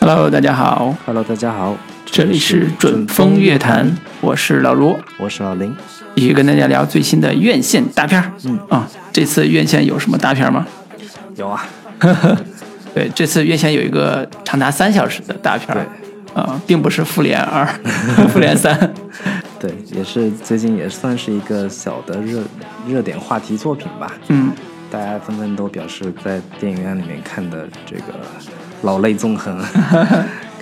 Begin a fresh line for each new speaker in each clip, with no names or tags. Hello，大家好，
Hello，大家好，
这里是准风乐坛，我是老卢，
我是老林。
继续跟大家聊最新的院线大片儿。嗯啊，这次院线有什么大片儿吗？
有啊，
对，这次院线有一个长达三小时的大片儿，啊，并不是《复联二》 《复联三》，
对，也是最近也算是一个小的热热点话题作品吧。
嗯，
大家纷纷都表示在电影院里面看的这个老泪纵横，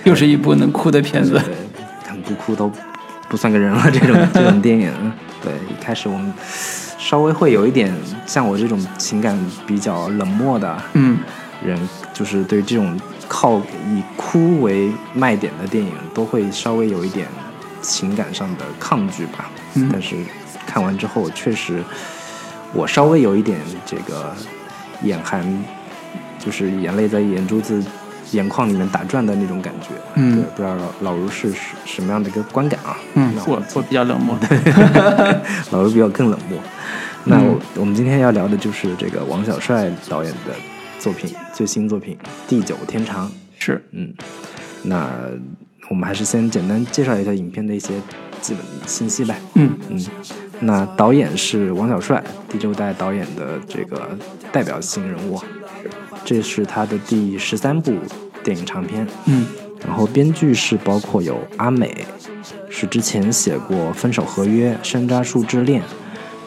又是一部能哭的片子
对。，看不哭都不算个人了。这种 这种电影，嗯对，一开始我们稍微会有一点像我这种情感比较冷漠的，
嗯，
人就是对这种靠以哭为卖点的电影，都会稍微有一点情感上的抗拒吧。
嗯
但是看完之后，确实我稍微有一点这个眼含，就是眼泪在眼珠子、眼眶里面打转的那种感觉。
嗯
对，不知道老老卢是什什么样的一个观感啊？
嗯
那，
我我比较冷漠。
老师比较更冷漠。那
嗯
我、我们今天要聊的就是这个王小帅导演的作品，最新作品《地久天长》。
是，
嗯，那我们还是先简单介绍一下影片的一些基本信息呗。
嗯
嗯，那导演是王小帅，第六代导演的这个代表性人物啊，这是他的第十三部电影长片。
嗯
然后编剧是包括有阿美，是之前写过《分手合约》《山楂树之恋》《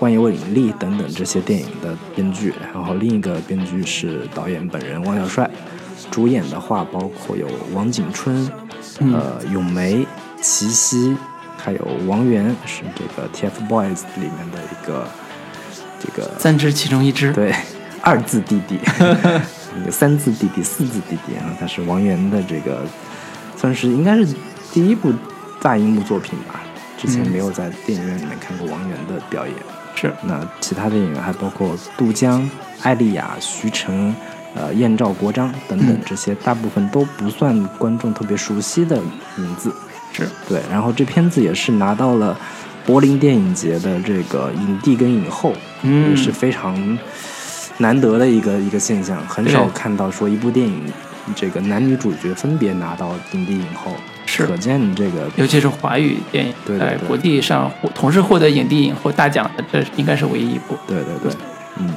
万有引力》等等这些电影的编剧。然后另一个编剧是导演本人王小帅，主演的话包括有王景春、呃咏梅、齐溪，还有王源，是这个 TFBOYS 里面的一个这个
三只其中一只。
对， 二字弟弟， 那个三字弟弟、四字弟弟啊，他是王源的这个，算是应该是第一部大荧幕作品吧。之前
嗯
没有在电影院里面看过王源的表演。
是，
那其他的演员还包括杜江、艾丽亚、徐晨、呃燕赵国璋等等
嗯
这些，大部分都不算观众特别熟悉的名字。
是，
对，然后这片子也是拿到了柏林电影节的这个影帝跟影后，
嗯
也是非常难得的一个一个现象，很
对
少看到说一部电影这个男女主角分别拿到影帝影后，
是
可见这个
尤其是华语电影
对对
在
对
国际上获同时获得影帝、影后大奖的，这应该是唯一一部。
对对对，嗯，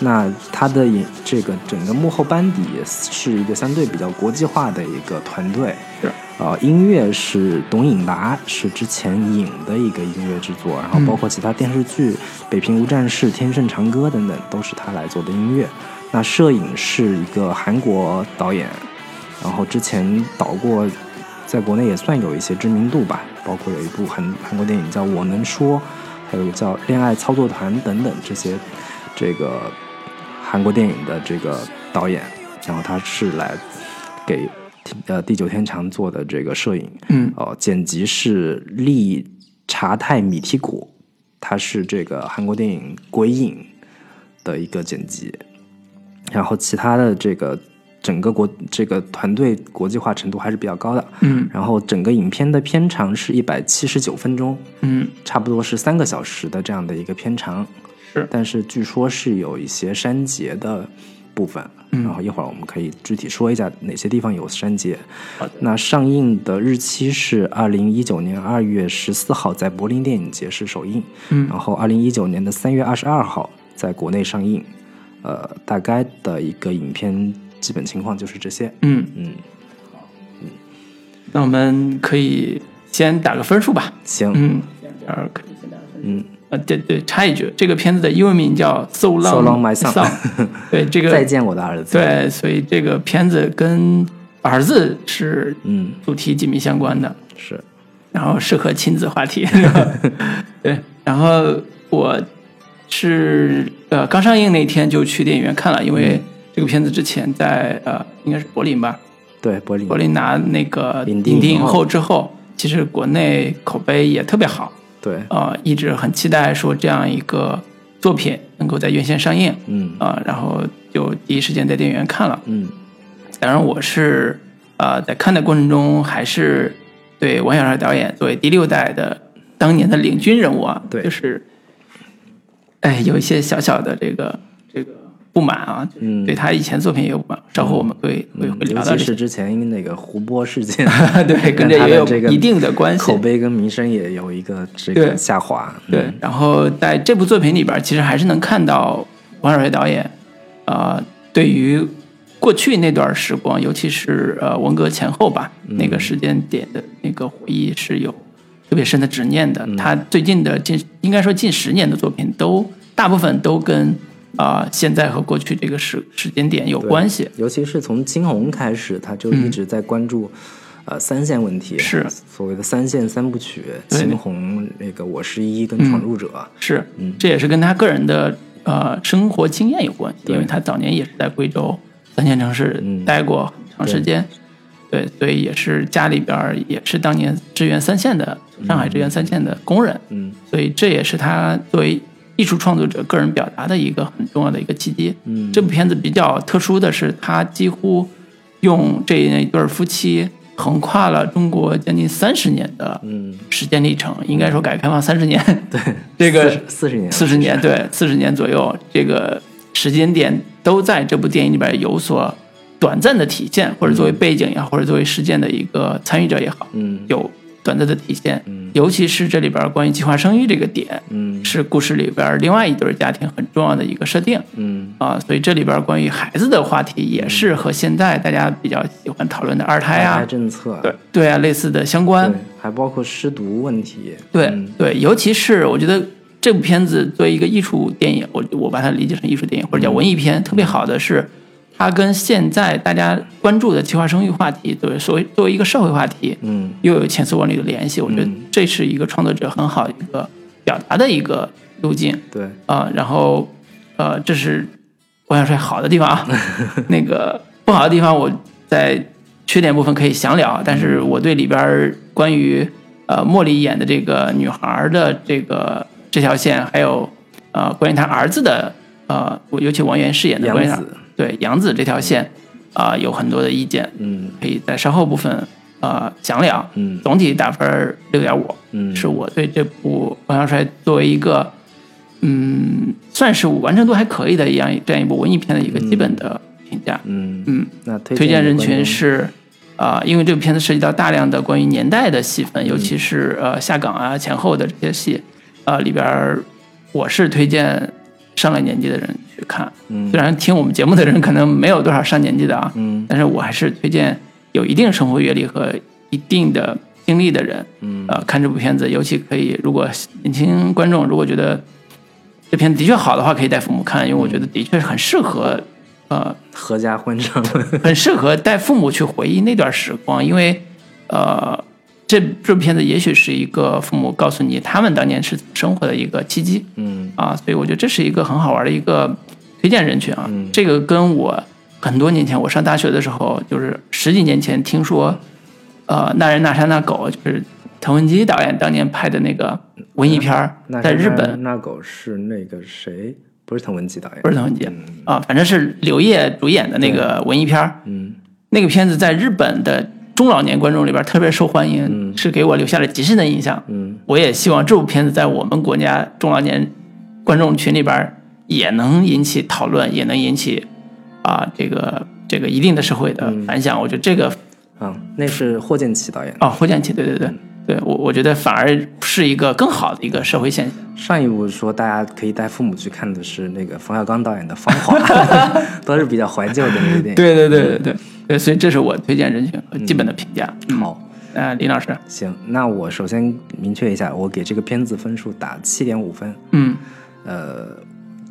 那他的影这个整个幕后班底也是一个相对比较国际化的一个团队。
是
呃，音乐是董颖达，是之前影的一个音乐制作，然后包括其他电视剧《北平无战事》《天盛长歌》等等，都是他来做的音乐。那摄影是一个韩国导演，然后之前导过，在国内也算有一些知名度吧，包括有一部韩韩国电影叫《我能说》，还有一个叫《恋爱操作团》等等这些，这个韩国电影的这个导演，然后他是来给呃地久天长做的这个摄影，
嗯
哦、剪辑是利查泰米提古，他是这个韩国电影《鬼影》的一个剪辑，然后其他的这个整个国这个团队国际化程度还是比较高的，
嗯
然后整个影片的片长是一百七十九分钟，
嗯，
差不多是三个小时的这样的一个片长，
是
但是据说是有一些删节的部分，
嗯
然后一会儿我们可以具体说一下哪些地方有删节
好的。
那上映的日期是二零一九年二月十四号在柏林电影节是首映，
嗯
然后二零一九年的三月二十二号在国内上映。呃，大概的一个影片基本情况就是这些。
嗯，
嗯，
那我们可以先打个分数吧。
行，
嗯，呃，可以先打个分数。
嗯，
呃，对对，插一句，这个片子的英文名叫《So Long
So Long My Son
Son》。对 这
再
个，
见我的儿子。，
对，所以这个片子跟儿子是
嗯，
主题紧密相关的。
是，
然后适合亲子话 题。对，然后我是呃刚上映那天就去电影院看了，因
嗯
为这个片子之前在呃应该是柏林吧，
对，柏林，
柏林拿那个
影
影
帝
帝
影
影
后
后之后，其实国内口碑也特别好，
对，
呃，一直很期待说这样一个作品能够在院线上映，
嗯
呃，然后就第一时间在电影院看了。
嗯，
当然，我是呃在看的过程中，还是对王小帅导演作为第六代的当年的领军人物啊，
对
就是哎有一些小小的这个这个不满啊，
嗯
对他以前作品也有不满。稍后我们会会会
尤
聊到这
其
些，，
是之前那个胡波事件
对，跟
跟
这
他
也
的
有
这个
一定的关系
口。碑跟名声也有一个这
对
个下滑。嗯
对，，然后在这部作品里边儿，其实还是能看到王小帅导演，呃，对于过去那段时光，尤其是呃文革前后吧，
嗯
那个时间点的那个回忆是有特别深的执念的。
嗯
他最近的近，应该说近十年的作品都大部分都跟啊、呃现在和过去这个时时间点有关系。
尤其是从金红开始，他就一直在关注、呃三线问题，
嗯是
所谓的三线三部曲，
对嗯
金红那个我是一跟闯入者。
是，
嗯
这也是跟他个人的呃生活经验有关系，因为他早年也是在贵州三线城市
嗯
待过很长时间，对，所以也是家里边儿也是当年支援三线的上海支援三线的工人，
嗯
所以这也是他作为艺术创作者个人表达的一个很重要的一个契机。
嗯
这部片子比较特殊的是，他几乎用这一对儿夫妻横跨了中国将近三十年的
嗯，
时间历程，应该说改革开放三十年，对 这个
四十年，
四十年，对，四十年左右，这个时间点都在这部电影里边有所短暂的体现，或者作为背景也好，或者作为事件的一个参与者也好，
嗯
有短暂的体现
嗯。
尤其是这里边关于计划生育这个点，
嗯
是故事里边另外一对家庭很重要的一个设定
嗯
啊，所以这里边关于孩子的话题也是和现在大家比较喜欢讨论的二胎啊
二胎，政策，
对对啊，类似的相关。
对，还包括失毒问题，
对、
嗯
对，尤其是我觉得这部片子作为一个艺术电影，我我把它理解成艺术电影或
嗯
者叫文艺片，特别好的是，它跟现在大家关注的计划生育话题，对所谓作为一个社会话题，
嗯
又有千丝万缕的联系。我觉得
嗯
这是一个创作者很好一个表达的一个路径
对，
啊、然后呃，这是王小帅好的地方 啊，那个不好的地方我在缺点部分可以详聊，啊但是我对里边儿关于呃茉莉演的这个女孩儿的这个这条线，还有呃关于她儿子的呃，我尤其王源饰演的
杨
关于她
紫
对杨紫这条线啊、有很多的意见，
嗯
可以在稍后部分呃详聊。
嗯
总体打分六点五，
嗯
是我对这部《王小帅》作为一个嗯，算是完成度还可以的一样这样一部文艺片的一个基本的评价。
嗯，
嗯，
那推
推荐
给
人
观
群
众
是。啊、因为这部片子涉及到大量的关于年代的戏份，尤
嗯
其是呃下岗啊前后的这些戏，呃里边儿我是推荐上了年纪的人去看，
嗯
虽然听我们节目的人可能没有多少上年纪的啊，
嗯
但是我还是推荐有一定生活阅历和一定的经历的人，
嗯
呃，看这部片子，尤其可以，如果年轻观众如果觉得这片子的确好的话，可以带父母看，因为
嗯
我觉得的确很适合，呃，
合家欢唱，
很适合带父母去回忆那段时光，因为，呃，这这部片子也许是一个父母告诉你他们当年是怎么生活的一个契机，
嗯
啊，所以我觉得这是一个很好玩的一个推荐人群啊。
嗯
这个跟我很多年前我上大学的时候，就是十几年前听说，呃，那人那山那狗就是滕文基导演当年拍的那个文艺片儿，
嗯那
在
是
日
那
本
那狗是那个谁？不是滕文琪导演，
不是滕文基啊，反正是刘烨主演的那个文艺片儿，
嗯
那个片子在日本的中老年观众里边特别受欢迎，是给我留下了极深的印象。
嗯
我也希望这部片子在我们国家中老年观众群里边儿也能引起讨论，也能引起啊、这个这个一定的社会的反响。我觉得这个
啊，那是霍建起导演。
哦，霍建起，对对对，对我我觉得反而是一个更好的一个社会现象。
上一部说大家可以带父母去看的是那个冯小刚导演的《芳华》， 都是比较怀旧的那个电影。
对对对对对对，所以这是我推荐人群和基本的评价。嗯，
好，
呃，林老师，
行，那我首先明确一下，我给这个片子分数打七点五分。
嗯
呃，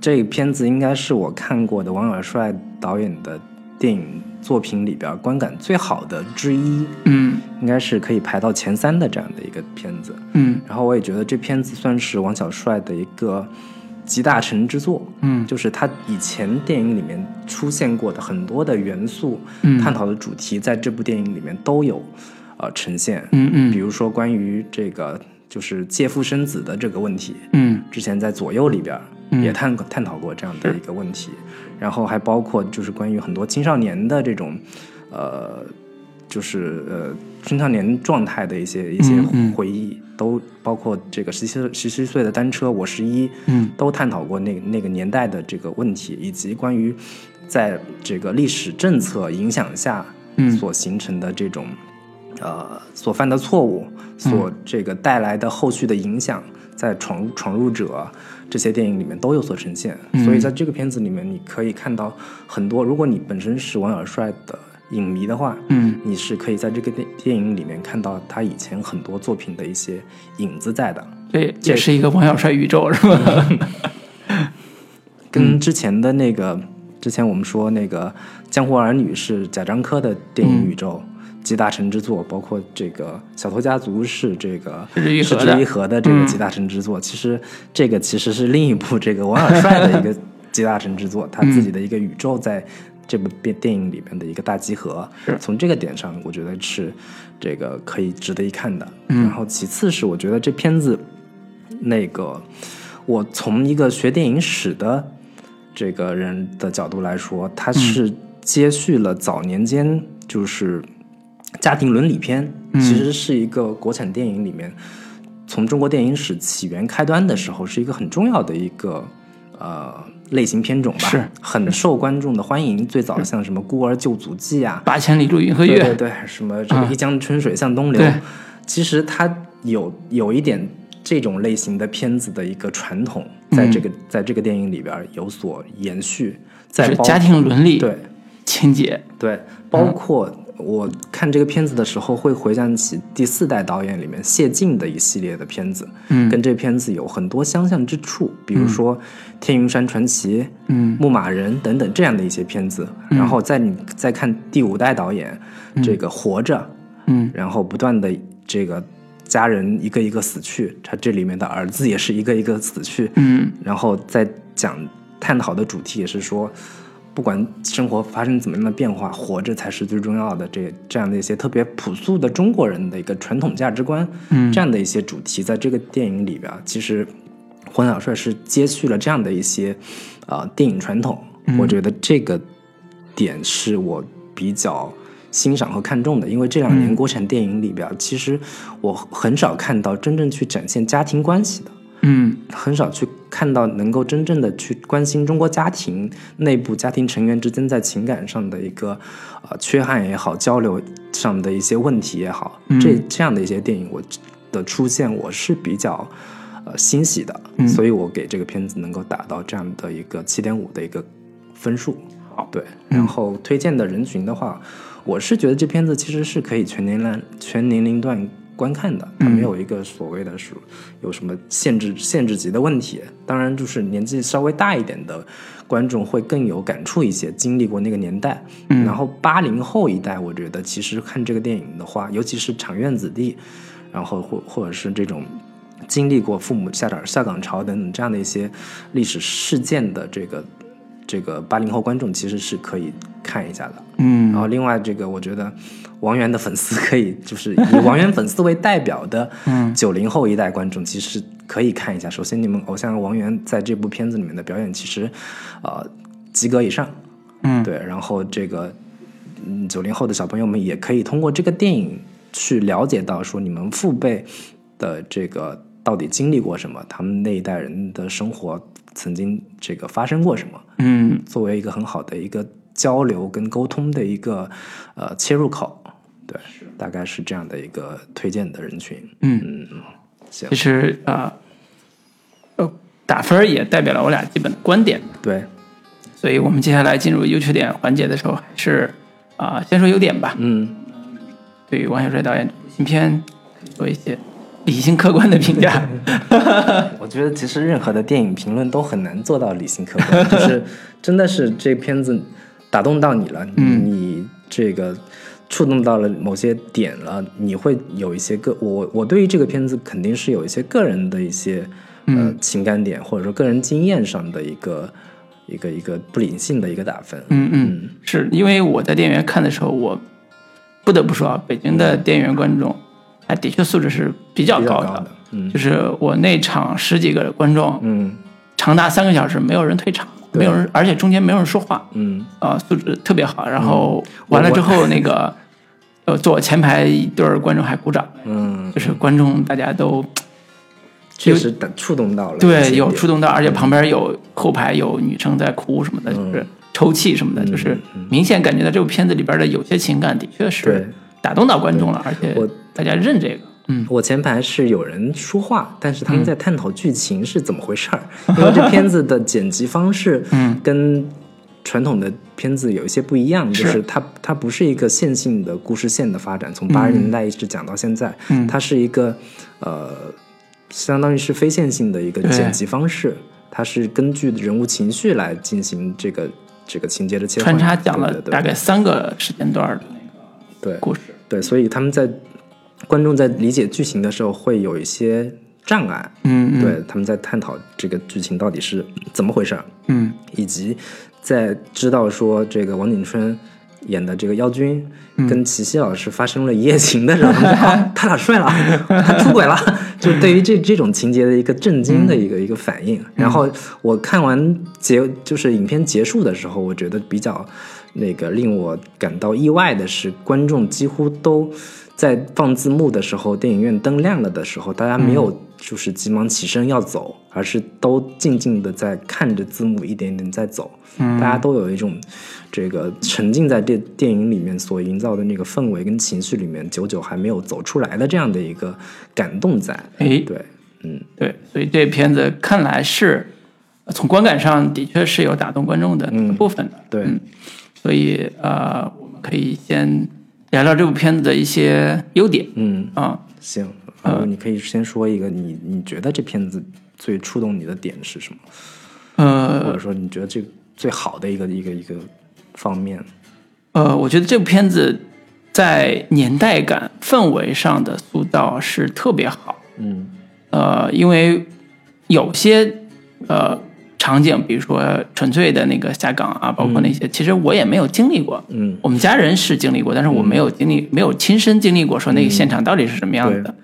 这个片子应该是我看过的王小帅导演的电影作品里边观感最好的之一，
嗯
应该是可以排到前三的这样的一个片子。
嗯
然后我也觉得这片子算是王小帅的一个集大成之作，
嗯
就是他以前电影里面出现过的很多的元素，
嗯
探讨的主题在这部电影里面都有呃呈现，
嗯
比
嗯
如说关于这个就是借腹生子的这个问题，
嗯
之前在左右里边儿
嗯
也探探讨过这样的一个问题，然后还包括就是关于很多青少年的这种呃就是呃青少年状态的一些一些
嗯嗯
回忆，都包括这个十七十七岁的单车我十一，
嗯，
都探讨过那那个年代的这个问题，以及关于在这个历史政策影响下
嗯
所形成的这种、呃所犯的错误，
嗯
所这个带来的后续的影响，在闯入闯入者。这些电影里面都有所呈现，
嗯
所以在这个片子里面，你可以看到很多。如果你本身是王小帅的影迷的话，
嗯
你是可以在这个电电影里面看到他以前很多作品的一些影子在的，
这也是一个王小帅宇宙，是
嗯
吧？嗯
跟之前的那个，之前我们说那个《江湖儿女》是贾樟柯的电影宇宙
嗯
集大成之作，包括这个《小偷家族》是这个
是之一
是
合
之
的嗯
一合的这个集大成之作。其实这个其实是另一部这个王小帅的 一个集大成之作，他
嗯
自己的一个宇宙在。这部电电影里面的一个大集合
是，
从这个点上，我觉得是这个可以值得一看的。
嗯
然后其次是，我觉得这片子那个，我从一个学电影史的这个人的角度来说，他是接续了早年间就是家庭伦理片，其实是一个国产电影里面从中国电影史起源开端的时候，是一个很重要的一个呃类型片种吧，
是
很受观众的欢迎。最早像什么《孤儿救赎记》啊，
八千里路云和
对
月，
对对，什么这个一江春水向东流，
啊对
其实它有有一点这种类型的片子的一个传统，在
嗯
这个、在这个电影里边有所延续，在
就是
包
家庭伦理
对
情节，
对，包
嗯
括我看这个片子的时候，会回想起第四代导演里面谢晋的一系列的片子，
嗯
跟这片子有很多相像之处，比如说《天云山传奇》、
嗯
牧马人》等等这样的一些片子。然后在你再看第五代导演、这个《活着》，
嗯
然后不断的这个家人一个一个死去，他这里面的儿子也是一个一个死去，
嗯
然后再讲探讨的主题也是说，不管生活发生怎么样的变化，活着才是最重要的。这这样的一些特别朴素的中国人的一个传统价值观，
嗯
这样的一些主题，在这个电影里边，其实黄小帅是接续了这样的一些呃电影传统。我觉得这个点是我比较欣赏和看重的，因为这两年国产电影里边，其实我很少看到真正去展现家庭关系的。
嗯
很少去看到能够真正的去关心中国家庭内部家庭成员之间在情感上的一个呃缺憾也好，交流上的一些问题也好，这这样的一些电影我的出现我是比较呃欣喜的，所以我给这个片子能够达到这样的一个七点五的一个分数。
好
对，然后推荐的人群的话，我是觉得这片子其实是可以全年龄全年龄段观看的，它没有一个所谓的是有什么限制限制级的问题。当然，就是年纪稍微大一点的观众会更有感触一些，经历过那个年代。然后八零后一代，我觉得其实看这个电影的话，尤其是场院子弟，然后或或者是这种经历过父母下岗下岗潮等等这样的一些历史事件的这个这个八零后观众其实是可以看一下的。
嗯
然后另外这个，我觉得王源的粉丝可以就是以王源粉丝为代表的九零后一代观众，其实可以看一下。首先，你们偶像王源在这部片子里面的表演，其实呃及格以上，
嗯
对。然后这个嗯九零后的小朋友们也可以通过这个电影去了解到，说你们父辈的这个到底经历过什么，他们那一代人的生活曾经这个发生过什么。
嗯
作为一个很好的一个交流跟沟通的一个呃切入口，对，大概是这样的一个推荐的人群。
嗯，
行
其，实啊，呃，打分儿也代表了我俩基本的观点，
对，
所以我们接下来进入优缺点环节的时候，还是啊、先说优点吧。
嗯，
对于王小帅导演这部新片做一些理性客观的评价。
我觉得其实任何的电影评论都很难做到理性客观，就是真的是这片子打动到你了，
嗯
你这个。触动到了某些点了，你会有一些个我我对于这个片子肯定是有一些个人的一些
嗯
呃情感点，或者说个人经验上的一个一个一个不理性的一个打分。
嗯嗯，是因为我在电影院看的时候，我不得不说啊，北京的电影院观众，他的确素质是比较
比较
高
高的，嗯
就是我那场十几个观众，
嗯
长达三个小时没有人退场，没有人，而且中间没有人说话，
嗯
啊、素质特别好。然后完了之后，那个、呃，坐我前排一对儿观众还鼓掌，
嗯，
就是观众大家都
确实打触动到了，
对有触，动到，
嗯
而且旁边有后排有女生在哭什么的，就是抽泣什么
嗯
的，就是明显感觉到这部片子里边的有些情感的确
对
是打动到观众了，而且
我
大家认这个，嗯，
我前排是有人说话，但是他们在探讨剧情是怎么回事儿，因为这片子的剪辑方式，
嗯，
跟传统的片子有一些不一样，
是
就是它它不是一个线性的故事线的发展，从八十年代一直讲到现在，
嗯
它是一个呃，相当于是非线性的一个
对
剪辑方式，它是根据人物情绪来进行这个这个情节的切换，
穿插讲了
对对对
大概三个时间段的
对
故事，
对，所以他们在观众在理解剧情的时候会有一些障碍，
嗯嗯
对，他们在探讨这个剧情到底是怎么回事儿，
嗯
以及在知道说这个王景春演的这个妖君跟齐溪老师发生了一夜情的时候，他们就啊他俩睡了，他出轨了，就对于这这种情节的一个震惊的一个、一个反应。然后我看完结就是影片结束的时候，我觉得比较那个令我感到意外的是，观众几乎都。在放字幕的时候，电影院灯亮了的时候，大家没有就是急忙起身要走，而是都静静的在看着字幕一点点在走。大家都有一种这个沉浸在电电影里面所营造的那个氛围跟情绪里面，久久还没有走出来的这样的一个感动在。
哎
对，嗯，
对，所以这片子看来是呃从观感上的确是有打动观众的那个部分的，
对，
所以呃，我们可以先聊聊这部片子的一些优点
嗯，
啊。
行，然后你可以先说一个你你觉得这片子最触动你的点是什么，
呃
或者说你觉得这最好的一个一个一个方面。
呃，我觉得这部片子在年代感、氛围上的塑造是特别好。
嗯
呃，因为有些呃场景，比如说纯粹的那个下岗啊，包括那些，其实我也没有经历过。
嗯，
我们家人是经历过，但是我没有经历，没有亲身经历过，说那个现场到底是什么样子的。
对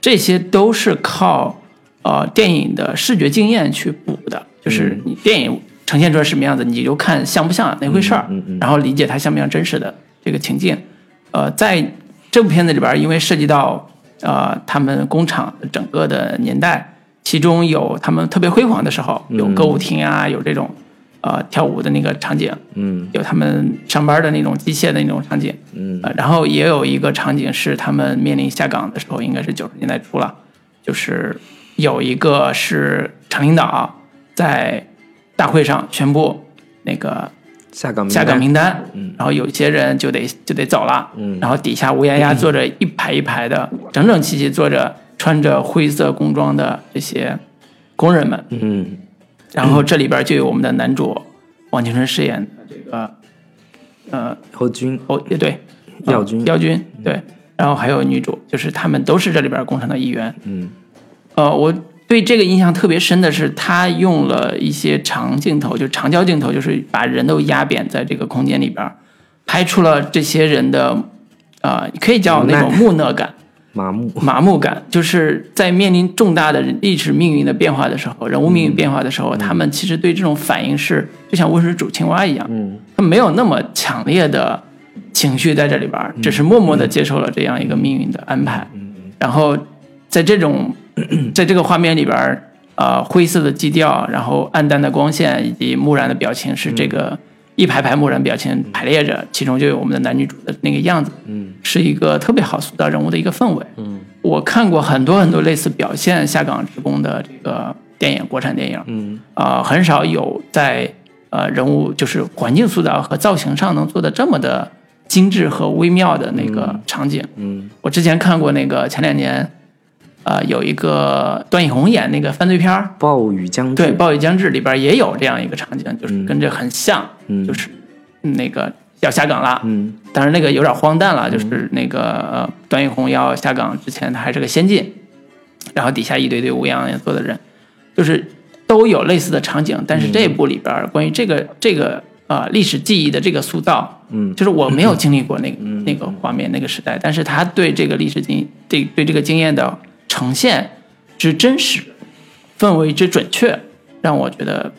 这些都是靠呃电影的视觉经验去补的，就是
嗯
你电影呈现出来什么样子，你就看像不像那回事儿，
嗯嗯嗯
然后理解它像不像真实的这个情境。呃，在这部片子里边儿，因为涉及到呃他们工厂整个的年代，其中有他们特别辉煌的时候，
嗯
有歌舞厅啊，有这种呃跳舞的那个场景，
嗯
有他们上班的那种机械的那种场景，
嗯
呃，然后也有一个场景是他们面临下岗的时候，应该是九十年代初了，就是有一个是厂领导在大会上宣布那个
下岗名
下
单
岗名单，然后有些人就得就得走了，
嗯
然后底下乌压压坐着一排一排的，整整齐齐坐着穿着灰色工装的这些工人们，
嗯
然后这里边就有我们的男主王景春饰演的这个呃
侯军
哦，也对，
耀军
呃耀军，对，然后还有女主，就是他们都是这里边工厂的一员。
嗯
呃，我对这个印象特别深的是，他用了一些长镜头，就长焦镜头，就是把人都压扁在这个空间里边儿，拍出了这些人的，呃，可以叫那种木讷感。
麻木
麻木感，就是在面临重大的历史命运的变化的时候，人物命运变化的
嗯
时候，他们其实对这种反应是就像温水煮青蛙一样，
嗯，
他没有那么强烈的情绪在这里边儿，
嗯
只是默默的接受了这样一个命运的安排。然后在这种 在这个画面里边儿，呃，灰色的基调，然后暗淡的光线以及木然的表情是这
嗯
个一排排木然表情排列着，其中就有我们的男女主的那个样子，
嗯，
是一个特别好塑造人物的一个氛围。嗯，我看过很多很多类似表现下岗职工的这个电影，国产电影，
嗯
呃，很少有在呃人物就是环境塑造和造型上能做的这么的精致和微妙的那个场景。
嗯
我之前看过那个前两年，呃，有一个段奕宏演那个犯罪片儿，
暴雨将
对，《
至
暴雨将至》里边也有这样一个场景，就是
嗯
跟这很像，
嗯
就是那个要下岗了，
嗯
当然那个有点荒诞了，就是那个呃段奕宏要下岗之前，他还是个先进，然后底下一堆堆乌泱泱坐的人，就是都有类似的场景，但是这
嗯
部里边儿关于这个这个呃历史记忆的这个塑造，
嗯
就是我没有经历过那个、那个画面那个时代，但是他对这个历史经对对这个经验的呈现之真实，氛围之准确， 让我觉得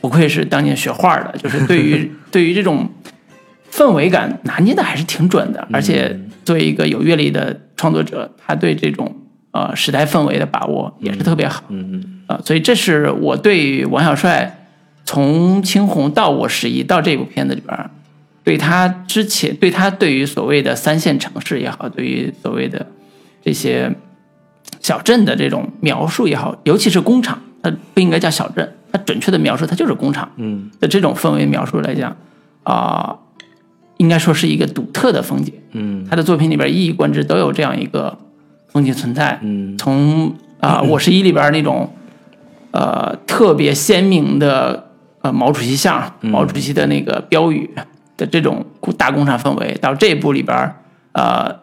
不愧是当年学画儿的，就是对于对于这种氛围感拿捏的还是挺准
嗯
的，而且作为一个有阅历的创作者，他对这种呃时代氛围的把握也是特别好。
嗯
啊、所以这是我对王小帅从《青红》到《我十一》到这部片子里边儿，对他之前对他对于所谓的三线城市也好，对于所谓的这些小镇的这种描述也好，尤其是工厂，它不应该叫小镇，它准确的描述它就是工厂
嗯
的这种氛围描述来讲，啊、应该说是一个独特的风景。
嗯
他的作品里边一以贯之都有这样一个风景存在。
嗯
从 啊、我是一里边那种呃特别鲜明的呃毛主席像、
嗯
毛主席的那个标语的这种大工厂氛围，到这一部里边呃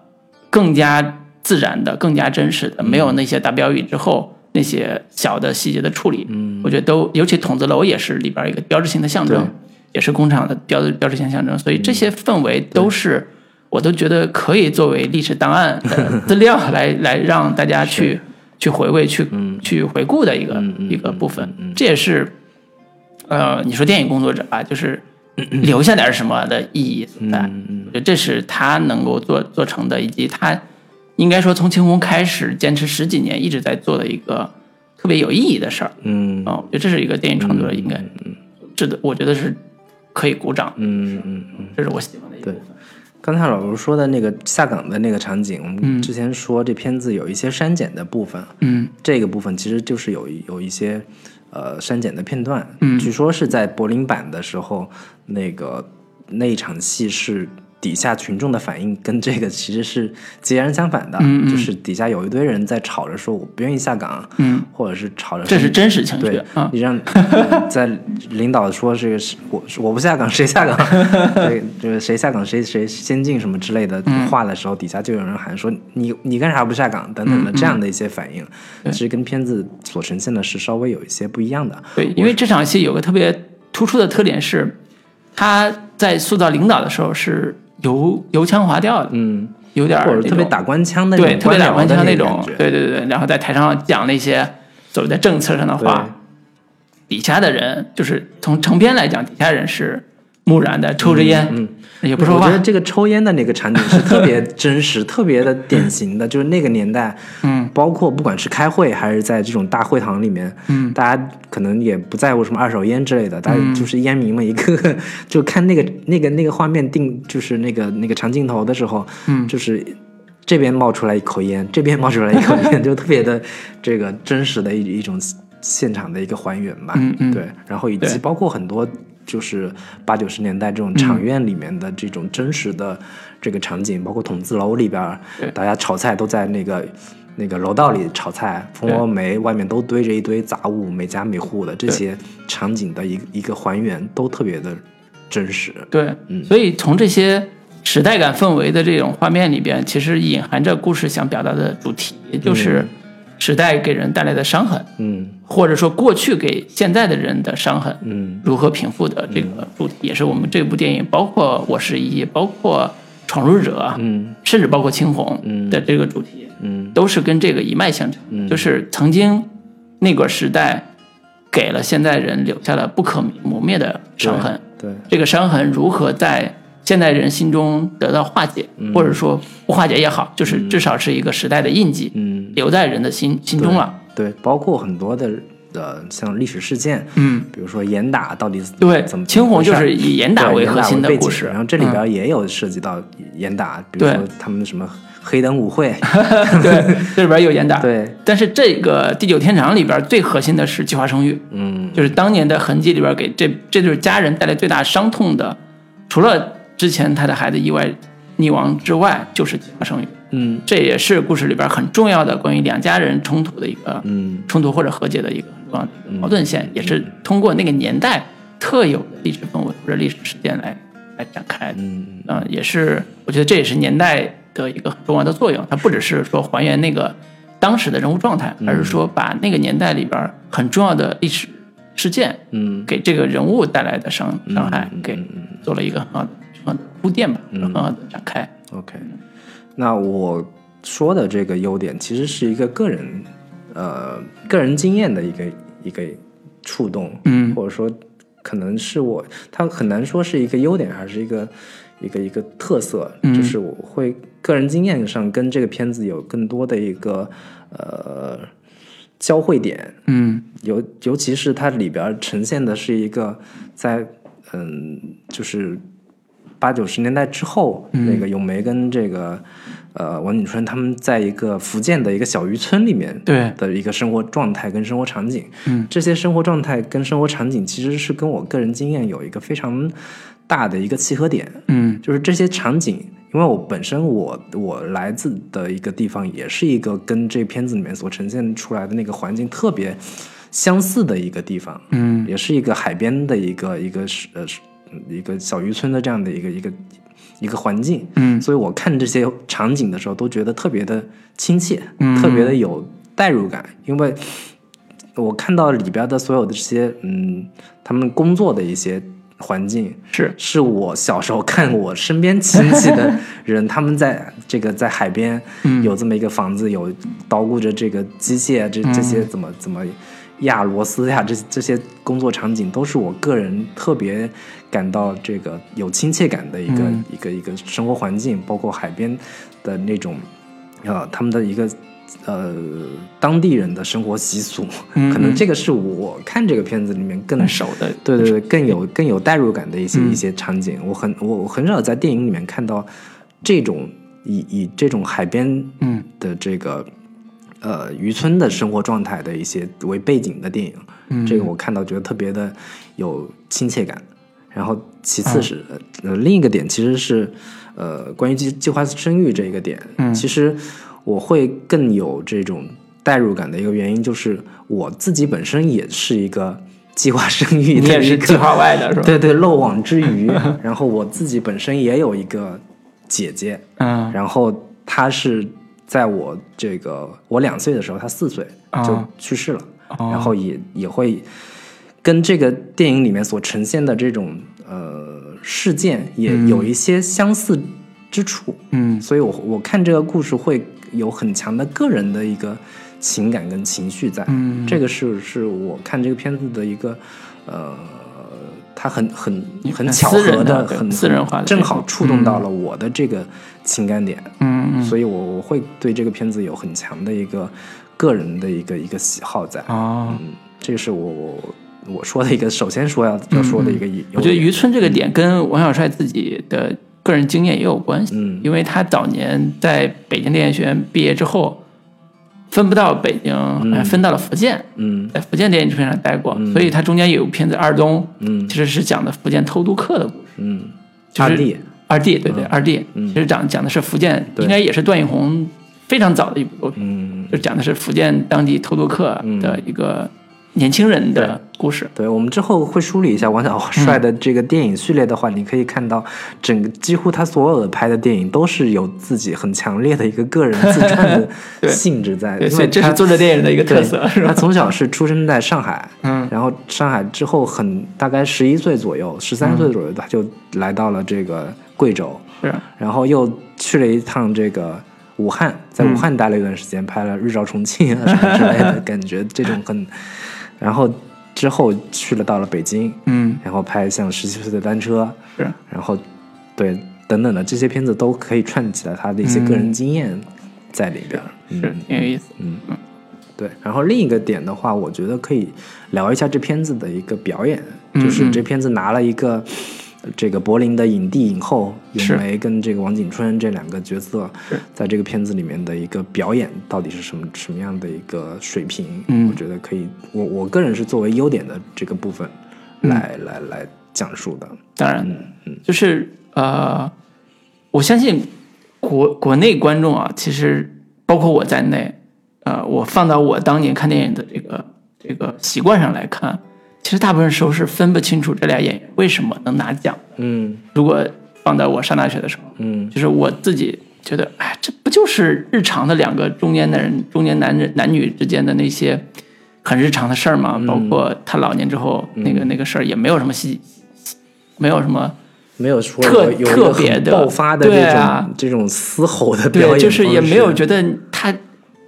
更加自然的、更加真实的，没有那些大标语之后。那些小的细节的处理，嗯，我觉得都，尤其筒子楼也是里边一个标志性的象征
对，
也是工厂的标标志性象征，所以这些氛围都是我都觉得可以作为历史档案的资料来来让大家去去回味、去去回顾的一个一个部分。这也是呃，你说电影工作者吧，就是留下点什么的意义存在。
嗯
我觉得这是他能够做做成的，以及他应该说从青红开始坚持十几年一直在做的一个特别有意义的事儿。
嗯
啊，我觉得这是一个电影创作者应该值得，我觉得是可以鼓掌的，
嗯嗯。
这是我喜欢的一部分。
刚才老卢说的那个下岗的那个场景，我们之前说这片子有一些删减的部分，
嗯
这个部分其实就是有一有一些呃删减的片段，
嗯
据说是在柏林版的时候，那个那一场戏是底下群众的反应跟这个其实是截然相反的，
嗯嗯
就是底下有一堆人在吵着说我不愿意下岗，
嗯，
或者是吵着
这是真实情绪
对
啊，
你 让在领导说这个是我我不下岗谁 下岗，对，就是谁下岗谁谁先进什么之类的
嗯
话的时候，底下就有人喊说你你干啥不下岗等等
嗯
的这样的一些反应，其实跟片子所呈现的是稍微有一些不一样的。
对，因为这场戏有个特别突出的特点是，他在塑造领导的时候是油油腔滑调的，
嗯，
有点儿
或者
那
特别
种
打官腔的那
对
种
特别打官
官僚的
腔那
种
种
感，觉
对对对，然后在台上讲那些所谓的政策上的话，底下的人就是从成片来讲，底下人是木然的，抽着烟，嗯，也不说
我
话
觉得，这个抽烟的那个场景是特别真实、 特别的典型的，就是那个年代，
嗯，
包括不管是开会还是在这种大会堂里面，嗯，大家可能也不在乎什么二手烟之类的，大
嗯
家就是烟民们一个个就看那个那个那个画面定，就是那个那个长镜头的时候，嗯，就是。这边冒出来一口烟， 这边冒出来一口烟， 就特别的这个真实的一一种现场的一个还原吧。
嗯嗯
对，然后以及
对
包括很多就是八九十年代这种场院里面的这种真实的这个场景，包括筒子楼里边儿
对，
大家炒菜都在那个那个楼道里炒菜，蜂窝煤外面都堆着一堆杂物，每家每户的这些场景的一个一个还原都特别的真实。
对，
嗯
所以从这些时代感氛围的这种画面里边，其实隐含着故事想表达的主题，也就是时代给人带来的伤痕，
嗯
或者说过去给现在的人的伤痕
嗯
如何平复的这个主题，也是我们这部电影，包括《我是一》，包括《闯入者》，啊
嗯
甚至包括《青红》
嗯
的这个主题，
嗯
都是跟这个一脉相承，就是曾经那个时代给了现代人留下了不可磨灭的伤痕。
对，
这个伤痕如何在现代人心中得到化解，
嗯
或者说不化解也好，就是至少是一个时代的印记，
嗯
留在人的心心中了。
对，包括很多的呃像历史事件，
嗯，
比如说严打到底怎
对，
怎么
青红就
怎么回事儿
是以严打
对
为
严
核心的
背景
故事，
然后这里
嗯
边也有涉及到严打，比如
对
说他们什么黑灯 舞会，
嗯 对这里边有严打，
对，
但是这个第九天长里边最核心的是计划生育，
嗯
就是当年的痕迹里边给这这对家人带来最大伤痛的，除了之前他的孩子意外溺亡之外，就是计划生育。
嗯
这也是故事里边很重要的关于两家人冲突的一个
嗯
冲突或者和解的一个很重要的一个矛盾线，也是通过那个年代特有的历史氛围或者历史事件来来展开的。
嗯
嗯、也是我觉得这也是年代的一个很重要的作用，它不只是说还原那个当时的人物状态，而是说把那个年代里边很重要的历史事件
嗯
给这个人物带来的伤伤害给做了一个很好的很好的铺垫吧，很好的展开。
，OK。那我说的这个优点其实是一个个人呃个人经验的一个一个触动，
嗯
或者说可能是我，它很难说是一个优点还是一个一个一个特色，就是我会个人经验上跟这个片子有更多的一个呃交汇点，
嗯
尤尤其是它里边儿呈现的是一个在嗯，就是八九十年代之后，
嗯
那个咏梅跟这个呃王景春他们在一个福建的一个小渔村里面
对，
的一个生活状态跟生活场景，
嗯，
这些生活状态跟生活场景其实是跟我个人经验有一个非常大的一个契合点，
嗯
就是这些场景，因为我本身我我来自的一个地方，也是一个跟这片子里面所呈现出来的那个环境特别相似的一个地方，
嗯
也是一个海边的一个一个是呃是嗯一个小渔村的这样的一个一个一个环境，
嗯
所以我看这些场景的时候都觉得特别的亲切，
嗯
特别的有代入感，因为我看到里边的所有的这些嗯他们工作的一些环境，
是，
是我小时候看我身边亲戚 的人，他们在这个在海边
嗯
有这么一个房子，有捣鼓着这个机械，这这
嗯
些怎么怎么压螺丝呀，这这些工作场景都是我个人特别感到这个有亲切感的一个、
嗯
一个一个生活环境，包括海边的那种呃他们的一个。呃，当地人的生活习俗，
嗯呃
可能这个是我看这个片子里面更
很熟的，
对对对，更
嗯
有更有代入感的一些一些场景，我很我我很少在电影里面看到这种以以这种海边
嗯
的这个呃渔村的生活状态的一些为背景的电影，
嗯
这个我看到觉得特别的有亲切感。然后其
嗯
次是、呃另一个点其实是呃关于计计划生育这一个点，
嗯
其实我会更有这种代入感的一个原因就是我自己本身也是一个计划生育
你也
的
是
一
计
个
划外的是吧？
对对漏网之鱼，然后我自己本身也有一个姐姐，
嗯
然后她是在我这个我两岁的时候，她四岁
啊
就去世了，
哦
然后也也会跟这个电影里面所呈现的这种呃事件也有一些相似之处，
嗯
所以我我看这个故事会有很强的个人的一个情感跟情绪在，
嗯，
这个是是我看这个片子的一个呃，它很很很巧
私人
合
的对
很
私人化的
正
这
好
种
触动到了我的这个情感点，
嗯嗯
所以我我会对这个片子有很强的一个个人的一个一个喜好在。
哦，
嗯，这个是我我我说的一个，首先说要要说的一个优点。
嗯我觉得渔村这个点跟王小帅自己的个人经验也有关系，
嗯
因为他早年在北京电影学院毕业之后，分不到北京，还分到了福建，
嗯
在福建电影制片厂待过，所以他中间有片子《二东》，
嗯
其实是讲的福建偷渡客的故事。
嗯，
就是
二弟
二弟，对对，
嗯
二弟，其实讲讲的是福建，应该也是段奕宏非常早的一部作品，
嗯，
就讲的是福建当地偷渡客的一个年轻人的故事。
对，我们之后会梳理一下王小
嗯
帅的这个电影序列的话，你可以看到，整个几乎他所有的拍的电影都是有自己很强烈的一个个人自传
对
的性质在，
对，
因
所以
为
这
他
是作者电影的一个特
对
色，是吧
他？从小是出生在上海，
嗯
然后上海之后很大概十一岁左右，十三岁左右，他就来到了这个贵州，
是，
然后又去了一趟这个武汉，在武汉待了一段时间，拍了《日照重庆》啊什么之类的，感觉这种很，然后之后去了到了北京，
嗯，
然后拍像《十七岁的单车
是，》，
然后对等等的这些片子都可以串起来他的一些个人经验在里边儿，
是
嗯，
挺有意思。
对，然后另一个点的话，我觉得可以聊一下这片子的一个表演，
嗯
就是这片子拿了一个呃这个柏林的影帝影后
是
咏梅跟这个王景春这两个角色
是，
在这个片子里面的一个表演到底是什么什么样的一个水平？
嗯
我觉得可以，我我个人是作为优点的这个部分
嗯
来、来来讲述的。
当然，
嗯
就是呃，我相信国国内观众啊，其实包括我在内，呃，我放到我当年看电影的这个这个习惯上来看，其实大部分时候是分不清楚这俩演员为什么能拿奖。
嗯
如果放到我上大学的时候，
嗯
就是我自己觉得，哎，这不就是日常的两个中年男人、中年男人男女之间的那些很日常的事儿吗？包括他老年之后、那个那个事儿，也没有什么戏，没有什么
没有说
特
有有一
特
个
别
很
的
爆发的这
对
种、
啊
这种嘶吼的表
对，
演方式，
就是也没有觉得他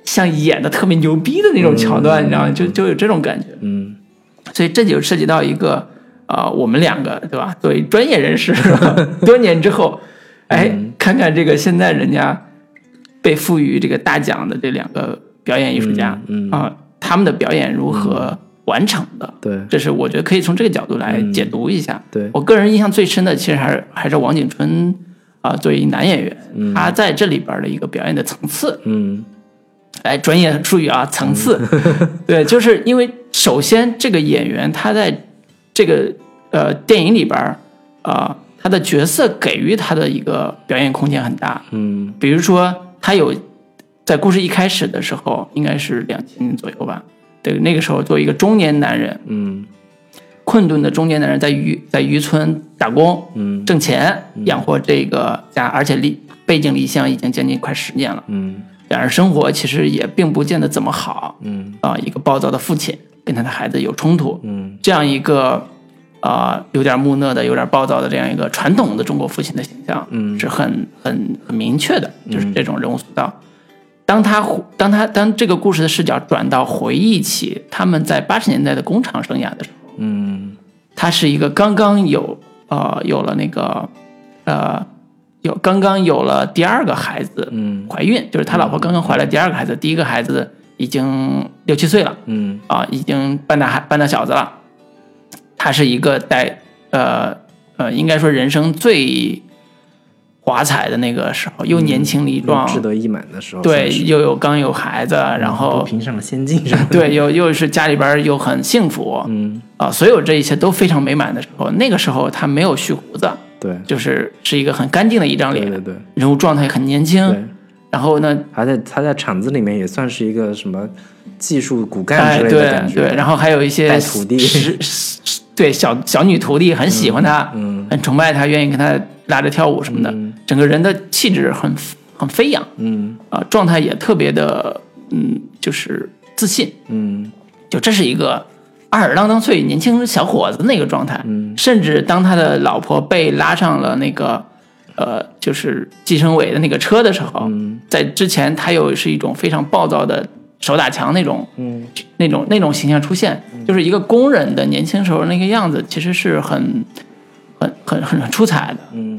像演的特别牛逼的那种桥段，你知道吗？就就有这种感觉。
嗯
所以这就涉及到一个啊、我们两个对吧？作为专业人士， 多年之后，哎，
嗯
看看这个现在人家被赋予这个大奖的这两个表演艺术家，
嗯嗯嗯
啊，他们的表演如何完成的？
对
这是我觉得可以从这个角度来
嗯
解读一下。
对
我个人印象最深的，其实还是还是王景春啊、作为男演员，他在这里边的一个表演的层次，
嗯
哎，专业术语啊，层次，对，就是因为首先这个演员他在这个呃电影里边儿啊、他的角色给予他的一个表演空间很大，
嗯
比如说他有在故事一开始的时候，应该是两千年左右吧，对，那个时候作为一个中年男人，
嗯
困顿的中年男人在渔在渔村打工，
嗯
挣钱养活这个家，而且离背井离乡已经将近快十年了，
嗯
两人生活其实也并不见得怎么好
嗯
啊、一个暴躁的父亲跟他的孩子有冲突，
嗯
这样一个啊、有点木讷的、有点暴躁的这样一个传统的中国父亲的形象，
嗯
是很很很明确的，就是这种人物塑造。当他回当他当这个故事的视角转到回忆起他们在八十年代的工厂生涯的时候。
嗯
他是一个刚刚有呃有了那个呃有刚刚有了第二个孩子
嗯
怀孕，就是他老婆刚刚怀了第二个孩子，第一个孩子已经六七岁了
嗯
啊、已经半大孩半大小子了。他是一个在呃呃，应该说人生最华彩的那个时候，又年轻力壮，
嗯志得意满的时候，
对，
算是嗯
又有刚有孩子，然后
都评上了先进什么 的，
对，又又是家里边儿又很幸福，
嗯
啊，所有这一切都非常美满的时候，那个时候他没有蓄胡子，
对
就是是一个很干净的一张
对
脸，
对对
人物状态很年
对
轻。，然后呢，
还在他在厂子里面也算是一个什么技术骨干
哎，
之类的感
对
觉，
对，然后还有一些
带徒弟
是是是对小小女徒弟很喜欢他，
嗯
很崇拜他，愿意跟他拉着跳舞什么的，
嗯
整个人的气质很很飞扬
嗯
啊、状态也特别的，嗯，就是自信。
嗯
就这是一个二十郎当岁年轻小伙子那个状态。
嗯
甚至当他的老婆被拉上了那个呃，就是计生委的那个车的时候，
嗯
在之前他又是一种非常暴躁的手打墙那种
嗯
那种那种形象出现，就是一个工人的年轻时候那个样子，其实是很很很很很出彩的。
嗯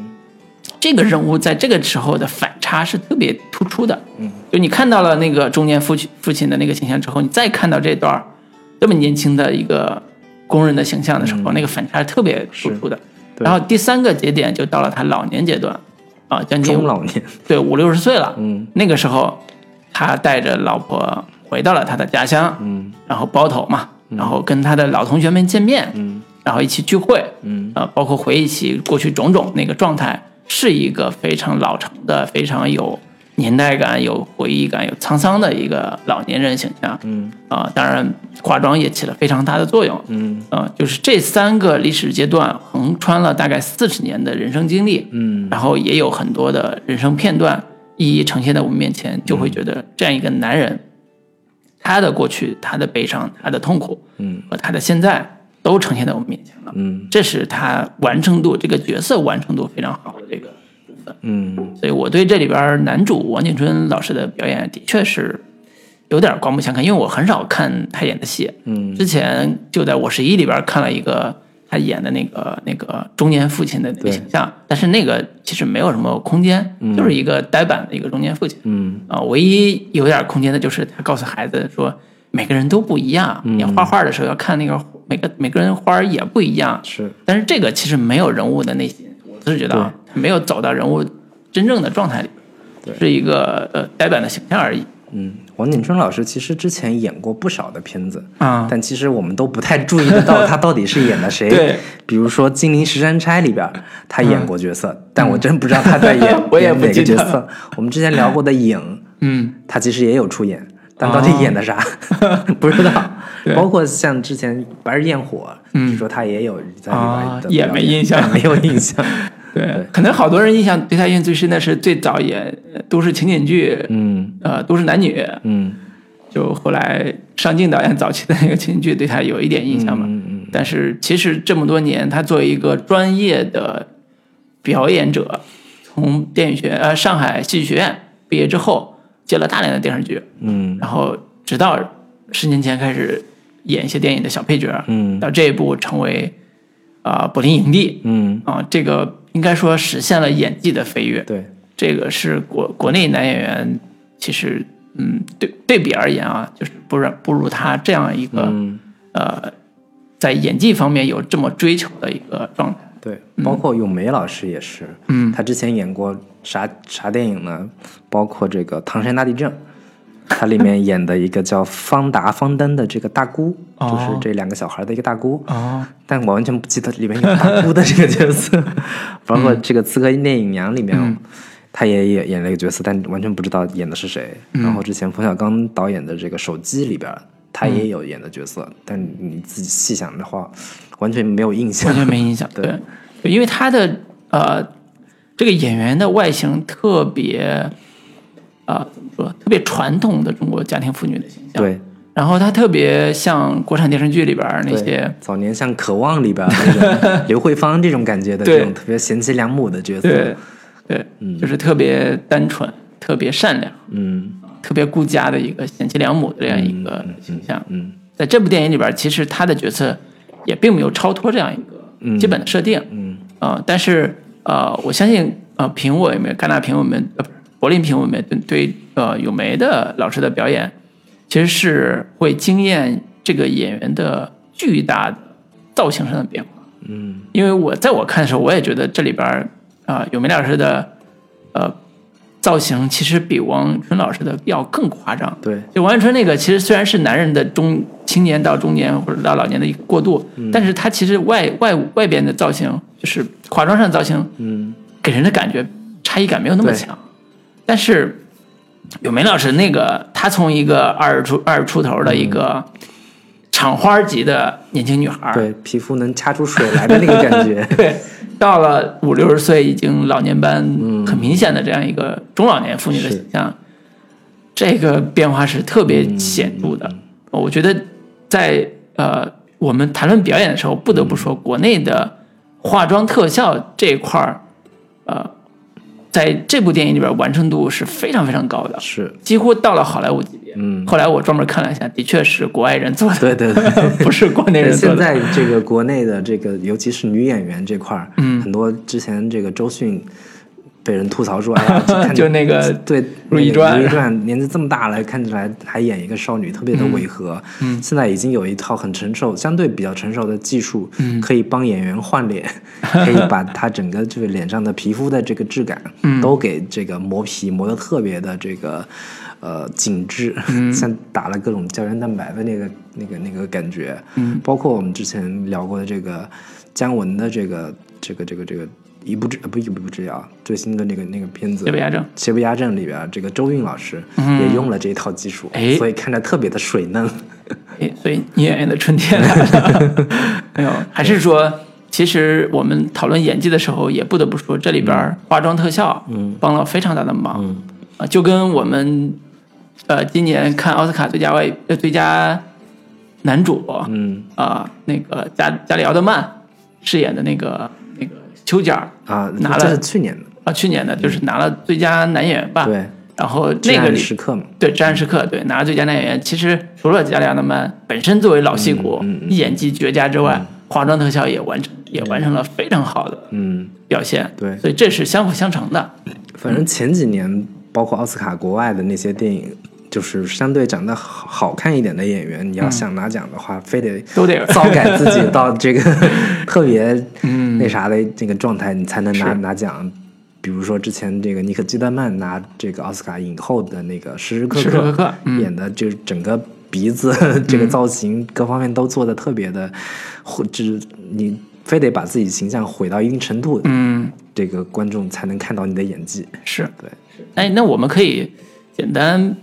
这个人物在这个时候的反差是特别突出的。
嗯，
就你看到了那个中年父亲父亲的那个形象之后，你再看到这段儿这么年轻的一个工人的形象的时候，那个反差是特别突出的。
嗯对
然后第三个节点就到了他老年阶段，啊，将近
中老年，
对五六十岁了。
嗯
那个时候，他带着老婆回到了他的家乡，
嗯
然后包头嘛，然后跟他的老同学们见面，
嗯
然后一起聚会，
嗯
啊，包括回忆起过去种种那个状态，是一个非常老成的、非常有年代感、有回忆感、有沧桑的一个老年人形象。
嗯
啊、当然化妆也起了非常大的作用。
嗯
啊、就是这三个历史阶段横穿了大概四十年的人生经历，
嗯
然后也有很多的人生片段一一呈现在我们面前，就
嗯
会觉得这样一个男人，他的过去、他的悲伤、他的痛苦
嗯
和他的现在都呈现在我们面前了。
嗯
这是他完成度这个角色完成度非常好的这个部分。
嗯
所以我对这里边男主王景春老师的表演的确是有点刮目相看，因为我很少看他演的戏。
嗯
之前就在《我十一》里边看了一个他演的那个那个中年父亲的那个
对
形象，但是那个其实没有什么空间，就是一个呆板的一个中年父亲。
嗯
啊，唯一有点空间的就是他告诉孩子说，每个人都不一样，
嗯
你画画的时候要看那个每个每个人花儿也不一样，
是
但是这个其实没有人物的内心，我是觉得啊，没有走到人物真正的状态里，是一个呃呆板的形象而已。
嗯，王景春老师其实之前演过不少的片子
啊
但其实我们都不太注意得到他到底是演的谁。
对， 嗯
比如说《金陵十三钗》里边儿，他演过角色，但我真不知道他在演
我也
演
不
哪个
记
角
得
色。我们之前聊过的《影
嗯》，哦
他其实也有出演，但到底 演的啥、不知道。包括像之前《白日焰火》，据说他也有在
啊
里边的
嗯也
表
没
演
印象
但没有 印象。
对，可能好多人印象对他印象最深的是最早演呃都市情景剧，
嗯
呃，都市男女，
嗯
就后来上镜导演早期的那个情景剧对他有一点印象嘛。
嗯嗯
但是其实这么多年，他作为一个专业的表演者，从电影学呃上海戏剧学院毕业之后，接了大量的电视剧，
嗯
然后直到十年前开始演一些电影的小配角，
嗯
到这一步成为啊、柏林营地
嗯，
啊、这个应该说实现了演技的飞跃。
对，
这个是国国内男演员其实嗯对对比而言啊，就是不然不如他这样一个、
嗯，
呃在演技方面有这么追求的一个状态。
对，包括咏梅老师也是，嗯，他之前演过啥啥电影呢？包括这个《唐山大地震》，他里面演的一个叫方达方登的这个大姑，就是
哦
这两个小孩的一个大姑。
哦，
但我完全不记得里面有大姑的这个角 色，包括这个《刺客聂隐娘》里面，哦
嗯
他也演演了一个角色，但完全不知道演的是谁。
嗯
然后之前冯小刚导演的这个《手机》里边，他
嗯
也有演的角色，但你自己细想的话，完全没有印象
完。全没印象。
对
对，对因为他的呃这个演员的外形特别啊、怎么说？特别传统的中国家庭妇女的形象。
对，
然后他特别像国产电视剧里边儿那
对嗯
些，
早年像《渴望》里边 那种刘慧芳这种感觉的
对
这种特别贤妻良母的角色
对，对，就是特别单纯、特别善良、
嗯
特别顾家的一个贤妻良母的这样一个形象。
嗯
在这部电影里边儿，其实他的角色也并没有超脱这样一个基本的设定。
嗯，
啊，但是呃，我相信呃，评委们、戛纳评委们、呃，柏林评委们对对呃咏梅的老师的表演，其实是会惊艳这个演员的巨大的造型上的变化。嗯，因为我在我看的时候，我也觉得这里边儿啊，咏、梅老师的呃造型其实比王源春老师的要更夸张。
对，
就王源春那个，其实虽然是男人的中青年到中年或者到老年的一个过渡，
嗯
但是他其实外外外边的造型，就是化妆上的造型，
嗯
给人的感觉差异感没有那么
对
强。但是咏梅老师那个，她从一个二十出二十出头的一个
嗯
厂花级的年轻女孩，，
对，皮肤能掐出水来的那个感觉
对，到了五六十岁已经老年斑，很明显的这样一个中老年妇女的
嗯是嗯
形象，这个变化是特别显著的。我觉得在呃我们谈论表演的时候，不
嗯
得不说国内的化妆特效这一块儿，呃，在这部电影里边完成度是非常非常高的，
是，
几乎到了好莱坞级别。
嗯，
后来我专门看了一下，的确是国外人做的，
对 对对。
不是国内人做的。
现在这个国内的这个，尤其是女演员这块儿，嗯，很多之前这个周迅被人 吐槽说，哎呀，看
就那个
对《
如懿传
如懿传年纪这么大了，看起来还演一个少女，特别的违和。嗯，现在已经有一套很成熟、相对比较成熟的技术，嗯，可以帮演员换 脸，可以把她整个这个脸上的皮肤的这个质感，嗯，都给这个磨皮磨得特别的这个。呃，紧致， 像打了各种胶原蛋白的那个、那个、那个感觉，嗯，包括我们之前聊过的这个姜文的这个、这个、这个、这个一步之呃不一步之遥啊，最新的那个那个片子
对不对，亚正？
《邪不压正》里边，这个周韵老师也用了这一套技术，
嗯哎
所以看着特别的水嫩。
诶所以女演员的春天来 了。没有，还是说，其实我们讨论演技的时候，也不得不说这里边儿化妆特效，嗯，帮了非常大的忙。嗯，啊，就跟我们呃今年看奥斯卡最佳外呃最佳男主，嗯
嗯
啊、那个加加里奥德曼饰演的那个那个丘吉尔
啊，
拿
这
了
是去年的，
啊，去年的就是拿了最佳男演员吧？
对。
然后
至
啊那个
暗
里
时刻嘛，
对《至暗时刻》对拿了最佳男演员，其实除了加里奥德曼本身作为老戏骨、
嗯
演技绝佳之外，化妆特效也完成也完成了非常好的
嗯，
表现，
对
所以这是相辅相成的。嗯
反正前几年包括奥斯卡国外的那些电影。就是相对长得好好看一点的演员，你要想拿奖的话，非得
都 得
糟改自己到这个特别那啥
嗯
的这个状态，你才能拿拿奖。比如说之前这个尼可基德曼拿这个奥斯卡影后的那个时时刻
时时刻刻嗯
演的，就是整个鼻子、 这个造型各方面都做的特别的，或就是你非得把自己形象毁到一定程度，
嗯，
这个观众才能看到你的演技。
是
对，
哎，那我们可以简单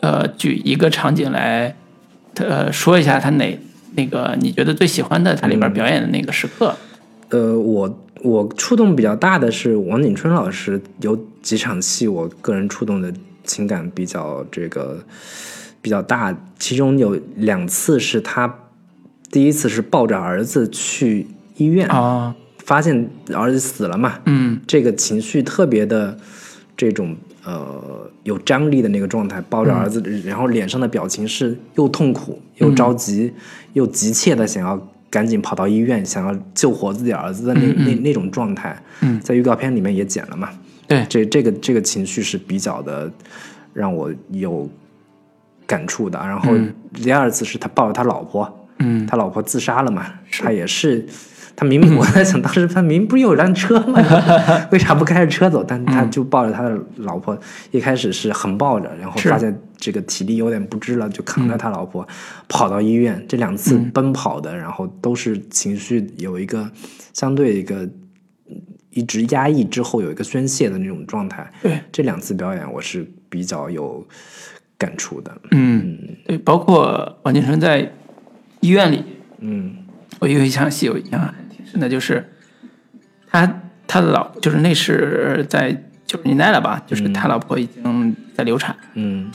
呃举一个场景来呃说一下他哪那个你觉得最喜欢的他里
嗯
边表演的那个时刻。
呃，我我触动比较大的是王景春老师有几场戏，我个人触动的情感比较这个比较大，其中有两次是他第一次是抱着儿子去医院，
啊，
发现儿子死了嘛，
嗯
这个情绪特别的这种呃有张力的那个状态，抱着儿子，然后脸上的表情是又痛苦又着急、又急切的想要赶紧跑到医院想要救活自己儿子的那那那种状态，
嗯
在预告片里面也剪了嘛。
对
这这个这个情绪是比较的让我有感触的。然后第二次是他抱着他老婆，
嗯，
他老婆自杀了嘛，他也是。他明明我 在想，当时他明明不是有辆车吗？为啥不开着车走？
嗯
但他就抱着他的老婆，一开始是横抱着，然后
是嗯
发现这个体力有点不支了，就扛着他老婆跑到医院。这两次奔跑的，然后都是情绪有一个相对一个一直压抑之后有一个宣泄的那种状态。
对，
这两次表演我是比较有感触的。
嗯，对，包括王劲春在医院里，
嗯
我有一场戏有印象挺深的，就是他他的老就是那是在九十年代了吧，就是他老婆已经在流产，
嗯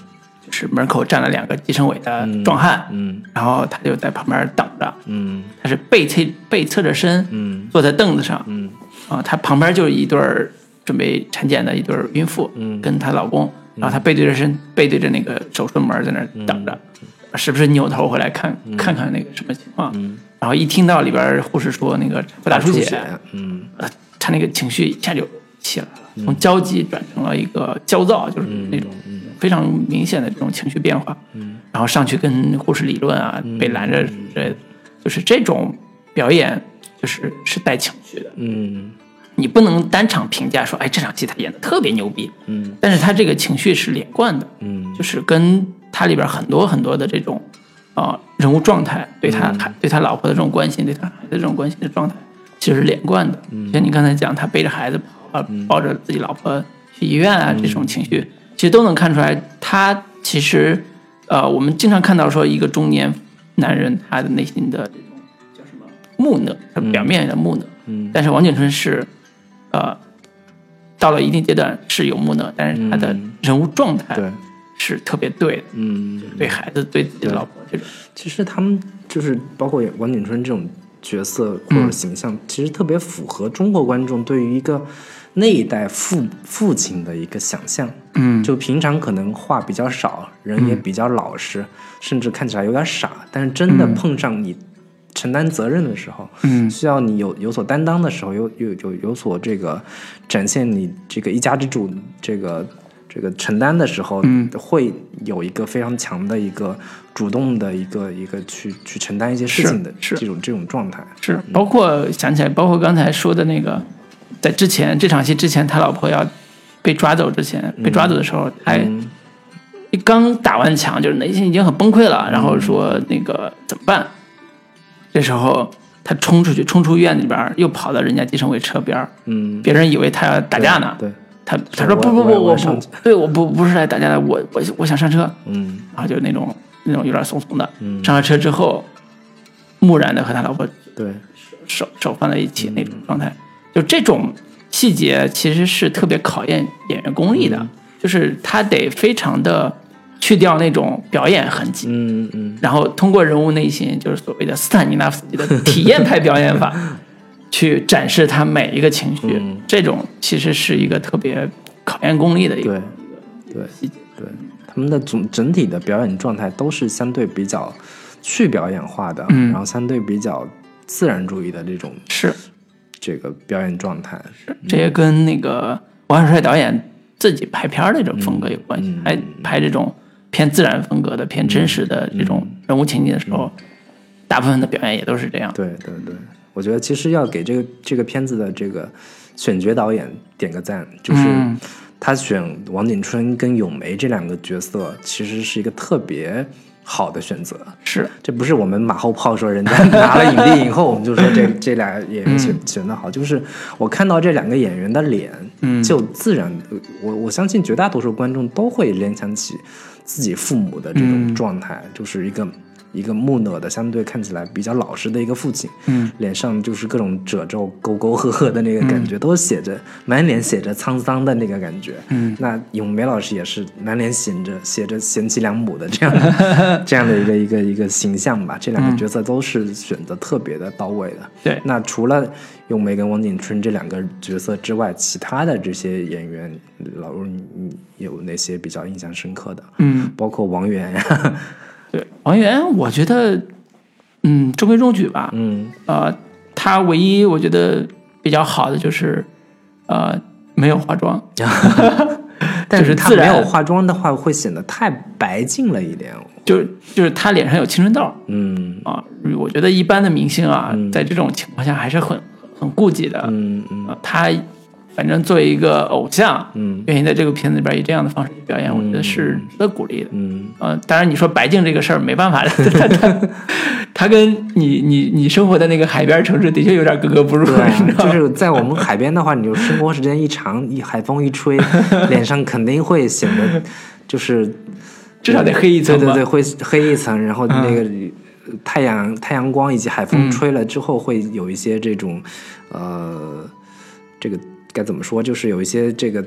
就是门口站了两个计生委的壮汉，
嗯
然后他就在旁边等着，
嗯
他是背侧背侧着身，
嗯
坐在凳子上，
嗯
啊，她旁边就是一对儿准备产检的一对儿孕妇，
嗯
跟她老公，然后她背对着身，背对着那个手术门在那儿等着，
嗯
时不时扭头回来看、看看那个什么情况，然后一听到里边儿护士说那个产妇大出
嗯出
血，
血，嗯
呃，她那个情绪一下就起来了，从焦急转成了一个焦躁，就是那种
嗯
非常明显的这种情绪变化。嗯，然后上去跟护士理论啊，
嗯
被拦着之类的，就是这种表演，就是是带情绪的。
嗯
你不能单场评价说，哎，这场戏他演的特别牛逼，
嗯
但是他这个情绪是连贯的，
嗯
就是跟他里边很多很多的这种，啊、人物状态，对他、
嗯
对他老婆的这种关心，对他孩子这种关心的状态，其实是连贯的。
嗯
像你刚才讲，他背着孩子跑，啊，抱着自己老婆去医院啊，这
嗯
种情绪，其实都能看出来，他其实，呃，我们经常看到说一个中年男人他的内心的这种叫什么木讷，他表面的木讷。
嗯
但是王景春是，呃，到了一定阶段是有木讷，但是他的人物状态
嗯对，
是特别对的，
嗯。
对孩子、对自己的老婆这种，
其实他们就是包括王景春这种角色或
嗯
者形象，其实特别符合中国观众对于一个那一代父父亲的一个想象。
嗯
就平常可能话比较少，人也比较老实，甚至看起来有点傻，但是真的碰上你承担责任的时候，
嗯
需要你有有所担当的时候，有有有有所这个展现你这个一家之主这个这个承担的时候，
嗯
会有一个非常强的一个主动的一个一个去去承担一些事情的
是是
这种这种状态。
是包括想起来，包括刚才说的那个，在之前这场戏之前，他老婆要被抓走之前，被抓走的时候，他还
嗯
刚打完墙，就是内心已经很崩溃了，然后说
嗯
那个怎么办？这时候他冲出去，冲出院里边儿，又跑到人家计生委车边儿，
嗯，
别人以为他要打架呢，
对，
他他
我
说不不不，
我我
我
上
不，对，我不不是来打架的，我我我想上车，
嗯
然后就那种那种有点怂怂的，
嗯
上了车之后，木然的和他老婆
对，
手手放在一起那种
嗯
状态，就这种细节其实是特别考验演员功力的，
嗯
就是他得非常的去掉那种表演痕迹，
嗯嗯
然后通过人物内心，就是所谓的斯坦尼拉夫斯基的体验派表演 法，去展示他每一个情绪，
嗯
这种其实是一个特别考验功力的一个
对对
细节。
对，他们的总整体的表演状态都是相对比较去表演化的，
嗯
然后相对比较自然主义的这种
是，
这个表演状态。
这也跟那个王小帅导演自己拍片儿的这种风格有关系，
嗯嗯
还拍这种偏自然风格的、偏真实的这
嗯
种人物情节的时候，大部分的表演也都是这样。
对对对，我觉得其实要给这个这个片子的这个选角导演点个赞，就是
嗯
他选王景春跟咏梅这两个角色，其实是一个特别好的选择。
是，
这不是我们马后炮说人家拿了影帝以后，我们就说这这俩演员选选的好，就是我看到这两个演员的脸，
嗯
就自然，呃我我相信绝大多数观众都会联想起自己父母的这种状态，就是一个一个木讷的，相对看起来比较老实的一个父亲，
嗯，
脸上就是各种褶皱、沟沟壑壑的那个感觉，都写着满脸写着沧桑的那个感觉。
嗯，
那咏梅老师也是满脸写着写着贤妻良母的这 样的这样的一个一个一个形象吧。这两
嗯
个角色都是选择特别的到位的。
对，
那除了咏梅跟王景春这两个角色之外，其他的这些演员，老陆你你有哪些比较印象深刻的？
嗯，
包括王源呀，
对，王源，我觉得嗯中规中矩吧。
嗯
呃，他唯一我觉得比较好的就是呃没有化妆，
但
就是
是他
自
没
然
有化妆的话，会显得太白净了一点。
就就是他脸上有青春痘
嗯
啊。我觉得一般的明星啊，
嗯
在这种情况下还是很很顾忌的。
嗯嗯
呃他反正作为一个偶像，
嗯
愿意在这个片子里边以这样的方式去表演，我觉得是值得鼓励的。
嗯，
呃，当然你说白净这个事儿没办法的，他 他他跟你你你生活在那个海边城市的确有点格格不入，
对啊
你知，道
就
吗？
是在我们海边的话，你就生活时间一长，一海风一 吹，脸上肯定会显得就是
至少得黑一层
对对
吧。嗯
对，会黑一层，然后那个太阳、太阳光以及海风吹了之后，会有一些这种、呃，这个该怎么说，就是有一些这个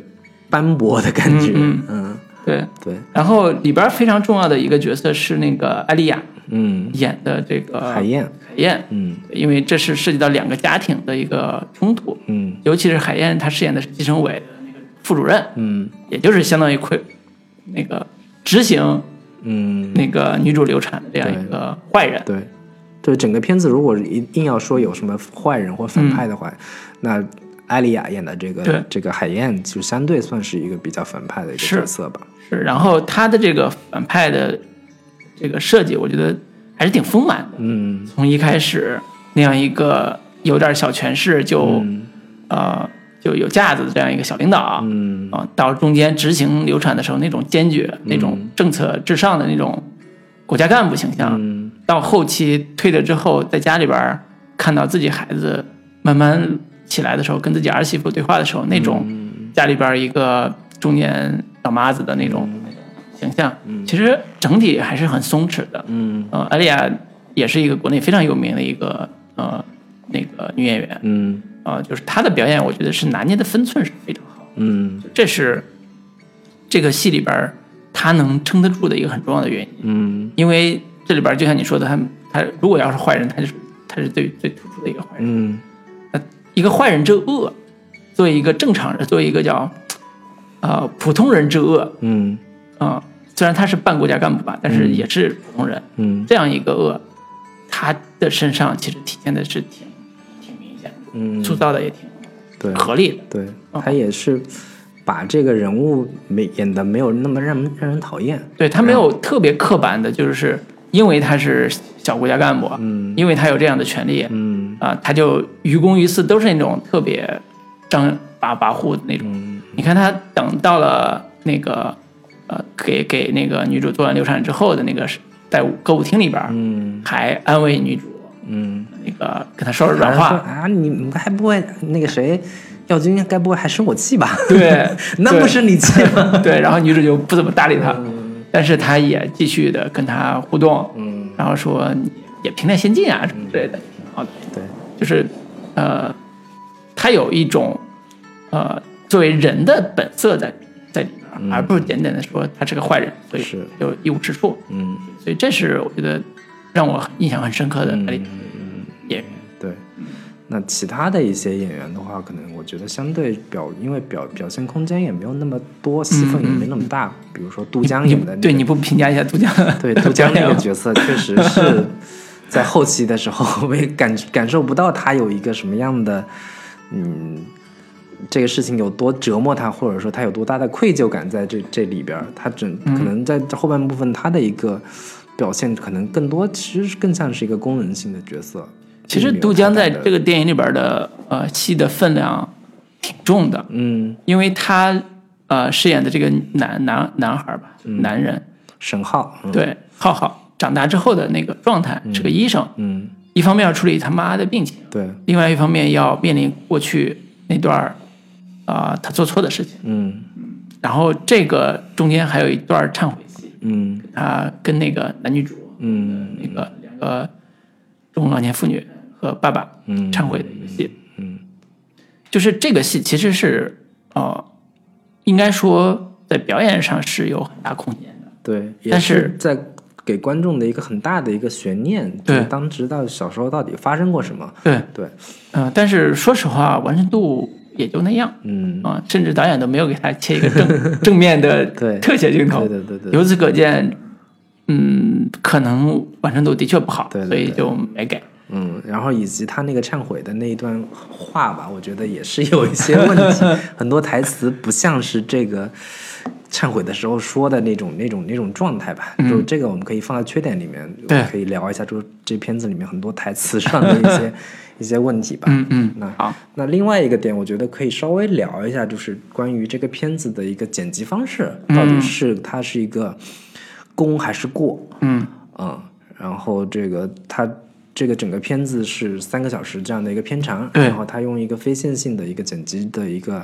斑驳的感觉。
嗯
嗯嗯，
对
对，
然后里边非常重要的一个角色是那个艾丽亚
嗯，
演的这个
海燕，
海燕，
嗯
因为这是涉及到两个家庭的一个冲突，
嗯
尤其是海燕她饰演的是计生委的那个副主任，
嗯
也就是相当于亏那个执行
嗯，
那个女主流产的这样一个坏人。
对，对，整个片子如果一硬要说有什么坏人或反派的话，那艾丽亚演的这
对
个这个海燕就相对算是一个比较反派的一个
是
角色吧。
是，然后她的这个反派的这个设计，我觉得还是挺丰满的。
嗯
从一开始那样一个有点小权势就、呃就有架子的这样一个小领导啊、
嗯
到中间执行流产的时候那种坚决、那种政策至上的那种国家干部形象，
嗯
到后期退了之后，在家里边儿看到自己孩子慢慢起来的时候，跟自己儿媳妇对话的时候，那种
嗯
家里边儿一个中年老妈子的那种
嗯
形象，其实整体还是很松弛的。
嗯
呃，艾丽亚也是一个国内非常有名的一个呃那个女演员，
嗯
呃，就是她的表演，我觉得是拿捏的分寸是非常好的，
嗯
这是这个戏里边儿她能撑得住的一个很重要的原因。
嗯
因为这里边儿就像你说的，他他如果要是坏人，他就是他是最最突出的一个坏人。
嗯
一个坏人之恶，作为一个正常人，作为一个叫呃普通人之恶
嗯
啊、虽然他是半国家干部吧，但是也是普通人。
嗯
这样一个恶，他的身上其实体现的是挺挺明显的，
嗯，
塑造的也挺
对
合理的。
对，
嗯
他也是把这个人物没演的没有那么让人让人讨厌。
对他没有特别刻板的，就是因为他是小国家干部，
嗯
因为他有这样的权利，
嗯
啊、他就于公于私都是那种特别张跋跋扈的那种。
嗯
你看他等到了那个呃，给给那个女主做完流产之后的那个是在歌舞厅里边儿，
嗯
还安慰女主，
嗯，
那个跟她说说软
然后说
话，
啊，你们该不会那个谁，耀军该不会还生我气吧？
对
那
对
不生你气 吗？
对，然后女主就不怎么搭理他，但是他也继续的跟他互动，
嗯，
然后说你也平台先进啊什么之类的，挺好的。
对，
就是呃，他有一种呃作为人的本色在在里面，而不是简单的说他是个坏人，所以
嗯是
就一无是处。
嗯
所以这是我觉得让我很印象很深刻的
嗯
里演员。
对。
嗯
那其他的一些演员的话，可能我觉得相对表，因为表表现空间也没有那么多，戏份也没那么大。比如说杜江
你
演的那个
嗯对你不评价一下 杜 江？
对杜江那
表
个
演吗
角色确实 是在后期的时候，我也感感受不到他有一个什么样的，嗯，这个事情有多折磨他，或者说他有多大的愧疚感在这这里边儿。他整
嗯
可能在后半部分他的一个表现，可能更多其实更像是一个功能性的角色。
其实
并没有
杜江在
太大的
这个电影里边的呃戏的分量挺重的，
嗯，
因为他呃饰演的这个男男男孩吧，男人
沈浩，嗯
对浩浩长大之后的那个状态是个医生，
嗯，
一方面要处理他妈的病情，
对，
另外一方面要面临过去那段儿啊、呃他做错的事情，
嗯
然后这个中间还有一段儿忏悔戏，
嗯
他跟那个男女主
嗯
那个两个中老年妇女和爸爸
嗯
忏悔的一个戏，
嗯
就是这个戏其实是呃，应该说在表演上是有很大空间的。
对，也
但
是
是
在给观众的一个很大的一个悬念，
对
就是当时到底小时候到底发生过什么？
对，
对，
嗯，但是说实话，完成度也就那样
嗯，
啊、甚至导 演都没有给他切一个正正面的
对
特写镜头。
对对对对，
由此可见，嗯，可能完成度的确不好，
对对
所以
对
就没给。
嗯，然后以及他那个忏悔的那一段话吧，我觉得也是有一些问题，很多台词不像是这个忏悔的时候说的那种那种那种状态吧。就这个我们可以放在缺点里面，
对
可以聊一下，就这片子里面很多台词上的一些 一些问题吧。
嗯嗯，
那
好，
那另外一个点，我觉得可以稍微聊一下，就是关于这个片子的一个剪辑方式，到底是它是一个功还是过？
嗯
嗯，然后这个它这个整个片子是三个小时这样的一个片长，
对
然后它用一个非线性的一个剪辑的一个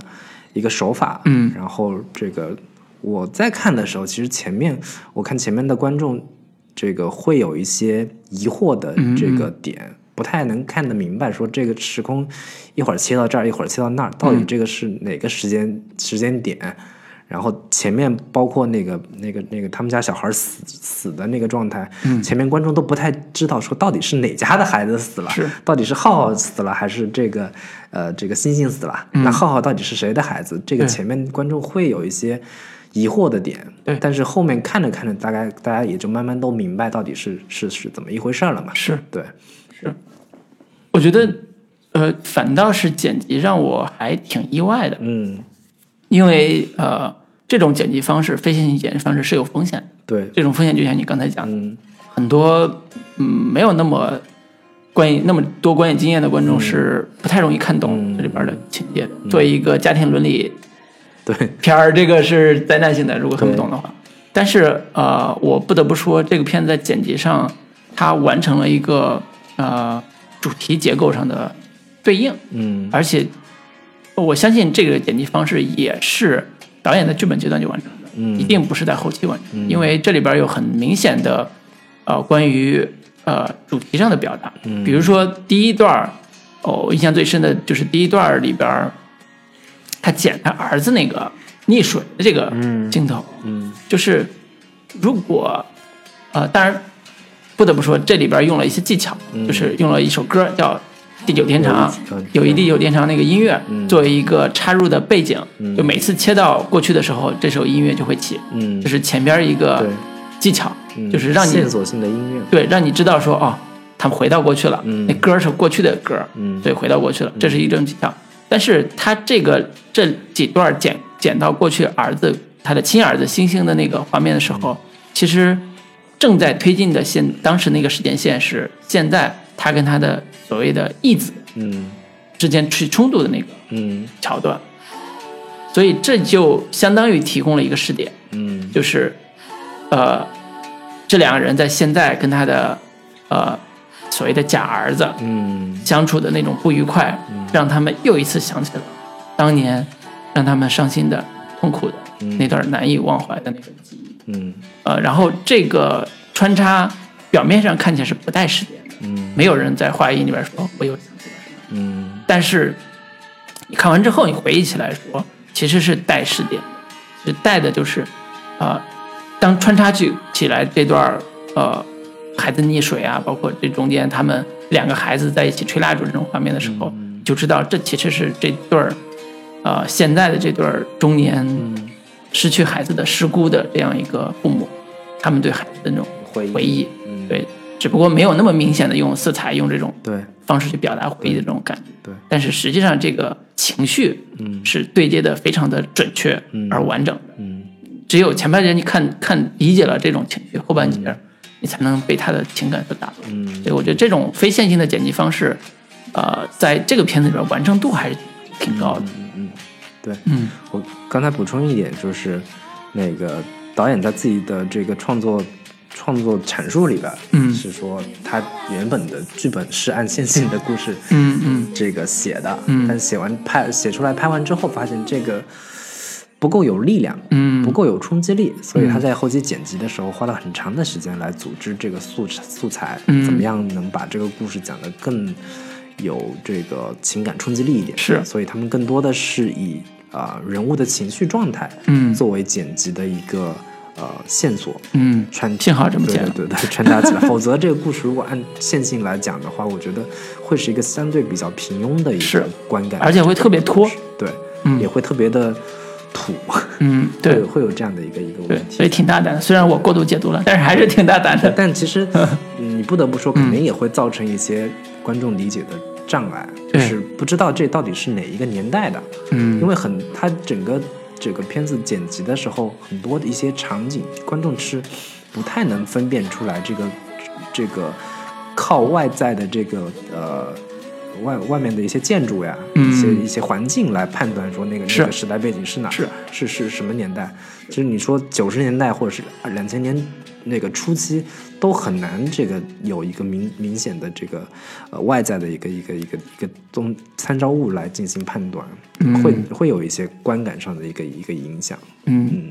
一个手法，
嗯，
然后这个我在看的时候，其实前面我看前面的观众这个会有一些疑惑的这个
嗯
点。不太能看得明白，说这个时空一会儿切到这儿，一会儿切到那儿，到底这个是哪个时间、时间点？然后前面包括那个那个那个他们家小孩死死的那个状态，
嗯
前面观众都不太知道说到底是哪家的孩子死了，
是
到底是浩浩死了还是这个呃这个星星死了？
嗯
那浩浩到底是谁的孩子？这个
对
前面观众会有一些疑惑的点
对，
但是后面看着看着，大概大家也就慢慢都明白到底是是是怎么一回事儿了嘛。
是。
对，
我觉得，呃，反倒是剪辑让我还挺意外的，
嗯，
因为呃，这种剪辑方式、非线性剪辑方式是有风险的。
对，
这种风险就像你刚才讲，的，
嗯
很多嗯没有那么观影那么多观影经验的观众是不太容易看懂这里边的情节的。作为一个家庭伦理
对，
片儿，这个是灾难性的，如果看不懂的话。但是呃，我不得不说，这个片子在剪辑上，它完成了一个呃主题结构上的对应，
嗯
而且我相信这个剪辑方式也是导演在剧本阶段就完成的，
嗯
一定不是在后期完成的，因为这里边有很明显的呃关于呃主题上的表达，
嗯
比如说第一段儿，哦，我印象最深的就是第一段儿里边儿他剪他儿子那个溺水的这个镜头，
嗯
就是如果呃，当然不得不说，这里边用了一些技巧，
嗯
就是用了一首歌叫《地久天长》，有一地久天长那个音乐、
嗯
作为一个插入的背景，就每次切到过去的时候，这首音乐 就会起，
嗯
这，是前边一个
对
技巧，
嗯
就是让你
线索性的音乐，
对，让你知道说哦，他们回到过去了，
嗯
那歌是过去的歌，
嗯
对，回到过去了，这是一种技巧。但是他这个这几段剪剪到过去儿子他的亲儿子星星的那个画面的时候，
嗯
其实正在推进的现当时那个时间线是现在他跟他的所谓的义子
嗯
之间去冲突的那个
嗯
桥段，所以这就相当于提供了一个视点，
嗯
就是，呃，这两个人在现在跟他的呃所谓的假儿子
嗯
相处的那种不愉快，让他们又一次想起了当年让他们伤心的、痛苦的、那段难以忘怀的那个记忆。
嗯
呃，然后这个穿插表面上看起来是不带时间的，
嗯
没有人在话音里边说“我又想起了什么
嗯”，
但是你看完之后，你回忆起来说，其实是带时点的，是带的就是，啊、当穿插剧起来这段儿呃孩子溺水啊，包括这中间他们两个孩子在一起吹蜡烛这种画面的时候，你就知道这其实是这对儿，呃现在的这对儿中年嗯失去孩子的失孤的这样一个父母，他们对孩子的那种
回忆
回忆，
嗯
对，只不过没有那么明显的用色彩用这种
对
方式去表达回忆的这种感觉。
对
但是实际上这个情绪，
嗯
是对接的非常的准确
嗯
而完整的。
嗯
只有前半截你看看理解了这种情绪，后半截、你才能被他的情感所打动。
嗯
所以我觉得这种非线性的剪辑方式，呃，在这个片子里边完成度还是挺高的。
嗯嗯，对，
嗯
我刚才补充一点，就是那个导演在自己的这个创作创作阐述里边，
嗯
是说他原本的剧本是按线性的故事，
嗯嗯，
这个写的，
嗯
但写完拍写出来拍完之后，发现这个不够有力量，
嗯
不够有冲击力，所以他在后期剪辑的时候花了很长的时间来组织这个素素材，
嗯
怎么样能把这个故事讲得更有这个情感冲击力一点？
是
所以他们更多的是以啊、呃人物的情绪状态，
嗯
作为剪辑的一个呃线索，
嗯
穿
幸好这么剪了
对对对，穿插 起来，否则这个故事如果按线性来讲的话，我觉得会是一个相对比较平庸的一
是
个观感，
而且会特别拖。
对，
嗯
也会特别的土，
嗯，对
会有会有这样的一个一个
对
问，题。
所以挺大胆的。虽然我过度解读了，但是还是挺大胆的。嗯
但 其实嗯你不得不说，肯定也会造成一些观众理解的障碍，就
对
是不知道这到底是哪一个年代的，因
嗯，
为很它整个整个片子剪辑的时候，很多的一些场景，观众是不太能分辨出来这个这个靠外在的这个呃。外外面的一些建筑呀，
嗯
一些一些环境来判断说那个
是
那个时代背景是哪儿
是
是是什么年代。其实你说九十年代或者是两千年那个初期，都很难这个有一个明明显的这个呃外在的一个一个一个一个东参照物来进行判断，会会有一些观感上的一个一个影响。
嗯，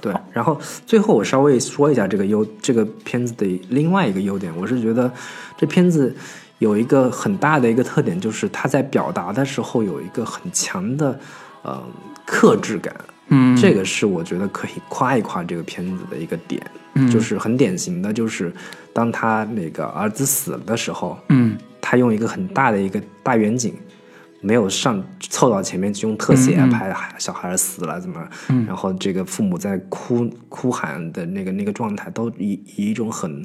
对，然后最后我稍微说一下这个优这个片子的另外一个优点，我是觉得这片子有一个很大的一个特点，就是它在表达的时候有一个很强的呃克制感，
嗯，
这个是我觉得可以夸一夸这个片子的一个点，就是很典型的，就是当他那个儿子死了的时候，
嗯，
他用一个很大的一个大远景，没有上凑到前面去用特写拍小孩死了怎么，然后这个父母在哭哭喊的那个那个状态，都以以一种很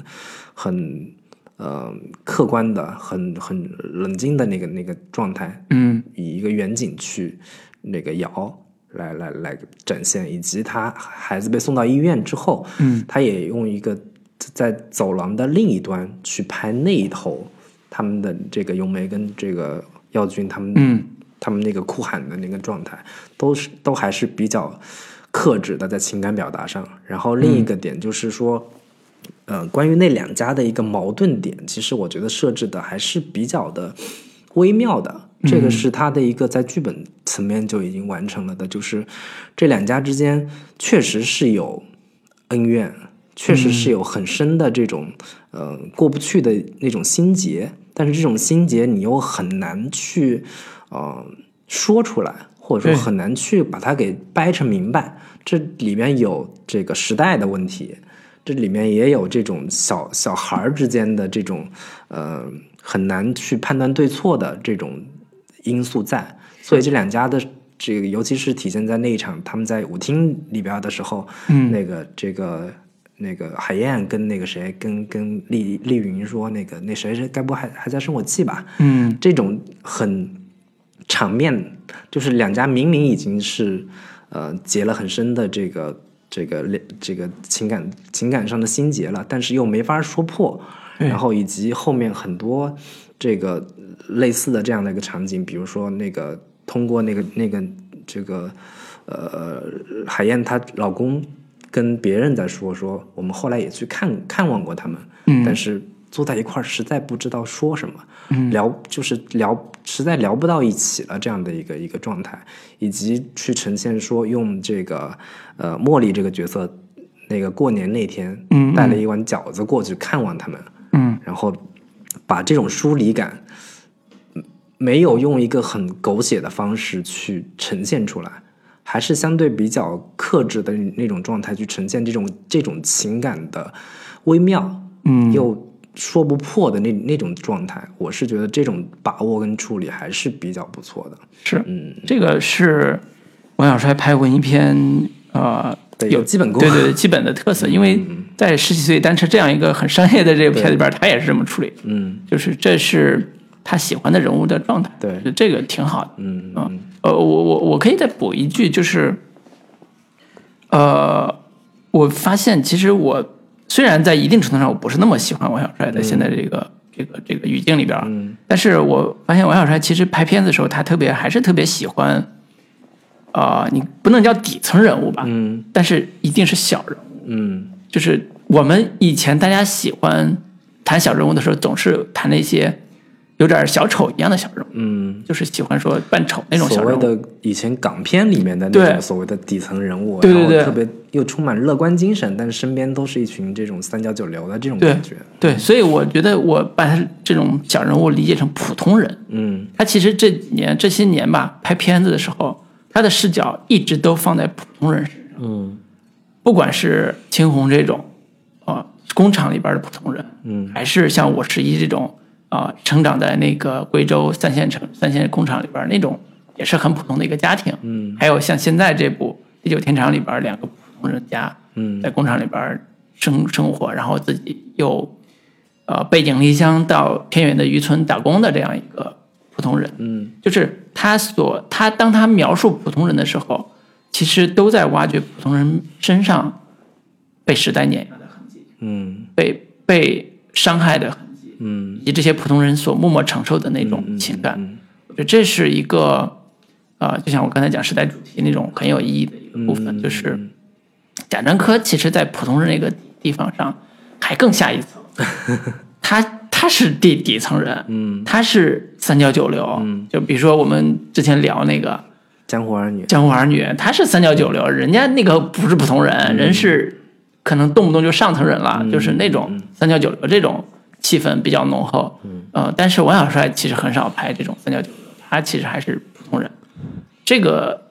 很呃客观的、很很冷静的那个那个状态，
嗯，
以一个远景去那个摇。来来来展现，以及他孩子被送到医院之后，嗯，他也用一个在走廊的另一端去拍那一头他们的这个咏梅跟这个耀军他们，嗯，他们那个哭喊的那个状态，都是都还是比较克制的在情感表达上。然后另一个点就是说。呃，关于那两家的一个矛盾点，其实我觉得设置的还是比较的微妙的。这个是他的一个在剧本层面就已经完成了的，就是这两家之间确实是有恩怨，确实是有很深的这种、呃过不去的那种心结，但是这种心结你又很难去呃说出来，或者
对
说很难去把它给掰扯明白。这里面有这个时代的问题，这里面也有这种小小孩儿之间的这种呃很难去判断对错的这种因素在，所以这两家的这个，尤其是体现在那一场他们在舞厅里边的时候，嗯，那个这个那个海燕跟那个谁跟跟丽丽云说，那个那谁谁该不还还在生我气吧？
嗯，
这种很场面，就是两家明明已经是呃结了很深的这个这个恋这个情感情感上的心结了，但是又没法说破，然后以及后面很多这个类似的这样的一个场景，比如说那个通过那个那个这个呃海燕她老公跟别人在说说，我们后来也去看看望过他们，但是坐在一块儿实在不知道说什么，聊就是聊实在聊不到一起了这样的一个一个状态，以及去呈现说用这个呃茉莉这个角色。那个过年那天，带了一碗饺子过去看望他们，
嗯，
然后把这种疏离感，没有用一个很狗血的方式去呈现出来，还是相对比较克制的那种状态去呈现这种这种情感的微妙，嗯，又说不破的那那种状态，我是觉得这种把握跟处理还是比较不错的，
是，
嗯，
这个是王小帅拍文艺片呃
对
有
有基本功
对对对 嗯基本的特色，因为在《十七岁单车》这样一个很商业的这个片里边，他也是这么处理，
嗯，
就是这是他喜欢的人物的状态，
对，
这个挺好的，
嗯
嗯，呃，我我我可以再补一句，就是，呃，我发现其实我虽然在一定程度上我不是那么喜欢王小
嗯
帅的现在这个、这个这个语境里边，嗯，但是我发现王小帅其实拍片子的时候，他特别还是特别喜欢，呃，你不能叫底层人物吧，
嗯，
但是一定是小人物，
嗯
就是我们以前大家喜欢谈小人物的时候，总是谈那些有点小丑一样的小人物。
嗯，
就是喜欢说扮丑那种小
所
人
谓
物，
的以前港片里面的那
对
种所谓的底层人物，
对对对
然后特别又充满乐观精神，但是身边都是一群这种三教九流的这种
对
感觉，
对，所以我觉得我把他这种小人物理解成普通人。
嗯
他其实这几年这些年吧，拍片子的时候，他的视角一直都放在普通人身上，
嗯
不管是青红这种啊、工厂里边的普通人，
嗯，
还是像我十一这种啊、成长在那个贵州三线城三线工厂里边那种也是很普通的一个家庭。
嗯
还有像现在这部《地久天长》里边儿两个普通人家
嗯
在工厂里边儿生生活，然后自己又呃背井离乡到偏远的渔村打工的这样一个普通人，
嗯
就是他所他当他描述普通人的时候，其实都在挖掘普通人身上被时代碾压的痕迹，
嗯
被被伤害的痕迹，
嗯
以及这些普通人所默默承受的那种情感。
嗯
我觉得这是一个，呃，就像我刚才讲时代主题那种很有意义的一个部
嗯
分，就是贾樟柯其实在普通人那个地方上还更下一 层，他他是底底层人，
嗯，
他是三教九流，
嗯，
就比如说我们之前聊那个
江湖儿女
江湖儿女，他是三教九流，人家那个不是普通人，人是可能动不动就上层人了，就是那种三教九流这种气氛比较浓厚。嗯，呃，但是王小帅其实很少拍这种三教九流，他其实还是普通人。这个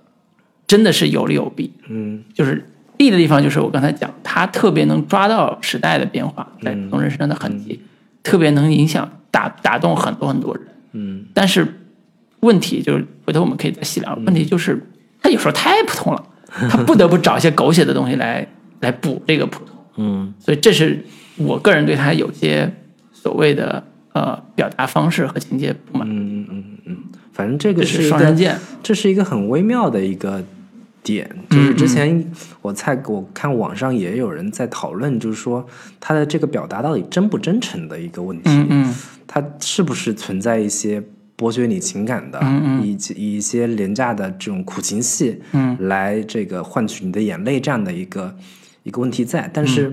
真的是有利有弊，
嗯
就是利的地方就是我刚才讲，他特别能抓到时代的变化在
嗯
普通人身上的痕迹，特别能影响打打动很多很多人。
嗯
但是问题就是，回头我们可以再细聊。问题就是，他有时候太普通了，他不得不找一些狗血的东西来来补这个普通。
嗯
所以这是我个人对他有些所谓的呃表达方式和情节不满，
嗯嗯嗯，反正这
这
个
是
一
双
个
刃剑。
这是一个很微妙的一个点，就是
嗯
之前我在我看网上也有人在讨论，就是说他的这个表达到底真不真诚的一个问题，
嗯嗯
他是不是存在一些剥削你情感的，以及以一些廉价的这种苦情戏，
嗯，
来这个换取你的眼泪这样的一个一个问题在，
嗯
但是。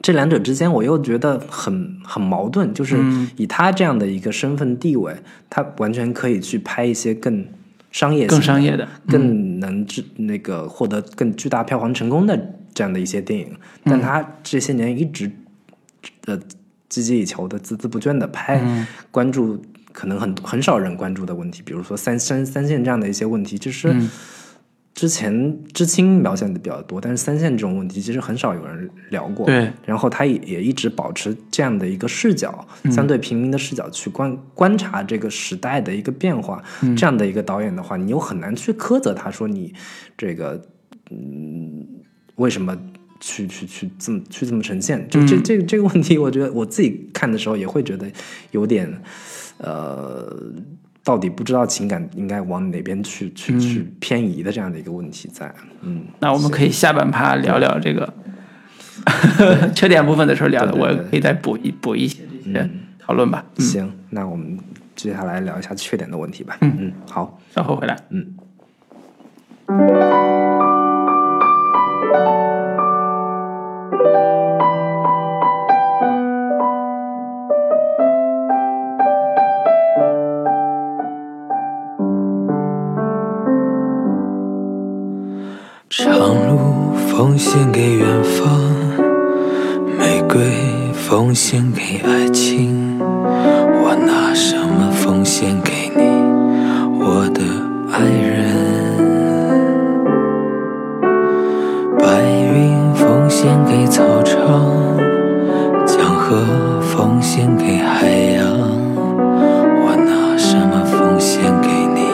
这两者之间，我又觉得很很矛盾，就是
嗯
以他这样的一个身份地位，他完全可以去拍一些更商业性
更
的
商业的。
更能制那个获得更巨大票房成功的这样的一些电影，但他这些年一直呃积极以求的、孜孜不倦的拍，关注可能很很少人关注的问题，比如说三三三线这样的一些问题，就是之前知青描写的比较多，但是三线这种问题其实很少有人聊过。
对，
然后他也也一直保持这样的一个视角，相对平民的视角去观观察这个时代的一个变化，这样的一个导演的话，你又很难去苛责他说你这个嗯为什么去去去这么去这么呈现？就这这个这个问题，我觉得我自己看的时候也会觉得有点，呃，到底不知道情感应该往哪边去去去偏移的这样的一个问题在。嗯，
那我们可以下半趴聊聊这个 缺点部分的时候聊的，
对
我
对对
可以再补一补一些这些讨论吧。嗯，
行，那我们接下来聊一下缺点的问题吧。嗯嗯，好。
稍后回来。
长路奉献给远方，玫瑰奉献给爱情，我拿什么奉献给你，我的爱人？白云奉献给草场，江河奉献给海洋，我拿什么奉献给你，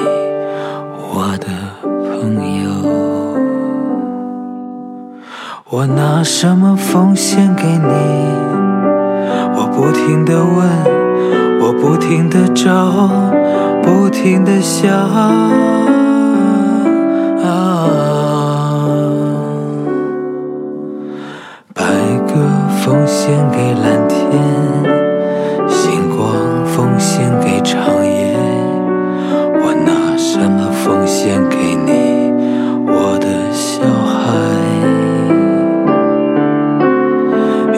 我的朋友？我拿什么奉献给你？我不停的问，我不停的找，不停的想。白鸽奉献给蓝天，星光奉献给长夜。我拿什么奉献给你，我的小孩？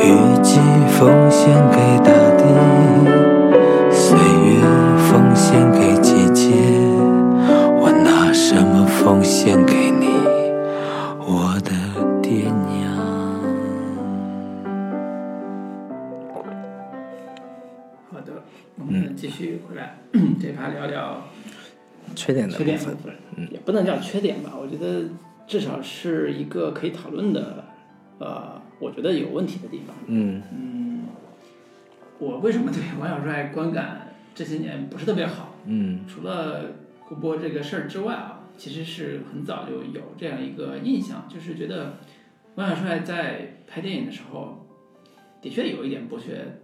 雨季奉献给大地，岁月奉献给季节，我拿什么奉献给你，我的爹娘？
好的，
嗯
我们继续回来，这趴聊聊
缺点的
缺
部
点部
分，
分，也不能叫缺点吧，我觉得至少是一个可以讨论的，呃，我觉得有问题的地方。
嗯
我为什么对王小帅观感这些年不是特别好？
嗯
除了胡波这个事儿之外啊，其实是很早就有这样一个印象，就是觉得王小帅在拍电影的时候，的确有一点剥削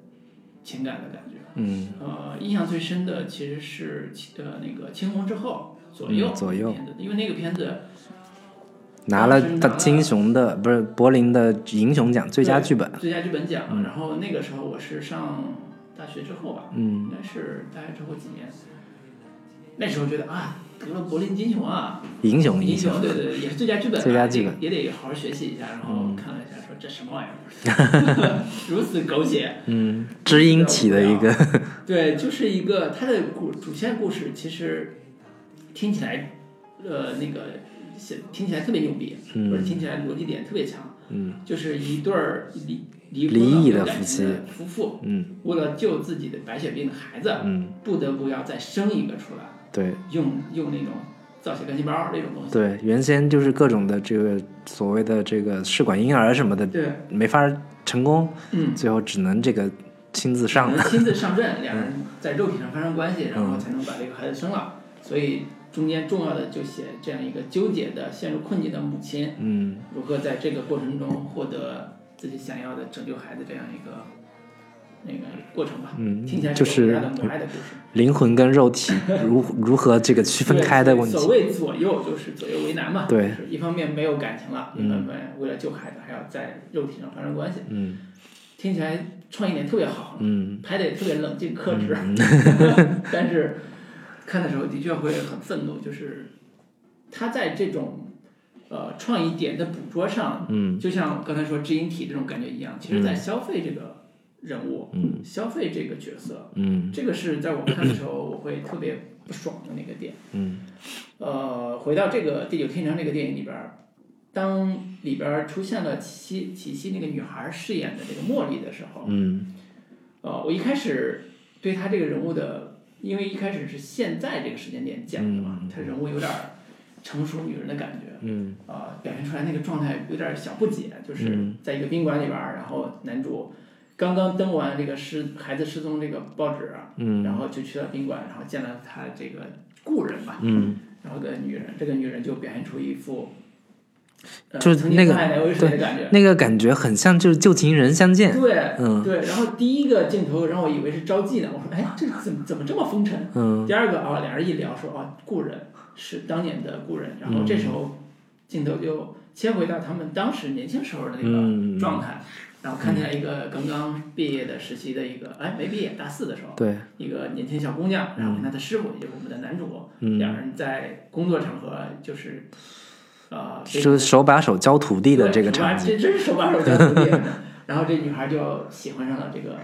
情感的感觉。
嗯，
呃，印象最深的其实是呃那个《青红》之后左右、
嗯左右
片子，因为那个片子
拿了他金熊的不是柏林的银熊奖最佳剧本，
最佳剧本奖，然后那个时候我是上大学之后吧，
嗯
应该是大学之后几年，那时候觉得啊，得了柏林金熊啊，
银熊
英
银
雄
熊，
对对，对也是最佳剧本吧，
最佳剧本嗯
也得好好学习一下，然后看了一下，说这什么玩意 儿， 如此狗血。
嗯，知音起的一个，
对，就是一个它的故主线故事，其实听起来，呃，那个写听起来特别牛逼，
嗯
或者听起来逻辑点特别强，
嗯
就是一对儿离离
离
婚了
异
有
的
感
夫
情的
妻
夫妇，
嗯
为了救自己的白血病的孩子，
嗯，
不得不要再生一个出来，
对
用用那种造血干细胞那种东西，
对，原先就是各种的这个所谓的这个试管婴儿什么的
对，
没法成功，
嗯。
最后只能这个亲自上嗯
能，嗯亲自上 阵，两人在肉体上发生关系，然后才能把这个孩子生了。所以中间重要的就写这样一个纠结的、陷入困境的母亲，
嗯
如何在这个过程中获得自己想要的拯救孩子这样一个那个过程吧。
嗯
听起来，
就
一个
是
非常母爱的故事。
灵魂跟肉体如如何这个区分开的问
对
题
所，谓左右就是左右为难嘛。
对
就是一方面没有感情了，
嗯
另外一方面为了救孩子还要在肉体上发生关系，
嗯
听起来创意点特别好。
嗯
拍的也特别冷静克制， 但是看的时候的确会很愤怒，就是他在这种呃创意点的捕捉上，
嗯
就像刚才说知音体这种感觉一样，其实在消费这个人物，
嗯
消费这个角色，
嗯
这个是在我看的时候我会特别不爽的那个点。
嗯
呃，回到这个《地久天长》这个电影里边儿，当里边儿出现了七七七那个女孩饰演的这个茉莉的时候，
嗯
呃，我一开始对他这个人物的，因为一开始是现在这个时间点讲的嘛，他人物有点儿成熟女人的感觉，
嗯
呃，表现出来那个状态有点儿小不解，就是在一个宾馆里边儿，然后男主刚刚登完这个失孩子失踪这个报纸，啊然
嗯
后就去了宾馆，然后见了他这个故人吧，
嗯，
然后这个女人，这个女人就表现出一副，呃、
就是
曾经
那个
沧海难为水的感觉，
那个感觉很像就是旧情人相见，
对，
嗯
对。然后第一个镜头让我以为是招妓呢，我说，哎，这怎么怎么这么风尘？
嗯
第二个啊，俩人一聊说啊，故人是当年的故人，然后
嗯
这时候镜头就切回到他们当时年轻时候的那
嗯
个状态，然后看起来一个刚刚毕业的时期的一个，哎，没毕业，大四的时候，
对，
一个年轻小姑娘，然后跟她的师傅，也就是我们的男主，两
嗯，
人在工作场合就是，呃，被
就是手把手教徒弟的这个场景，
这真是手把手教徒弟。 然后这女孩就喜欢上了这个，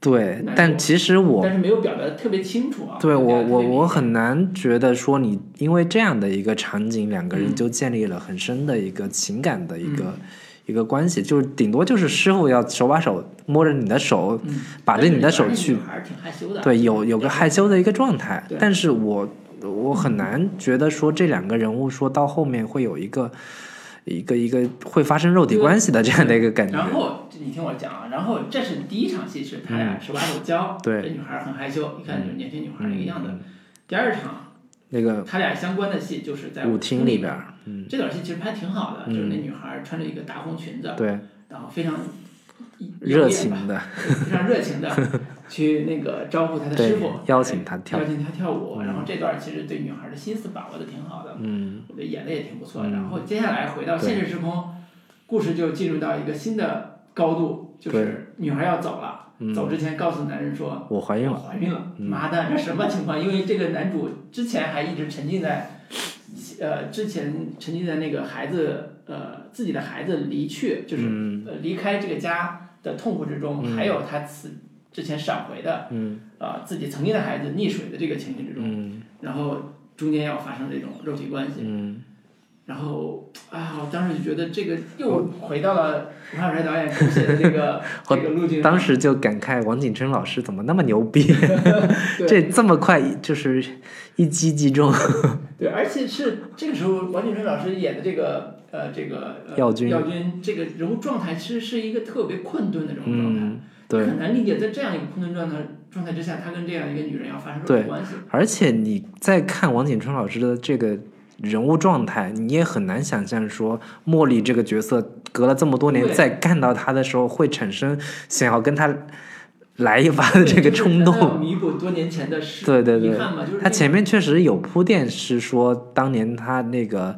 对，但其实 我
但是没有表达得特别清楚啊。
对
表
我
达得特别
我
明
我
显
很难觉得说你因为这样的一个场景，两个人
嗯
就建立了很深的一个情感的一个、一个关系，就是顶多就是师傅要手把手摸着你的手，
嗯
把着你的手
但是
去
女孩儿挺害羞的。
对，有有个害羞的一个状态
对，
但是我我很难觉得说这两个人物说到后面会有一个一个一个会发生肉体
对
关系的这样的一个感
然
觉，
后你听我讲啊，然后这是第一场戏，是他俩手把手教，
嗯对
这女孩儿很害羞，一看就是年轻女孩儿那个样子
嗯。
第二场
那个
他俩相关的戏就是在
舞
厅
厅里边，儿，
这段戏其实拍挺好的，
嗯
就是那女孩儿穿着一个大红裙子，
对，
然后非常嗯
热
吧
情的，
非常热 情的去那个招呼他的师
对
傅，，
邀请他跳
邀，请他跳舞。然后这段其实对女孩的心思把握的挺好的，
嗯
我觉得演的也挺不错。
嗯
然后接下来回到现实时空，故事就进入到一个新的高度，就是女孩要走了，
嗯，
走之前告诉男人说
我怀孕
我
了，
怀孕了，
嗯
妈蛋，这什么情况？因为这个男主之前还一直沉浸在，呃，之前沉浸在那个孩子，呃，自己的孩子离去，就是、
嗯
呃离开这个家的痛苦之中，
嗯
还有他此之前闪回的，
嗯
呃，自己曾经的孩子溺水的这个情绪之中，
嗯
然后中间要发生这种肉体关系，
嗯，
然后啊，我当时就觉得这个又回到了王小帅导演手写的这个这
我
个路径上，
当时就感慨王景春老师怎么那么牛逼，
对
这这么快就是一击即中，
对，而且是这个时候，王景春老师演的这个呃，这个、呃、
耀军
耀军这个人物状态，其实是一个特别困顿的这种状态。
嗯对
很难理解，在这样一个困顿状态状态之下，他跟这样一个女人要发生什
对
么关 系？
而且你在看王景春老师的这个人物状态，你也很难想象说茉莉这个角色隔了这么多年
对
再看到他的时候，会产生想要跟他来一把的这个
就是
冲
他要
动。
弥补多年前的失
对对对
遗憾嘛，就是
他
这
前面确实有铺垫，是说当年他那个、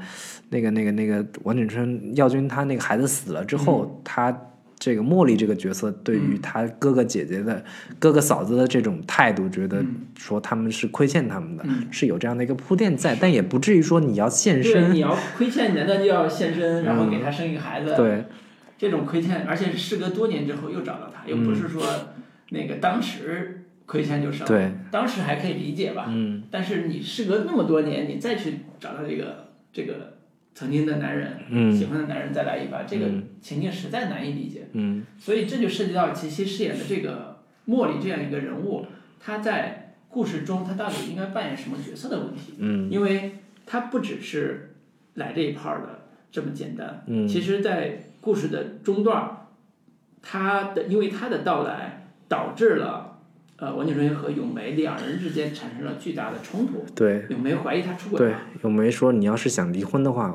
那个、那个、那个王景春耀军他那个孩子死了之后，
嗯
他这个茉莉这个角色对于他哥哥姐姐的、哥哥嫂子的这种态度，觉得说他们是亏欠他们的，
嗯
是有这样的一个铺垫在，但也不至于说你要现
对，
身嗯
你。要亏欠，难道就要现身，然后给他生一个孩子？，
对
这种亏欠，而且是事隔多年之后又找到他，又
嗯
不是说那个当时亏欠就生，，
对，
当时还可以理解吧，
嗯，
但是你事隔那么多年，你再去找到这个这个曾经的男人，
嗯
喜欢的男人再来一把，这个
嗯
情境实在难以理解。
嗯，
所以这就涉及到齐溪饰演的这个茉莉这样一个人物，她在故事中她到底应该扮演什么角色的问题。
嗯，
因为她不只是来这一炮的这么简单。
嗯
其实，在故事的中段儿，她的因为她的到来导致了。呃，王景春和咏梅两人之间产生了巨大的冲突。
对
咏梅怀疑他出轨
对
了，，
咏梅说你要是想离婚的话，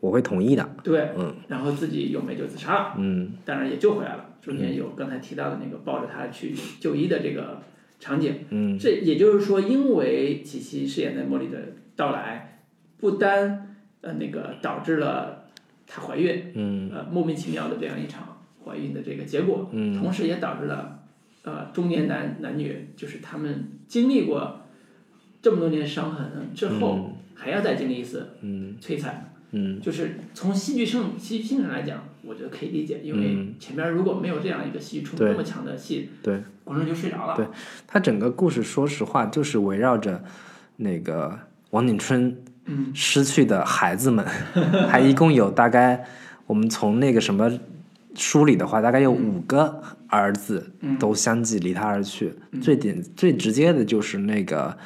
我会同意的。
对，
嗯
然后自己咏梅就自杀了，
嗯
当然也救回来了。中间有刚才提到的那个抱着她去就医的这个场景，
嗯
这也就是说，因为琪琪饰演的茉莉的到来，不单呃那个导致了她怀孕，
嗯
呃莫名其妙的这样一场怀孕的这个结果，
嗯
同时也导致了呃中年男男女就是他们经历过这么多年伤痕之后，还要再经历一次
嗯
摧残。
嗯
就是从戏剧性戏剧性上来讲，我觉得可以理解，因为前面如果没有这样一个戏剧冲突
嗯对
那么强的戏，
对。
观众就睡着了。
对它整个故事，说实话，就是围绕着那个王景春
嗯
失去的孩子们， 还一共有大概我们从那个什么梳理的话，大概有五个儿子
嗯
都相继离他而去。最点最直接的就是那个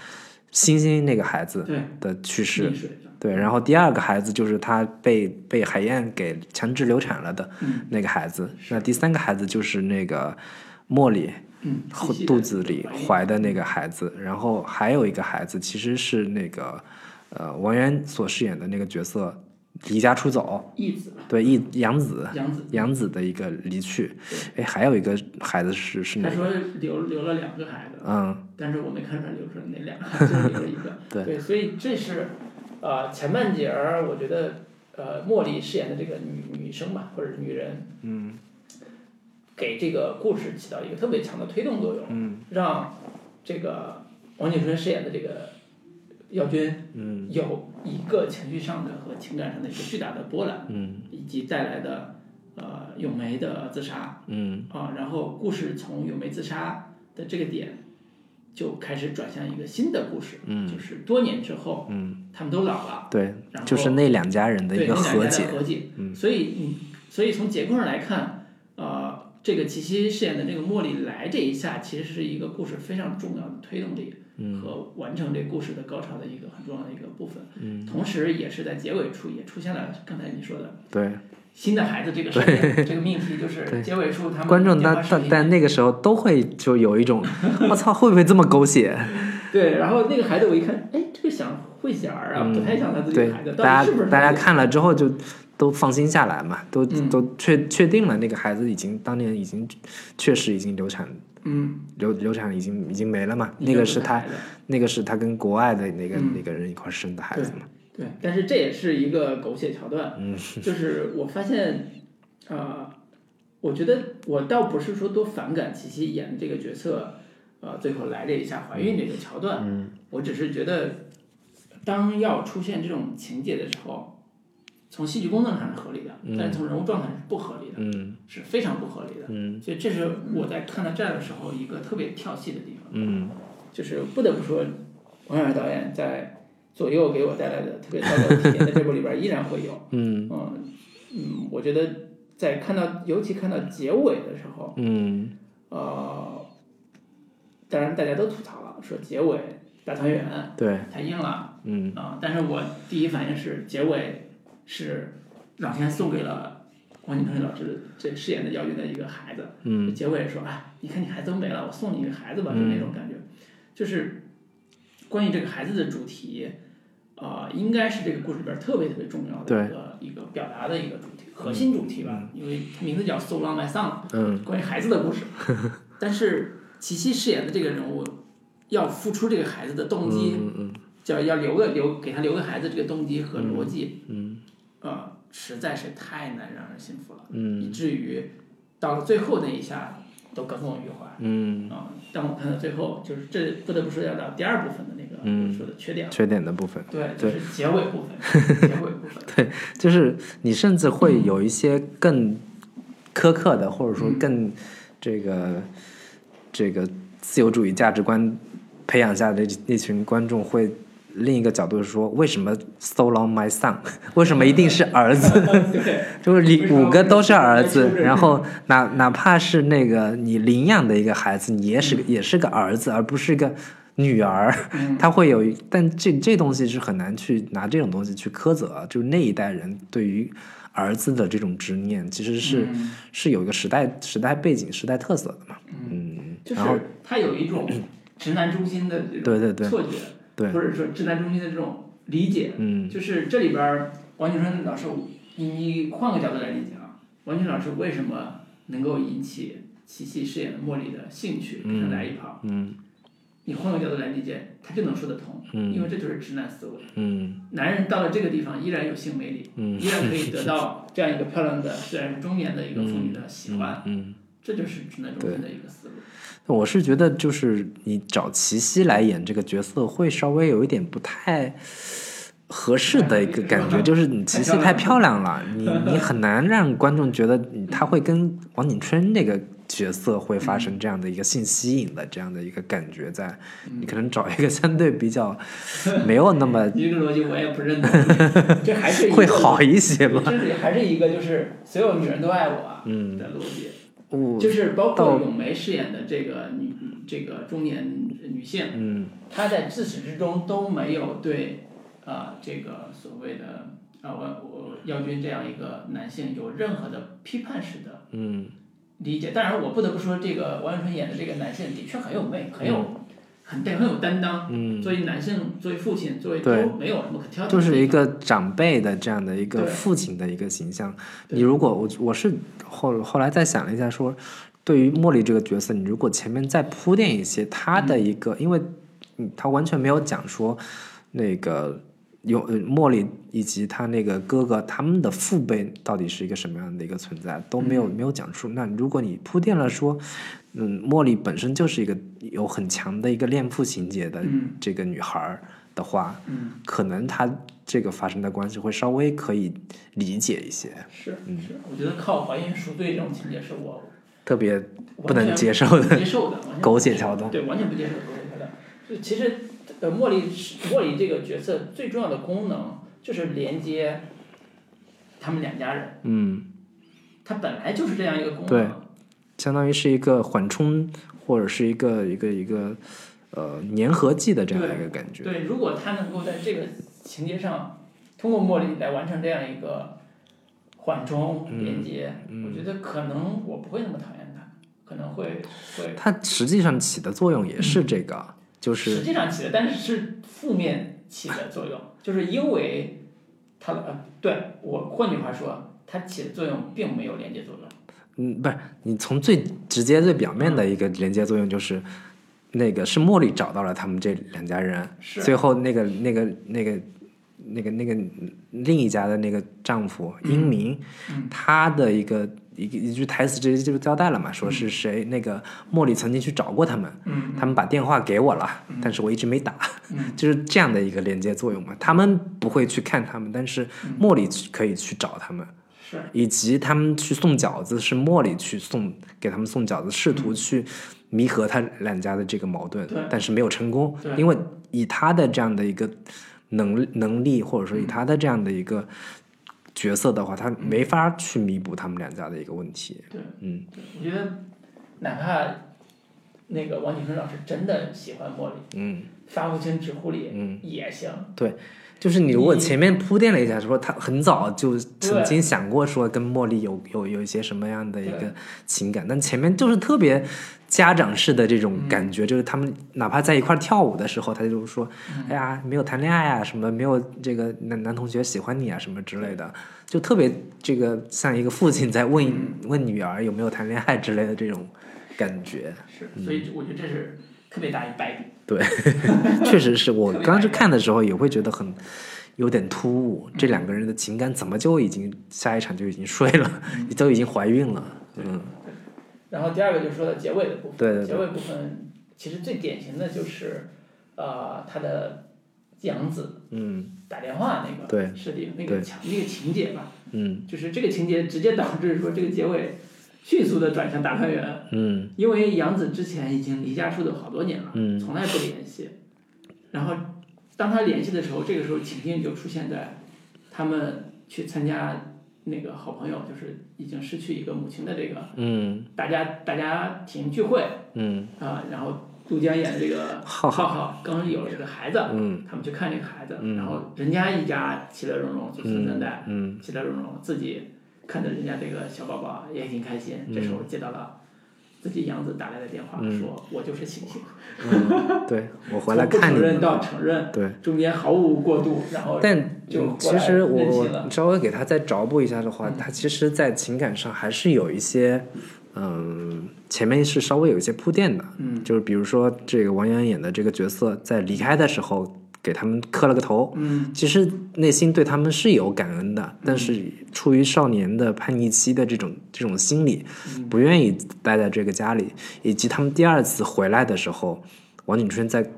星星那个孩子
对
的去世
溺，水了。
对，然后第二个孩子就是他被被海燕给强制流产了的
嗯
那个孩子，那第三个孩子就是那个茉莉，
嗯，
后
细细地
肚子里
怀
怀的那个孩子，然后还有一个孩子其实是那个呃王源所饰演的那个角色离家出走，
义子
对，一养子
养子，
养子的一个离去，哎，还有一个孩子是是
他
哪个？
说留留了两个孩子，
嗯，
但是我没看出来留出来哪两个， 就是留了一个。
对
所以这是呃前半截儿，我觉得呃茉莉饰演的这个女女生吧，或者是女人，嗯，给这个故事起到一个特别强的推动作用，嗯，让这个王景春饰演的这个耀军，嗯，有一个情绪上的和情感上的一个巨大的波澜，
嗯，
以及带来的呃咏梅的自杀，
嗯
啊，然后故事从咏梅自杀的这个点就开始转向一个新的故事，嗯，就是多年之后，
嗯，
他们都老了，
对
然，后
就是那两家人的
对，
一个
那两
和
家的
解，
和解，嗯，所以你，所以从结构上来看，呃，这个齐溪饰演的这个茉莉来这一下，其实是一个故事非常重要的推动力。
嗯
和完成这故事的高潮的一个很重要的一个部分，嗯，同时也是在结尾处也出现了刚才你说的
对，
新的孩子这个事件，这个命题就是结尾处他们
观众
电
但
话视
但
频
但那个时候都会就有 一种，我操，会不会这么狗血？
对，然后那个孩子我一看，哎，这个想会小儿啊，不太像他自己
嗯对
的孩子，，到
大
底
家
是不是
大
他
家
自己
看了之后就都放心下来嘛，都、
嗯
都确确定了那个孩子已经当年已经确实已经流产，
嗯，
流流产已经已经没了嘛，
一
那个
不
是
太
他
孩子
那个是他跟国外的那个、
嗯
那个人一块儿生的孩子嘛，
对，但是这也是一个狗血桥段，嗯， 就是我发现，呃，我觉得我倒不是说多反感琪琪演的这个角色，呃，最后来这一下怀孕这个桥段，嗯，我只是觉得，当要出现这种情节的时候，从戏剧功能上是合理的，但是从人物状态是不合理的，
嗯
是非常不合理的。
嗯
所以这是我在看到这儿的时候一个特别跳戏的地方，
嗯，
就是不得不说，王小导演在左右给我带来的特别糟糕的体验，在这部里边依然会有。嗯嗯，我觉得在看到尤其看到结尾的时候，
嗯
呃，当然大家都吐槽了，说结尾大团圆
对，
太硬了
嗯
啊、但是我第一反应是结尾是老天送给了王景春老师这饰演的姚军的一个孩子，
嗯
结尾说啊，你看你孩子都没了，我送你一个孩子吧，就那种感觉，就是关于这个孩子的主题，啊、应该是这个故事里边特别特别重要的一个一个表达的一个主题，核心主题吧，因为它名字叫《So Long My Son》，
嗯，
关于孩子的 故事，但是琪琪饰演的这个人物要付出这个孩子的动机，
嗯嗯
叫要留个留给他留个孩子这个动机和逻辑，
嗯
呃，实在是太难让人信服了，以
嗯
至于到了最后那一下都耿耿于怀。
嗯，
啊、但我看到最后，就是这不得不说要到第二部分的那个、
嗯
说的缺点了，
缺点的部分。
对，就
对
是结尾部 分，结尾部分，
对，就是你甚至会有一些更苛刻的，或者说更这个这个自由主义价值观培养下的那那群观众会。另一个角度说，为什么 so long my son？为什么一定是儿子？
对，
就是
为
你
什么
五个都是儿
为
子
什么，
然后哪哪怕是那个你领养的一个孩子，你也
嗯
是个也是个儿子，而不是一个女儿，他会有，但这这东西是很难去拿这种东西去苛责，啊就是那一代人对于儿子的这种执念，其实是
嗯
是有一个时代时代背景、时代特色的嘛，嗯，
就是
然后
他有一种直男中心的这种
对对对
错觉，
对
或者说直男中心的这种理解，
嗯
就是这里边儿王景春老师，你你换个角度来理解啊，王景春老师为什么能够引起琪琪饰演的茉莉的兴趣，跟他来一炮？
嗯
你换个角度来理解，他就能说得通，
嗯
因为这就是直男思维。
嗯
男人到了这个地方依然有性魅力，
嗯
依然可以得到这样一个漂亮的，虽然是中年的一个妇女的喜欢，
嗯。
这就是直男中心的一个思路。
我是觉得，就是你找齐溪来演这个角色，会稍微有一点不太合适的一个感觉，就是你齐溪太漂亮了，你你很难让观众觉得你他会跟王景春那个角色会发生这样的一个性吸引的这样的一个感觉在，你可能找一个相对比较没有 那么
你这个逻辑我也不 认同，这还是一个
会好一些吧。嗯
这是还是一个就是所有女人都爱我的逻辑，
我
就是包括
到
咏梅饰演的这个女这个中年女性，
嗯
她在自始至终都没有对啊、呃这个所谓的啊、我我耀军这样一个男性有任何的批判式的
嗯
理解。当然，我不得不说，这个王源春演的这个男性的确很有魅，很有很很有担当。
嗯，
作为男性，作为父亲，作为
对
都没有什么可挑剔的地方。
就是一个长辈的这样的一个
对
父亲的一个形象。
对
你如果我我是后后来再想了一下说，对于茉莉这个角色，你如果前面再铺垫一些她的一个，因为嗯她完全没有讲说那个有呃茉莉以及她那个哥哥他们的父辈到底是一个什么样的一个存在，都没有
嗯
没有讲述。那如果你铺垫了说，嗯，茉莉本身就是一个有很强的一个恋父情节的
嗯
这个女孩儿的话，
嗯，
可能他这个发生的关系会稍微可以理解一些，
是是，我觉得靠怀孕赎罪这种情节是我
特别不能
完全
接受
不
的
接受的，完全不
狗血桥段。
对，完全不接受狗血桥段。就其实，呃，茉莉是茉莉这个角色最重要的功能就是连接他们两家人，
嗯，
她本来就是这样一个功能。
对相当于是一个缓冲或者是一个一个一个呃粘合剂的这样的一个感觉。
对，如果他能够在这个情节上，通过茉莉来完成这样一个缓
嗯
冲连接，我觉得可能我不会那么讨厌他，可能会会
它实际上起的作用也是这
嗯
个，就是
实际上起的，但是是负面起的作用，就是因为他呃，对我换句话说，它起的作用并没有连接作用。
嗯，不是你从最直接、最表面的一个连接作用就是。那个是茉莉找到了他们这两家人，
是
最后那个那个那个那个那个另一家的那个丈夫
嗯
英明，他的一个一个一句台词直接就交代了嘛，说是谁、那个茉莉曾经去找过他们，
嗯
他们把电话给我了，但是我一直没打，
嗯
就是这样的一个连接作用嘛。他们不会去看他们，但是
嗯
茉莉去可以去找他们。
是
以及他们去送饺子是茉莉去送给他们送饺子，试图去弥合他两家的这个矛盾
嗯对，
但是没有成功
对，
因为以他的这样的一个能能力，或者说以
嗯
他的这样的一个角色的话，他没法去弥补他们两家的一个问题。
对，
嗯
对我觉得哪怕那个王景春老师真的喜欢茉莉，
嗯，
发乎情止乎礼，
嗯，
也行。
对，就是你如果前面铺垫了一下，说他很早就曾经想过说跟茉莉有有有一些什么样的一
对
个情感，但前面就是特别家长式的这种感觉，就是他们哪怕在一块儿跳舞的时候，他就说，哎呀，没有谈恋爱啊，什么没有这个男男同学喜欢你啊，什么之类的，就特别这个像一个父亲在问、问女儿有没有谈恋爱之类的这种感觉。
是，所以我觉得这是特别大一败笔。
对， 确实是我
特别
刚
难
时
搞
看的时候也会觉得很有点突兀，这两个人的情感怎么就已经下一场就已经睡了，都已经怀孕了？嗯，
然后第二个就是说到结尾的部分，
对对对
结尾部分其实最典型的就是，呃，他的养子
嗯
打电话那个
对
设定那
对
个强那个情节吧，
嗯
就是这个情节直接导致说这个结尾迅速的转向大团圆，
嗯
因为杨子之前已经离家出走好多年了，
嗯
从来不联系。然后当他联系的时候，这个时候情境就出现在他们去参加那个好朋友，就是已经失去一个母亲的这个
嗯
大家大家庭聚会
嗯
啊、然后杜江演的这个
浩浩
浩浩刚有了这个孩子，
嗯
他们去看这个孩子，
嗯
然后人家一家其乐融融，祖孙三代
嗯
其乐融融，自己看着人家这个小宝宝也挺开心。这时候接到了自己养子打来的电话，
嗯
说我就是星星，
嗯，对我回来
从不
看你
承认
们了。
到承认，
对，
中间毫无过渡，然后
但
就
嗯
过
其
来
实我
认清了嗯
我稍微给他再着补一下的话，他其实，在情感上还是有一些，嗯，前面是稍微有一些铺垫的，
嗯
就是比如说这个王阳演的这个角色在离开的时候给他们磕了个头，
嗯
其实内心对他们是有感恩的，但是出于少年的叛逆期的这种这种心理，
嗯
不愿意待在这个家里，以及他们第二次回来的时候，王景春在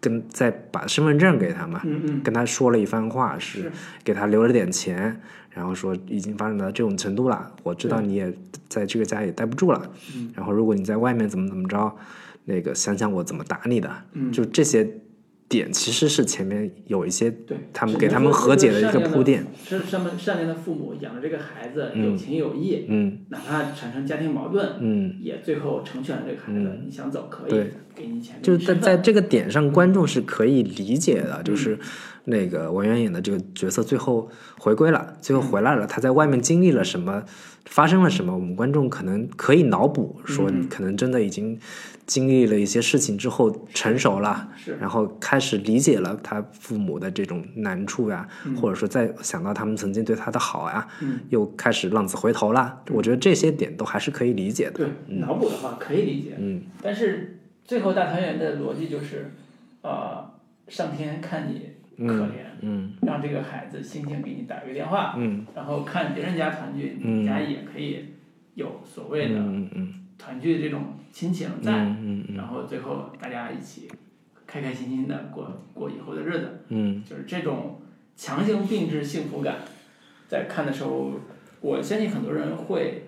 跟在把身份证给他嘛，
嗯嗯，
跟他说了一番话，是
是
给他留了点钱，然后说已经发展到这种程度了，我知道你也在这个家也待不住了，
嗯
然后如果你在外面怎么怎么着，那个想想我怎么打你的，
嗯
就这些点其实是前面有一些
对，
他们
只
给
能
他们
说
和解的
这
一
个
个铺垫，
善良的。是他们善良的父母养着这个孩子，
嗯
有情有义，
嗯
哪怕产生家庭矛盾，
嗯，
也最后成全了这个孩子。你想走可以
对，
给你钱，
就
给你
是在
身
在
份
这个点上，观众是可以理解的，就是那个王源演的这个角色最后回归了，最后回来了，他在外面经历了什么，发生了什么，我们观众可能可以脑补，说
嗯
可能真的已经经历了一些事情之后成熟了。
是
然后开始理解了他父母的这种难处呀、或者说再想到他们曾经对他的好呀、
嗯
又开始浪子回头啦。我觉得这些点都还是可以理解的。
对脑补的话可以理解，
嗯，
但是最后大团圆的逻辑就是，呃，上天看你可怜，
嗯
让这个孩子星星给你打个电话，
嗯
然后看别人家团聚，
嗯
你家也可以有所谓的
嗯嗯嗯
团聚这种亲情在，
嗯嗯嗯
然后最后大家一起开开心心的过过以后的日子，
嗯。
就是这种强行定制幸福感，在看的时候，我相信很多人会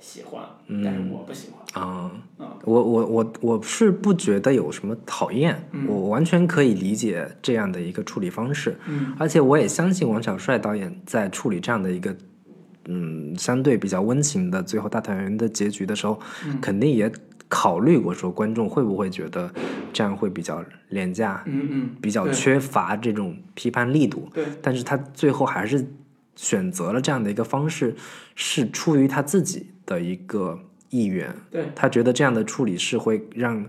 喜欢，但
嗯
是我不喜欢。
啊、
嗯
我我我我是不觉得有什么讨厌，
嗯
我完全可以理解这样的一个处理方式，
嗯
而且我也相信王小帅导演在处理这样的一个。嗯，相对比较温情的最后大团圆的结局的时候，
嗯
肯定也考虑过说观众会不会觉得这样会比较廉价，
嗯嗯，
啊比较
对
缺乏这种批判力度。
对
但是他最后还是选择了这样的一个方式，是出于他自己的一个意愿。
对
他觉得这样的处理是会让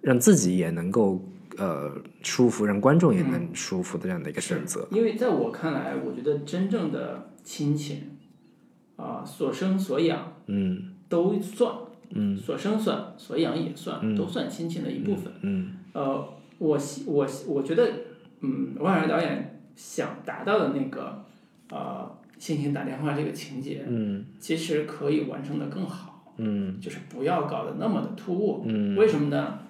让自己也能够呃舒服，让观众也能舒服的这样的一个选择。
因为在我看来，我觉得真正的亲情，啊、所生所养
嗯
都算，
嗯
所生算，所养也算，
嗯
都算亲情的一部分。
嗯
呃，我希我希我觉得，嗯，王小帅导演想达到的那个，呃，星星打电话这个情节，
嗯
其实可以完成的更好，
嗯
就是不要搞得那么的突兀。
嗯
为什么呢？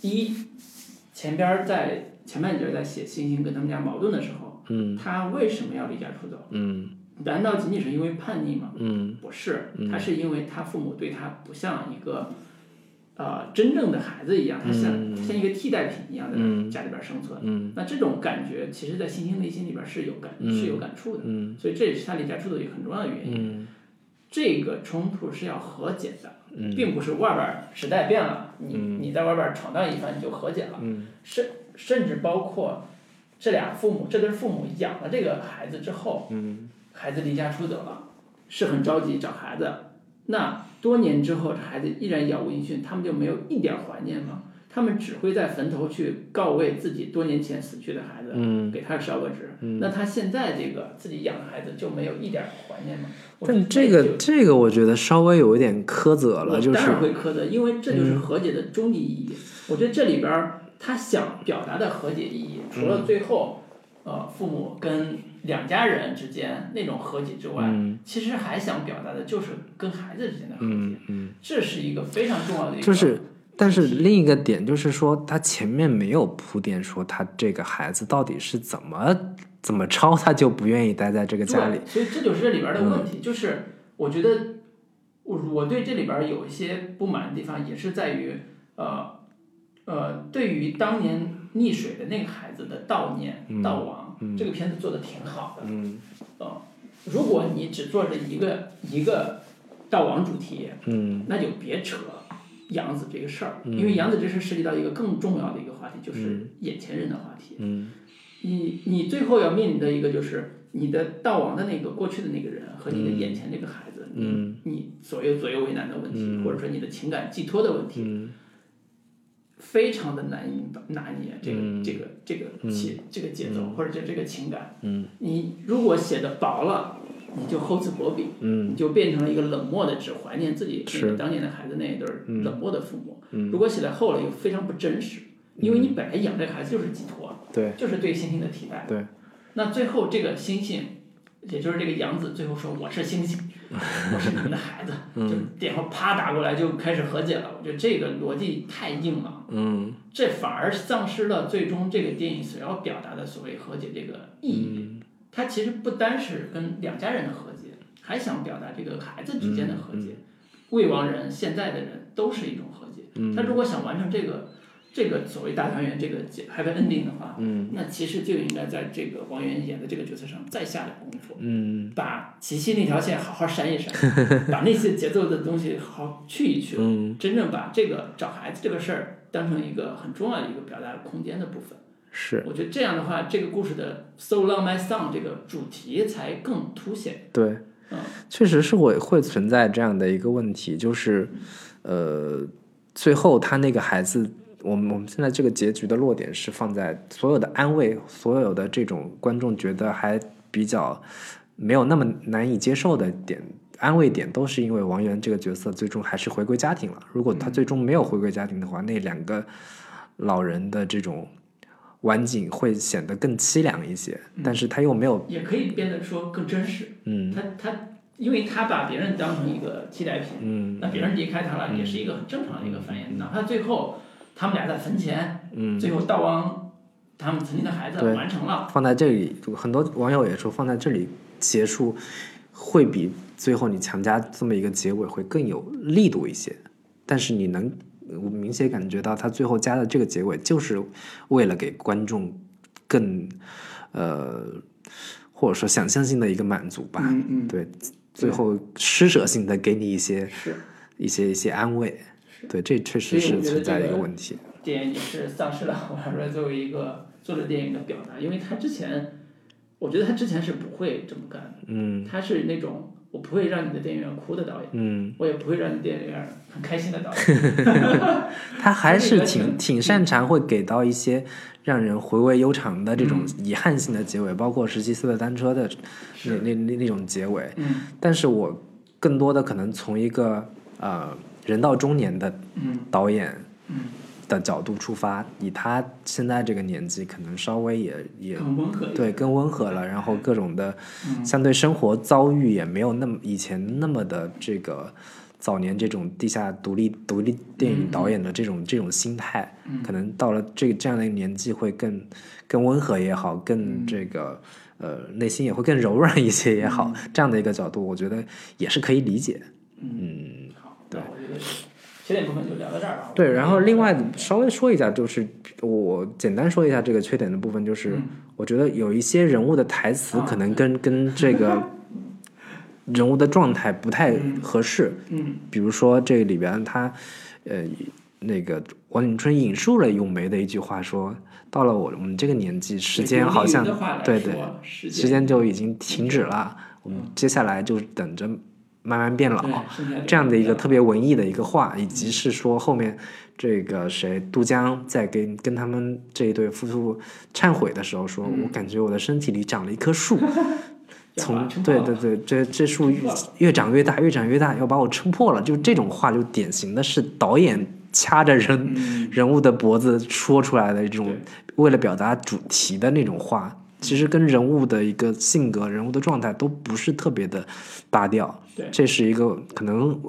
一，前边儿在前半截儿在写星星跟他们家矛盾的时候，
嗯
他为什么要离家出走？
嗯
难道仅仅是因为叛逆吗？
嗯
不是
嗯，
他是因为他父母对他不像一个，呃，真正的孩子一样，他像、
嗯
像一个替代品一样在
嗯
家里边生存。
嗯
那这种感觉，其实，在星星内心里边是有感、是有感触的，
嗯
所以这也是他离家出走一个很重要的原因。
嗯
这个冲突是要和解的，并不是外边儿时代变了，你
嗯
你在外边儿闯荡一番你就和解了，甚甚至包括这俩父母这对父母养了这个孩子之后，
嗯
孩子离家出走了，是很着急找孩子，那多年之后这孩子依然杳无音讯，他们就没有一点儿怀念吗？他们只会在坟头去告慰自己多年前死去的孩子，
嗯
给他烧个纸。那他现在这个自己养的孩子就没有一点儿怀念吗？我觉
但
得
这
就
个这个我觉得稍微有一点苛责了，
我
就是嗯
当然会苛责，因为这就是和解的终极意义。我觉得这里边儿他想表达的和解意义，除
嗯
了最后、呃父母跟两家人之间那种和解之外，
嗯
其实还想表达的就是跟孩子之间的和解。这是一个非常重要的一个，
嗯就是，但是另一个点就是说，他前面没有铺垫说他这个孩子到底是怎么怎么抄，他就不愿意待在这个
对，
家里。嗯
所以这就是这里边儿的问题，就是我觉得我我对这里边儿有一些不满的地方，也是在于呃呃，对于当年溺水的那个孩子的悼念、
嗯
悼亡，这个片子做的挺好的。嗯，呃，如果你只做这一个一个悼亡主题，嗯，那就别扯。杨子这个事儿，因为杨子这事儿涉及到一个更重要的一个话题，就是眼前人的话题。你你最后要面临的一个就是你的道亡的那个过去的那个人和你的眼前这个孩子，你你左右左右为难的问题，或者说你的情感寄托的问题，非常的难以拿捏这个、这个这个节、这个节奏、或者这这个情感，你如果写的薄了。你就厚此薄彼，你就变成了一个冷漠的，只怀念自己那个当年的孩子那一对儿冷漠的父母。如果写的厚了，又非常不真实，因为你本来养这个孩子就是寄托，
对，
就是对星星的替代。
对，
那最后这个星星，也就是这个杨子，最后说我是星星，我是你们的孩子，就电话啪打过来就开始和解了。我觉得这个逻辑太硬了，
嗯，
这反而丧失了最终这个电影所要表达的所谓和解这个意义。它其实不单是跟两家人的和解，还想表达这个孩子之间的和解。嗯未亡人现在的人都是一种和解。他如果想完成这个这个所谓大团圆这个结 happy ending 的话，嗯，那其实就应该在这个王源演的这个角色上再下点功夫，嗯，把琪琪那条线好好删一删， 把那些节奏的东西好好去一去，嗯，真正把这个找孩子这个事儿当成一个很重要的一个表达空间的部分。
是
我觉得这样的话，这个故事的 “So Long My Song” 这个主题才更凸显。
对，
嗯，
确实是会会存在这样的一个问题，就是，呃，最后他那个孩子，我们我们现在这个结局的落点是放在所有的安慰，所有的这种观众觉得还比较没有那么难以接受的点。安慰点都是因为王源这个角色最终还是回归家庭了。如果他最终没有回归家庭的话，那两个老人的这种晚景会显得更凄凉一些。但是他又没有
也可以变得说更真实。
嗯，
他他，因为他把别人当成一个替代品，嗯，那别人离开他了，也是一个很正常的一个反应。哪怕最后他们俩在坟前，嗯，最后悼亡他们曾经的孩子
对
完成了，
放在这里，很多网友也说放在这里结束，会比最后你强加这么一个结尾会更有力度一些。但是你能呃明显感觉到，他最后加的这个结尾，就是为了给观众更呃，或者说想象性的一个满足吧。
嗯嗯，
对，最后施舍性的给你一些
是
一些一些安慰。对，这
所
确实
以
是
我觉得
存在
这
一个
个
问题。
电影也是丧失了我要说作为一个作者电影的表达，因为他之前，我觉得他之前是不会这么干的，嗯，他是那种我不会让你的电影院哭的导演，
嗯，
我也不会让你电影院很开心的导演。
他还是
所以
挺
你
挺擅长会给到一些让人回味悠长的这种
嗯
遗憾性的结尾，包括十七岁的单车的那那那那种结尾。
嗯
但是我更多的可能从一个呃人到中年的
嗯
导演
嗯
的角度出发，以他现在这个年纪，可能稍微也也
很温和一点。
对，更温和了，然后各种的
嗯
相对生活遭遇也没有那么以前那么的这个早年这种地下独立独立电影导演的这
嗯
种这种心态，可能到了这这样的一个年纪会更更温和也好，
嗯
更这个呃内心也会更柔软一些也好，这样的一个角度，我觉得也是可以理解。
嗯，好，对，我觉得是缺点部分就聊到这儿吧。
对，然后另外稍微说一下，就是我简单说一下这个缺点的
嗯
部
啊
分，就是我觉得有一些人物的台词可能跟、跟这个人物的状态不太合适。
嗯
比如说这里边他，呃，那个王景春引述了咏梅的一句话说：“到了我我们这个年纪，时间好像对对，
时嗯
时间就已经停止了，我们接下来就等着慢慢变老。”这样的一个特别文艺的一个话，以及是说后面这个谁杜江在跟跟他们这一对夫妇忏悔的时候说，我感觉我的身体里长了一棵树，从对对对，这这树越越长越大，越长越大，要把我撑破了。就这种话，就典型的是导演掐着人、人物的脖子说出来的一种为了表达主题的那种话。其实跟人物的一个性格、人物的状态都不是特别的搭调，
对
这是一个可能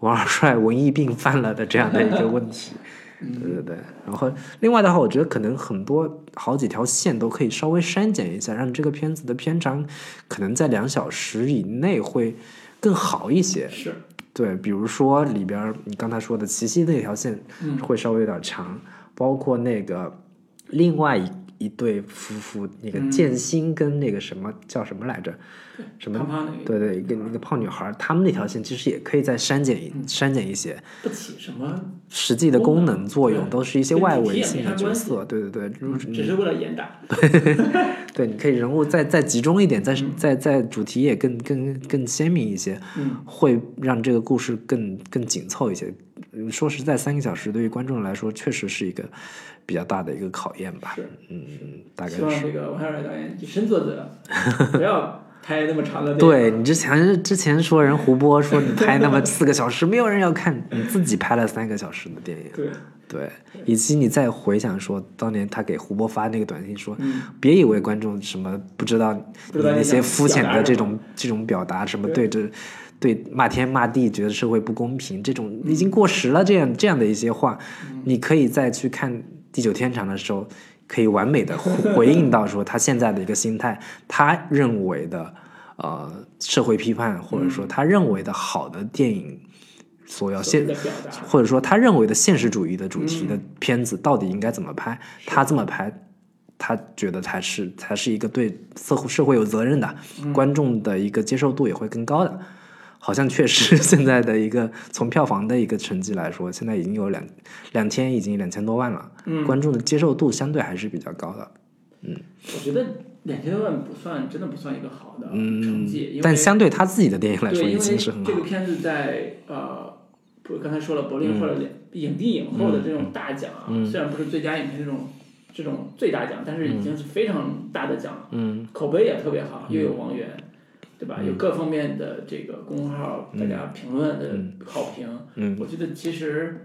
王二帅文艺病犯了的这样的一个 问题。
嗯
对对对，然后另外的话，我觉得可能很多好几条线都可以稍微删减一下，让这个片子的片长可能在两小时以内会更好一些。
是
对，比如说里边儿你刚才说的齐溪那条线
嗯
会稍微有点长，包括那个另外一一对夫妇，那
嗯
个建新跟那个什么、叫什么来着，什么
胖胖的一个
对对，一个那个胖女孩儿，他们那条线其实也可以再删减一、
嗯
删减一些，
不起什么，
实际的功能作用
对
都是一些
跟
外
主题
围
也
性
没
的
啥
角
关系嗯
色，对对对，如
只是为了严打。
对，你可以人物再再集中一点，再再再主题也更更更鲜明一些，
嗯
会让这个故事更更紧凑一些。嗯说实在，三个小时对于观众来说，确实是一个比较大的一个考验吧
是。
嗯，大概
希望
是。
这个王小帅导演以身作则，不要拍那么 长的电影。
对你之前之前说人胡波说你拍 那么四个小时，没有人要看，你自己拍了三个小时的电影。
对，
对，以及你再回想说，当年他给胡波发那个短信说，
嗯
别以为观众什么不知道
不
你
知道你
那些
想
肤浅
表达
的这
什么
种这种表达，什么对
对
这对骂天骂地，觉得社会不公平，这种
嗯
已经过时了，这样这样的一些话，你可以再去看《地久天长》的时候，可以完美的 回应到说他现在的一个心态，他认为的呃社会批判，或者说他认为的好的电影。所要
嗯所
现
谓的表达
或者说他认为的现实主义的主题
嗯
的片子到底应该怎么拍？他这么拍，他觉得才是才是一个对社会社会有责任的，
嗯
观众的一个接受度也会更高的。好像确实现在的一个从票房的一个成绩来说，现在已经有两两天已经两千多万了，
嗯
观众的接受度相对还是比较高的。
我觉得两千多万不算，真的不算一个好的成绩，因为
嗯但相对他自己的电影来
对，
说，
因
已
为
经是很好嗯
这。个片子在呃，不，刚才说了柏林或者影帝影后的这种大奖啊，虽然不是最佳影片这种这种最大奖，但是
嗯
已经是非常大的奖了，嗯，口碑也特别好，又有
嗯
王源，对吧？有各方面的这个公号大家评论的好评，
嗯，
我觉得其实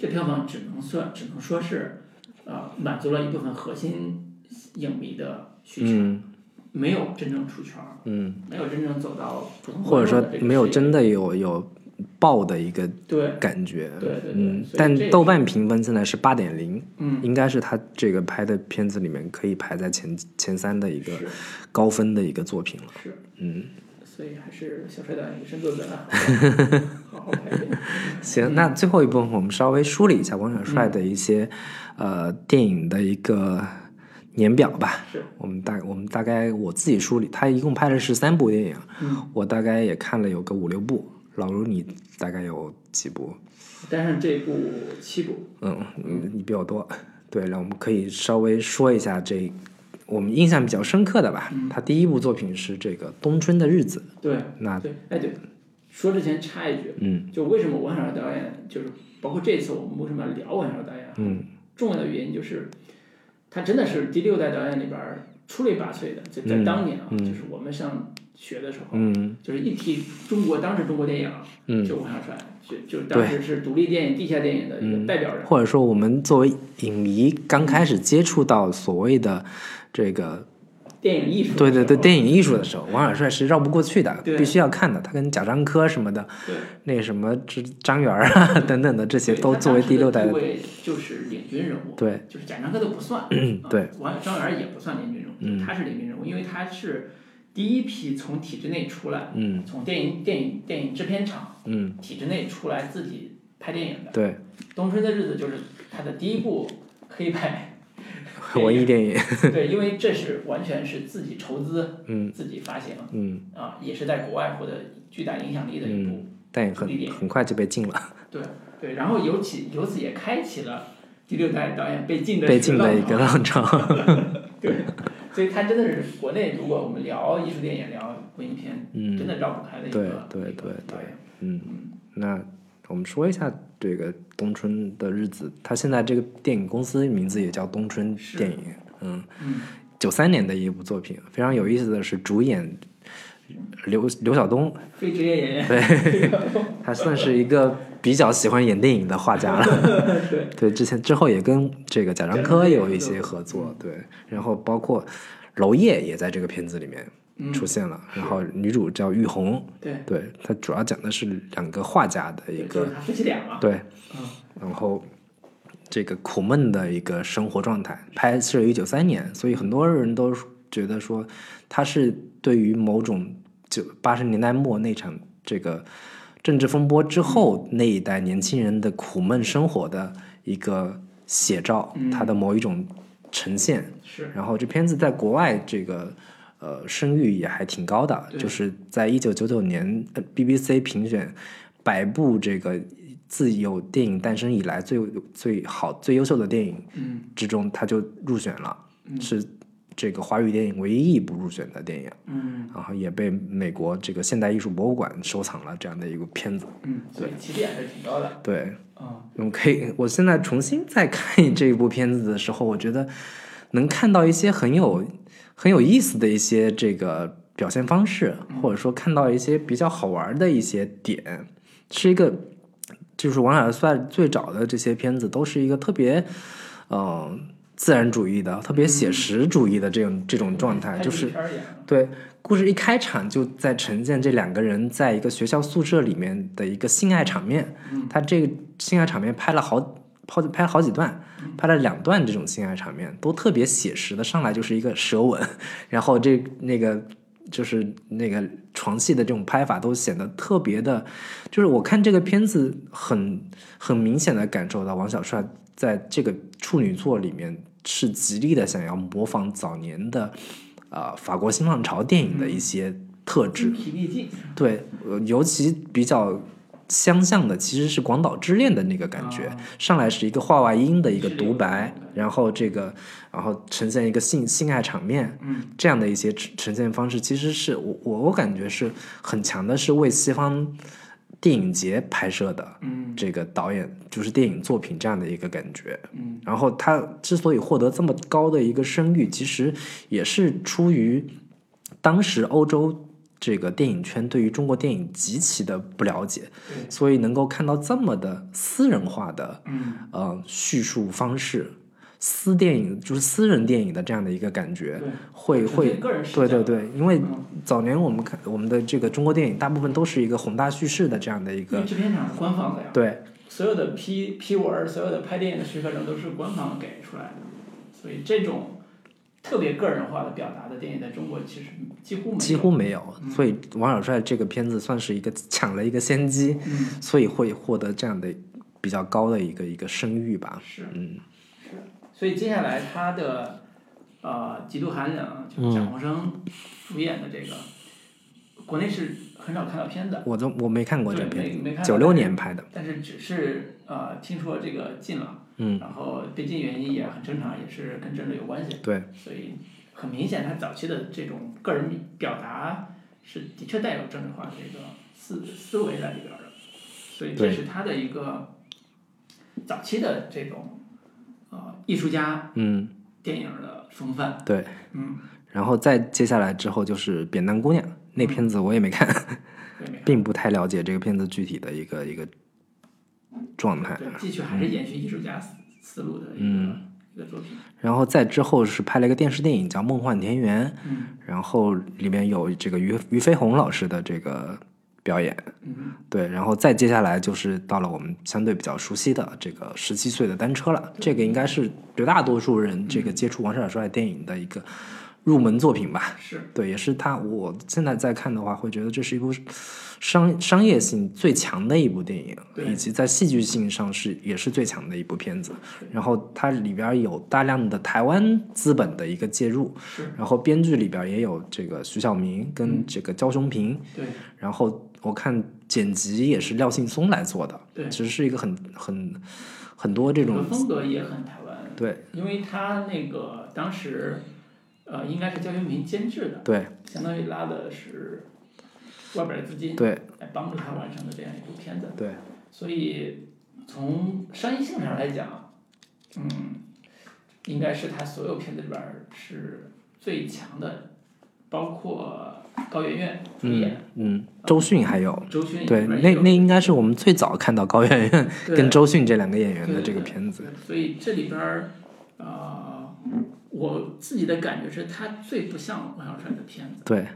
这票房只能算，只能说是呃满足了一部分核心影迷的需求，
嗯
没有真正出圈儿。
嗯，
没有真正走到普通
或者说
观众的这个
没有
视野
真的有有爆的一个
对
感觉。
对对对
嗯
所，以
但
这
豆瓣评分现在是八点零，
嗯
应该是他这个拍的片子里面可以排在前前三的一个
是
高分的一个作品了。
是，
嗯，
所以还是小帅导演以身 作则啊，好好拍片。
行，那最后一部分我们稍微梳理一下王小
嗯
帅的一些、呃电影的一个年表吧。
是
我们大我们大概我自己梳理，他一共拍了十三部电影，
嗯
我大概也看了有个五六部。老卢，你大概有几部？
但是这部七部，
嗯，你你比我多。对，那我们可以稍微说一下这我们印象比较深刻的吧。
嗯
他第一部作品是这个《冬春的日子
对》，
那
对，哎对，说之前插一句，
嗯，
就为什么王小帅导演，就是包括这次我们为什么要聊王小帅导演，
嗯，
重要的原因就是他真的是第六代导演里边儿出类拔萃的，就在当年啊，就是我们上学的时候，
嗯
就是一提中国当时中国电影啊，
嗯
就王小帅，就就当时是独立电影、地下电影的一
嗯
个代表人。
或者说我们作为影迷刚开始接触到所谓的这个
电影艺术的时候。
对对对电影艺术的时候，王小帅是绕不过去的，
对
必须要看的。他跟贾樟柯什么的，
对
那什么这张元儿啊等等的这些都作为第六代
的
的
地，位就是领军人物，
对，
就是贾樟柯都不算， 啊
嗯对，嗯
王张元儿也不算领军人物，就是他是领军人物，因为他是第一批从体制内出来，
嗯
从电影电影电影制片厂
嗯，
体制内出来自己拍电影的。
对
冬春的日子就是他的第一部黑白
文艺电影，
对，因为这是完全是自己筹资，嗯，自己发行，
嗯，
啊，也是在国外获得巨大影响力的一部，
但也
独立电
很
影
很快就被禁了，
对对，然后由其由此也开启了第六代导演被禁的
被禁的
浪
一
潮
个浪潮。
对，所以它真的是国内，如果我们聊艺术电影、聊文艺片，
嗯
真的绕不开的一个
对对
一个
对
导演
嗯，那我们说一下这个东春的日子，它现在这个电影公司名字也叫东春电影，嗯，
嗯，
九三年的一部作品，非常有意思的是主演刘刘晓东，
非职业演员，
他算是一个比较喜欢演电影的画家了。
对，
之前之后也跟这个贾樟柯有一些合作，嗯对，然后包括娄烨也在这个片子里面出现了，然后女主叫玉红，
对
嗯对，她主要讲的是两个画家的一
对，就
个
是他夫妻俩嘛，
对
嗯，
然后这个苦闷的一个生活状态，拍摄于九三年，所以很多人都觉得说他是对于某种九八十年代末那场这个政治风波之后那一代年轻人的苦闷生活的一个写照，他的某一种呈现。
是
然后这片子在国外这个呃声誉也还挺高的，就是在一九九九年、呃 BBC 评选百部这个自有电影诞生以来最最好最优秀的电影
嗯
之中，它就入选了，是这个华语电影唯一一部入选的电影。
嗯
然后也被美国这个现代艺术博物馆收藏了这样的一个片子，
嗯，所以起点还是挺高的，
对，
嗯，
我可以，我现在重新再看这一部片子的时候，我觉得能看到一些很有很有意思的一些这个表现方式，或者说看到一些比较好玩的一些点，是一个就是王小帅最早的这些片子都是一个特别嗯、呃自然主义的、特别写实主义的这种、这种状态，
拍
就
纪
是
录片儿一样
对，故事一开场就在呈现这两个人在一个学校宿舍里面的一个性爱场面。他这个性爱场面拍了好拍拍了好几段，拍了两段这种性爱场面，都特别写实的，上来就是一个舌吻，然后这那个就是那个床戏的这种拍法都显得特别的，就是我看这个片子很很明显的感受到王小帅在这个处女作里面是极力的想要模仿早年的呃法国新浪潮电影的一些特质，
精疲力尽，
对，呃尤其比较相像的其实是《广岛之恋》的那个感觉，
啊
上来是一个话外音的一个
是
独白
有的，
然后这个，然后呈现一个性性爱场面，
嗯，
这样的一些呈呈现方式，其实是我我我感觉是很强的，是为西方电影节拍摄的，
嗯
这个导演就是电影作品这样的一个感觉，
嗯，
然后他之所以获得这么高的一个声誉，其实也是出于当时欧洲这个电影圈对于中国电影极其的不了解，
对，
所以能够看到这么的私人化的
嗯
呃叙述方式，私电影就是私人电影的这样的一个感觉
对，
会
纯
会
粹个人视
对
角嗯
对对，因为早年我们看我们的这个中国电影大部分都是一个宏大叙事的这样的一
因
个
为制片厂是官方的呀，
对
所有的批批文儿，所有的拍电影的许可证都是官方给出来的，所以这种特别个人化的表达的电影，在中国其实几乎没有。嗯
几乎没有，所以王小帅这个片子算是一个抢了一个先机，
嗯
所以会获得这样的比较高的一个一个声誉吧。
是，
嗯
是。所以接下来他的呃《极度寒冷》
嗯
就是蒋宏生主演的这个，国内是很少看到片子，
我都我没看过这
对，
片
没没
子，
看
九
到
六年拍的，
但是只是呃听说这个禁了，
嗯，
然后被禁原因也很正常，也是跟政治有关系，
对
所以很明显，他早期的这种个人表达是的确带有政治化的这个思思维在里边儿的，所以这
对
是他的一个早期的这种呃艺术家
嗯
电影的风范。
对。
嗯，
然后再接下来之后就是《扁担姑娘》那片子我也没
嗯
看，
对，没
并不太了解这个片子具体的一个一个状态。
对，继续还是
嗯
延续艺术家思思路的一个一个作品。
然后再之后是拍了一个电视电影叫《梦幻田园》，
嗯
然后里面有这个俞俞飞鸿老师的这个表演，
嗯，
对，然后再接下来就是到了我们相对比较熟悉的这个十七岁的单车了，这个应该是绝大多数人这个接触王小帅电影的一个入门作品吧。
是
对，也是他。我现在在看的话，会觉得这是一部商商业性最强的一部电影，
对
以及在戏剧性上是也是最强的一部片子。然后它里边有大量的台湾资本的一个介入，然后编剧里边也有这个徐晓明
嗯
跟这个焦雄平，
对
然后我看剪辑也是廖劲松来做的，
对
其实是一个很很很多这
整个
种
风格也很台湾，
对
因为他那个当时呃应该是焦雄平监制的，
对
相当于拉的是外边的资金
对
来帮助他完成的这样一部片子。
对，
所以从商业性上来讲，嗯，应该是他所有片子里边儿是最强的，包括高圆圆主
嗯
演，
嗯，周迅还有。
周迅
对，
里边
那
也有
那应该是我们最早看到高圆圆
对
跟周迅这两个演员的
对
这个
对
片子。
所以这里边儿，呃，我自己的感觉是它最不像王小帅的片子，
对，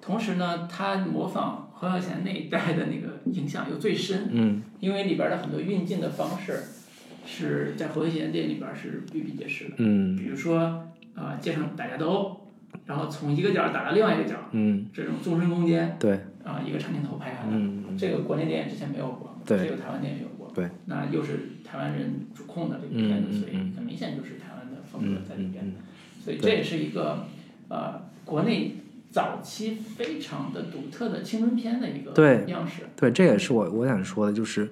同时呢，它模仿黄晓贤那一代的那个影响又最深，
嗯，
因为里边儿的很多运镜的方式是在黄晓贤电影里边儿是比比皆是的，
嗯
比如说呃街上打架斗殴，然后从一个角儿打到另外一个角儿，
嗯，
这种纵深空间
对，
啊、一个长镜头拍下来，
嗯
这个国内电影之前没有过，
对
只有台湾电影有过。
对，
那又是台湾人主控的这个片子，
嗯嗯
所以很明显就是台湾的风格
嗯
在里
嗯
边。
嗯，
所以这
对
也是一个呃国内早期非常的独特的青春片的一个
对
样式。
对，这也是我我想说的，就是，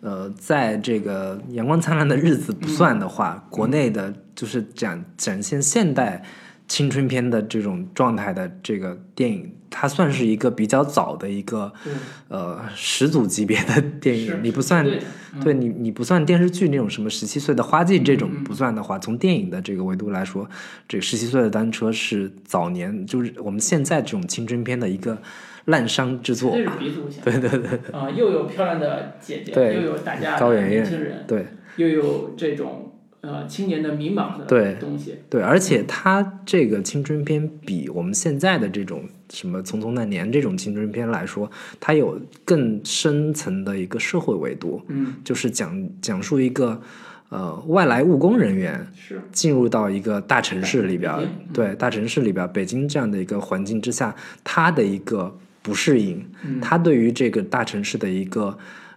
呃，在这个阳光灿烂的日子不
嗯
算的话，国内的就是展展现现代青春片的这种状态的这个电影，它算是一个比较早的一个
对，
呃始祖级别的
嗯
电
是
影，你不算
对的，
对你，你不算电视剧那种什么十七岁的花季这种
嗯
不算的话，从电影的这个维度来说，这十七岁的单车是早年就是我们现在这种青春片的一个滥觞
绝
之作
对。是鼻祖型。
对对对
啊、又有漂亮的姐姐，
对
又有打架
高
的
圆
年
圆
轻人，
对
又有这种呃青年的迷茫
对
的东西。
对，而且它这个青春片比我们现在的这种什么《匆匆那年》这种青春片来说，它有更深层的一个社会维度，
嗯，
就是讲讲述一个呃外来务工人员
是
进入到一个大城市里边儿
嗯，
对大城市里边儿，北京这样的一个环境之下，他的一个不适应，
嗯
他对于这个大城市的一个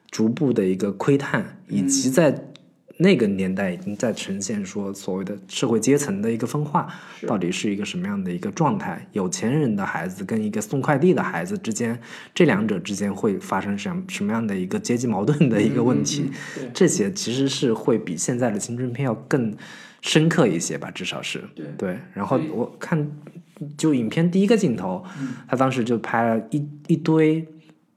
逐步的一个
嗯
窥探，以及在那个年代已经在呈现说所谓的社会阶层的一个分化，
是
到底是一个什么样的一个状态？有钱人的孩子跟一个送快递的孩子之间，这两者之间会发生什么什么样的一个阶级矛盾的一个问题？
嗯嗯嗯对
这些其实是会比现在的青春片要更深刻一些吧，至少是
对
然后
所以嗯
我看就影片第一个镜头，他当时就拍了一一堆，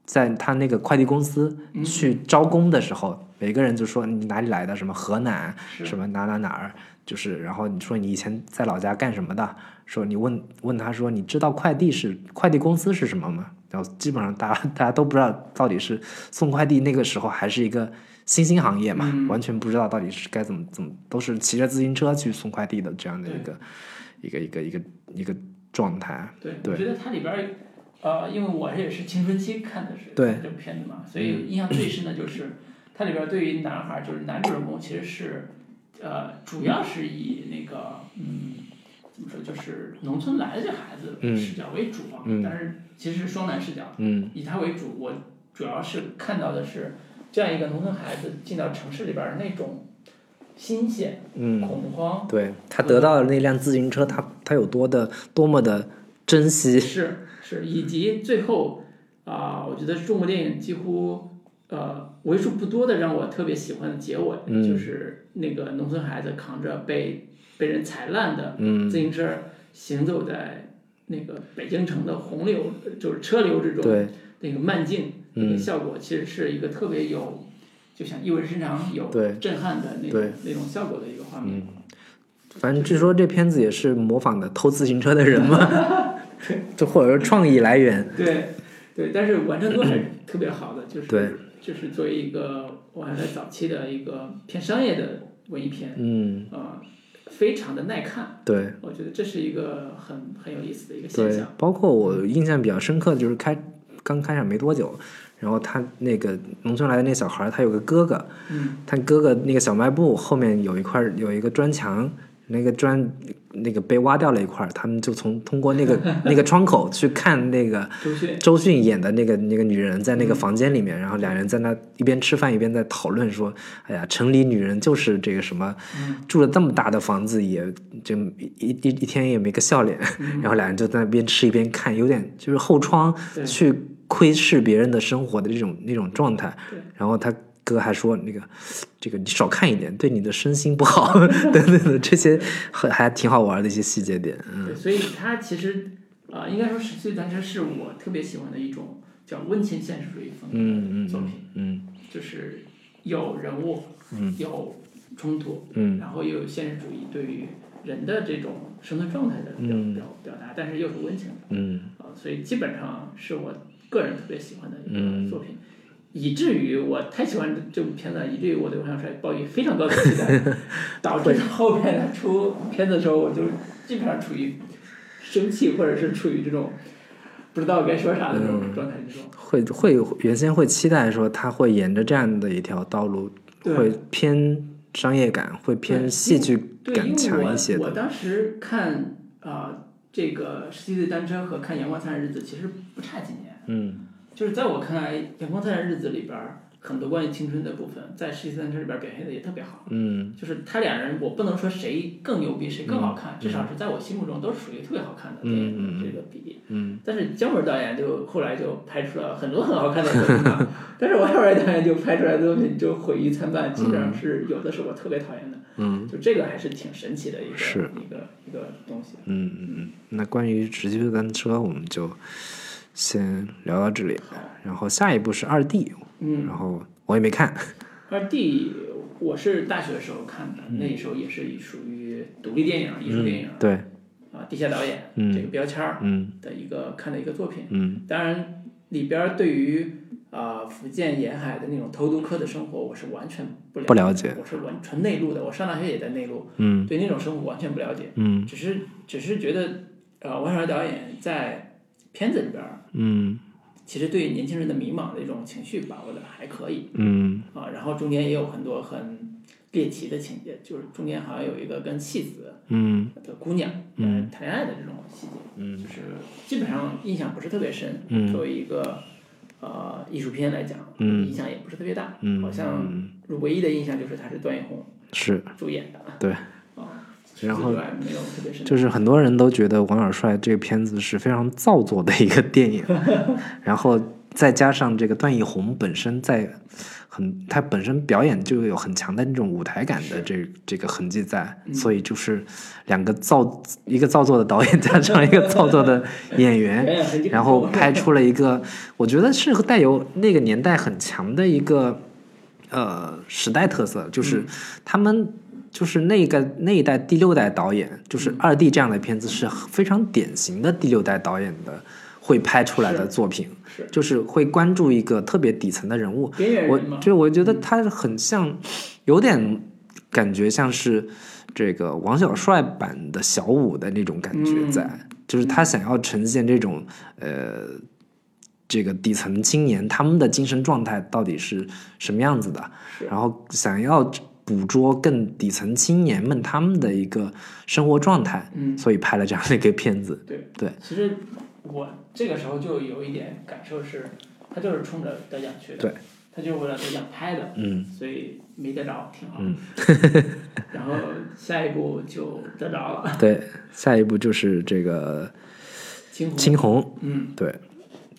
在他那个快递公司
嗯
去招工的时候，每个人就说你哪里来的，什么河南，
是
什么哪哪哪儿，就是然后你说你以前在老家干什么的，说你问问他说你知道快递是快递公司是什么吗？然后基本上大家大家都不知道到底是送快递那个时候还是一个新兴行业嘛，
嗯
完全不知道到底是该怎么怎么，都是骑着自行车去送快递的这样的一个一个一个一个一个状态。
对，我
对
觉得它里边儿，呃，因为我也是青春期看的是
对
这部片子嘛，所以印象最深的就是它里边儿对于男孩儿，就是男主人公其实是，呃，主要是以那个嗯，怎么说，就是农村来的这孩子
嗯
视角为主嘛，
嗯
但是其实是双男视角，
嗯
以他为主，我主要是看到的是这样一个农村孩子进到城市里边儿的那种新鲜、
嗯，
恐慌，
对他得到的那辆自行车，他他有多的多么的珍惜。
是是，以及最后啊、我觉得中国电影几乎呃为数不多的让我特别喜欢的结尾，
嗯
就是那个农村孩子扛着被被人踩烂的
嗯
自行车行走在那个北京城的洪流，就是车流之中，
对
那个慢镜那个
嗯
效果，其实是一个特别有。就像意味深长、有
对
震撼的那
对
种
嗯
那种效果的一个画面，
反正据说这片子也是模仿的偷自行车的人嘛， 就或者说创意来源。
对，对，但是完成度还是特别好的，就是
对
就是作为一个我还在早期的一个偏商业的文艺片，
嗯，
啊、非常的耐看，
对
我觉得这是一个很很有意思的一个现
对
象。，嗯
包括我印象比较深刻的就是开刚开场没多久，然后他那个农村来的那小孩儿，他有个哥哥，
嗯，
他哥哥那个小卖部后面有一块有一个砖墙，那个砖那个被挖掉了一块儿，他们就从通 过那个那个窗口去看那个
周迅
周迅演的那个那个女人在那个房间里面，然后俩人在那一边吃饭一边在讨论说，哎呀，城里女人就是这个什么，住了这么大的房子也就一一一天也没个笑脸，然后俩人就在那边吃一边看，有点就是后窗去窥视别人的生活的这种那种状态，然后他。哥还说那个，这个你少看一点，对你的身心不好， 等等的这些还还挺好玩的一些细节点。嗯，
对，所以它其实啊、呃应该说《十岁单车》是我特别喜欢的一种叫温情现实主义风格的作品，
嗯
就是有人物，有冲突，
嗯
然后又有现实主义对于人的这种生存状态的表、
嗯
表表达，但是又是温情的
嗯
啊、所以基本上是我个人特别喜欢的一
嗯
个作品。以至于我太喜欢这部片子，以至于我对《王小帅》抱有非常高的期 待，导致后面他出片子的时候，我就基本上处于生气或者是处于这种不知道该说啥的那种状态之中。
会会原先会期待说他会沿着这样的一条道路，
对
会偏商业感，会偏
对
戏剧
对，因
感
为
强一些
我我
的。
当时看啊、呃这个《十七岁单车》和看《阳光灿烂日子》其实不差几年，
嗯
就是在我看来，《阳光灿烂日子》里边儿很多关于青春的部分，在《十七岁单车》里边儿表现的也特别好。
嗯
就是他俩人，我不能说谁更牛逼，谁更好看，至少是在我心目中都是属于特别好看的电影的这个比例。
嗯嗯
但是姜文导演就后来就拍出了很多很好看的作品 啊，但是王小帅导演就拍出来的作品就毁誉参半，基本上是有的是我特别讨厌的。
嗯
就这个还是挺神奇的一个
是
一个一个东西。
嗯嗯嗯。那关于直机单车，我们就先聊到这里，然后下一步是二 D，
嗯，
然后我也没看。
二 D 我是大学的时候看的，
嗯
那时候也是属于独立电影、艺术电影、
对，
啊，地下导演、
嗯
这个标签儿
嗯
的一个看的一个作品。
嗯
当然，里边儿对于啊、呃福建沿海的那种偷渡客的生活，我是完全不了
不了解
的我是完纯内陆的，我上大学也在内陆，
嗯
对那种生活完全不了解，
嗯
只是只是觉得呃，王小帅导演在片子里边儿
嗯
其实对年轻人的迷茫的一种情绪把握的还可以
嗯
啊，然后中间也有很多很猎奇的情节，就是中间好像有一个跟妻子
嗯
的姑娘嗯谈恋爱的这种细节，
嗯
就是基本上印象不是特别深。
嗯
作为一个呃艺术片来讲，
嗯
印象也不是特别大。
嗯，
好像
嗯
唯一的印象就是他是段奕宏
是
主演的，
对，
啊，
然后
此之外没有特别深的。
就是很多人都觉得王小帅这个片子是非常造作的一个电影，然后再加上这个段奕宏本身在很他本身表演就有很强的那种舞台感的这这个痕迹在，所以就是两个造一个造作的导演加上一个造作的演
表
员，
演痕迹
然后拍出了一个我觉得是带有那个年代很强的一个呃时代特色，就是他们就是那个那一代第六代导演，就是二 D 这样的片子是非常典型的第六代导演的会拍出来的
是
作品，
是
就是会关注一个特别底层的人物。
边缘
我
人嗯嘛，
就我觉得他很像，有点感觉像是这个王小帅版的小五的那种感觉
嗯
在，就是他想要呈现这种呃。这个底层青年他们的精神状态到底是什么样子的？
是
然后想要捕捉更底层青年们他们的一个生活状态，
嗯，
所以拍了这样的一个片子。
对
对。
其实我这个时候就有一点感受是，他就是冲着得奖去的，
对，
他就是为了得奖拍的，
嗯
所以没得着，挺好。
嗯
然后下一步就得着了，
对，下一步就是这个
惊鸿，
青红，
嗯，
对，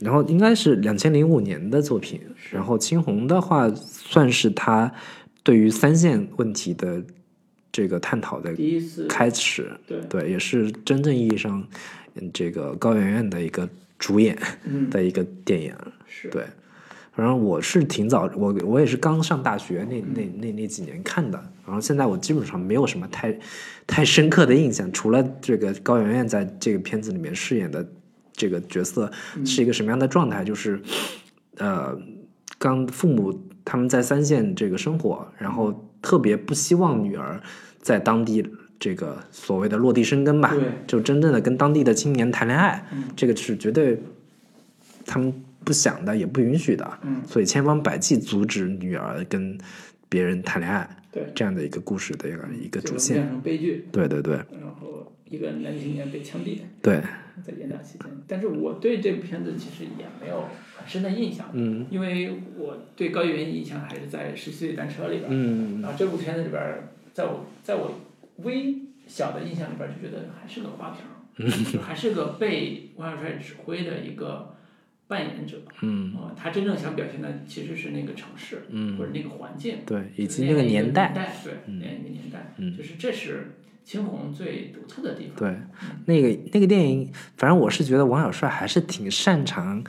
然后应该是两千零五年的作品。然后青红的话，算是他对于三线问题的这个探讨的
第一次
开始。
对，
对，也是真正意义上，嗯，这个高圆圆的一个主演
嗯，
的一个电影。
是，
对，反正我是挺早，我我也是刚上大学那那
嗯
那那几年看的，然后现在我基本上没有什么太太深刻的印象，除了这个高圆圆在这个片子里面饰演的这个角色
嗯
是一个什么样的状态，就是呃，刚父母他们在三线这个生活，然后
嗯
特别不希望女儿在当地。这个所谓的落地生根吧
对，
就真正的跟当地的青年谈恋爱，
嗯
这个是绝对他们不想的，也不允许的。
嗯
所以千方百计阻止女儿跟
别人谈恋爱
对，
这样的一个故事的一个一个
就
主
能
线。
变成悲剧，
对对对
然后一个男青年被枪毙
对，
在演讲期间。但是我对这部片子其实也没有很深的印象，
嗯
因为我对高圆圆印象还是在《十七岁单车》里边儿。
嗯
然后这部片子里边儿，在我在我微小的印象里边儿，就觉得还是个花瓶
嗯
儿，就还是个被王小帅指挥的一个扮演者。
嗯
呃他真正想表现的其实是那个城市，
嗯
或者那个环境，
对，
就
以
是
及
那
那个
样一
年
代
代，，
对，那样一个年代，
嗯
就是这是青红最独特的地方。
对，
那个那个电影，反正我是觉得王小帅还是挺擅长，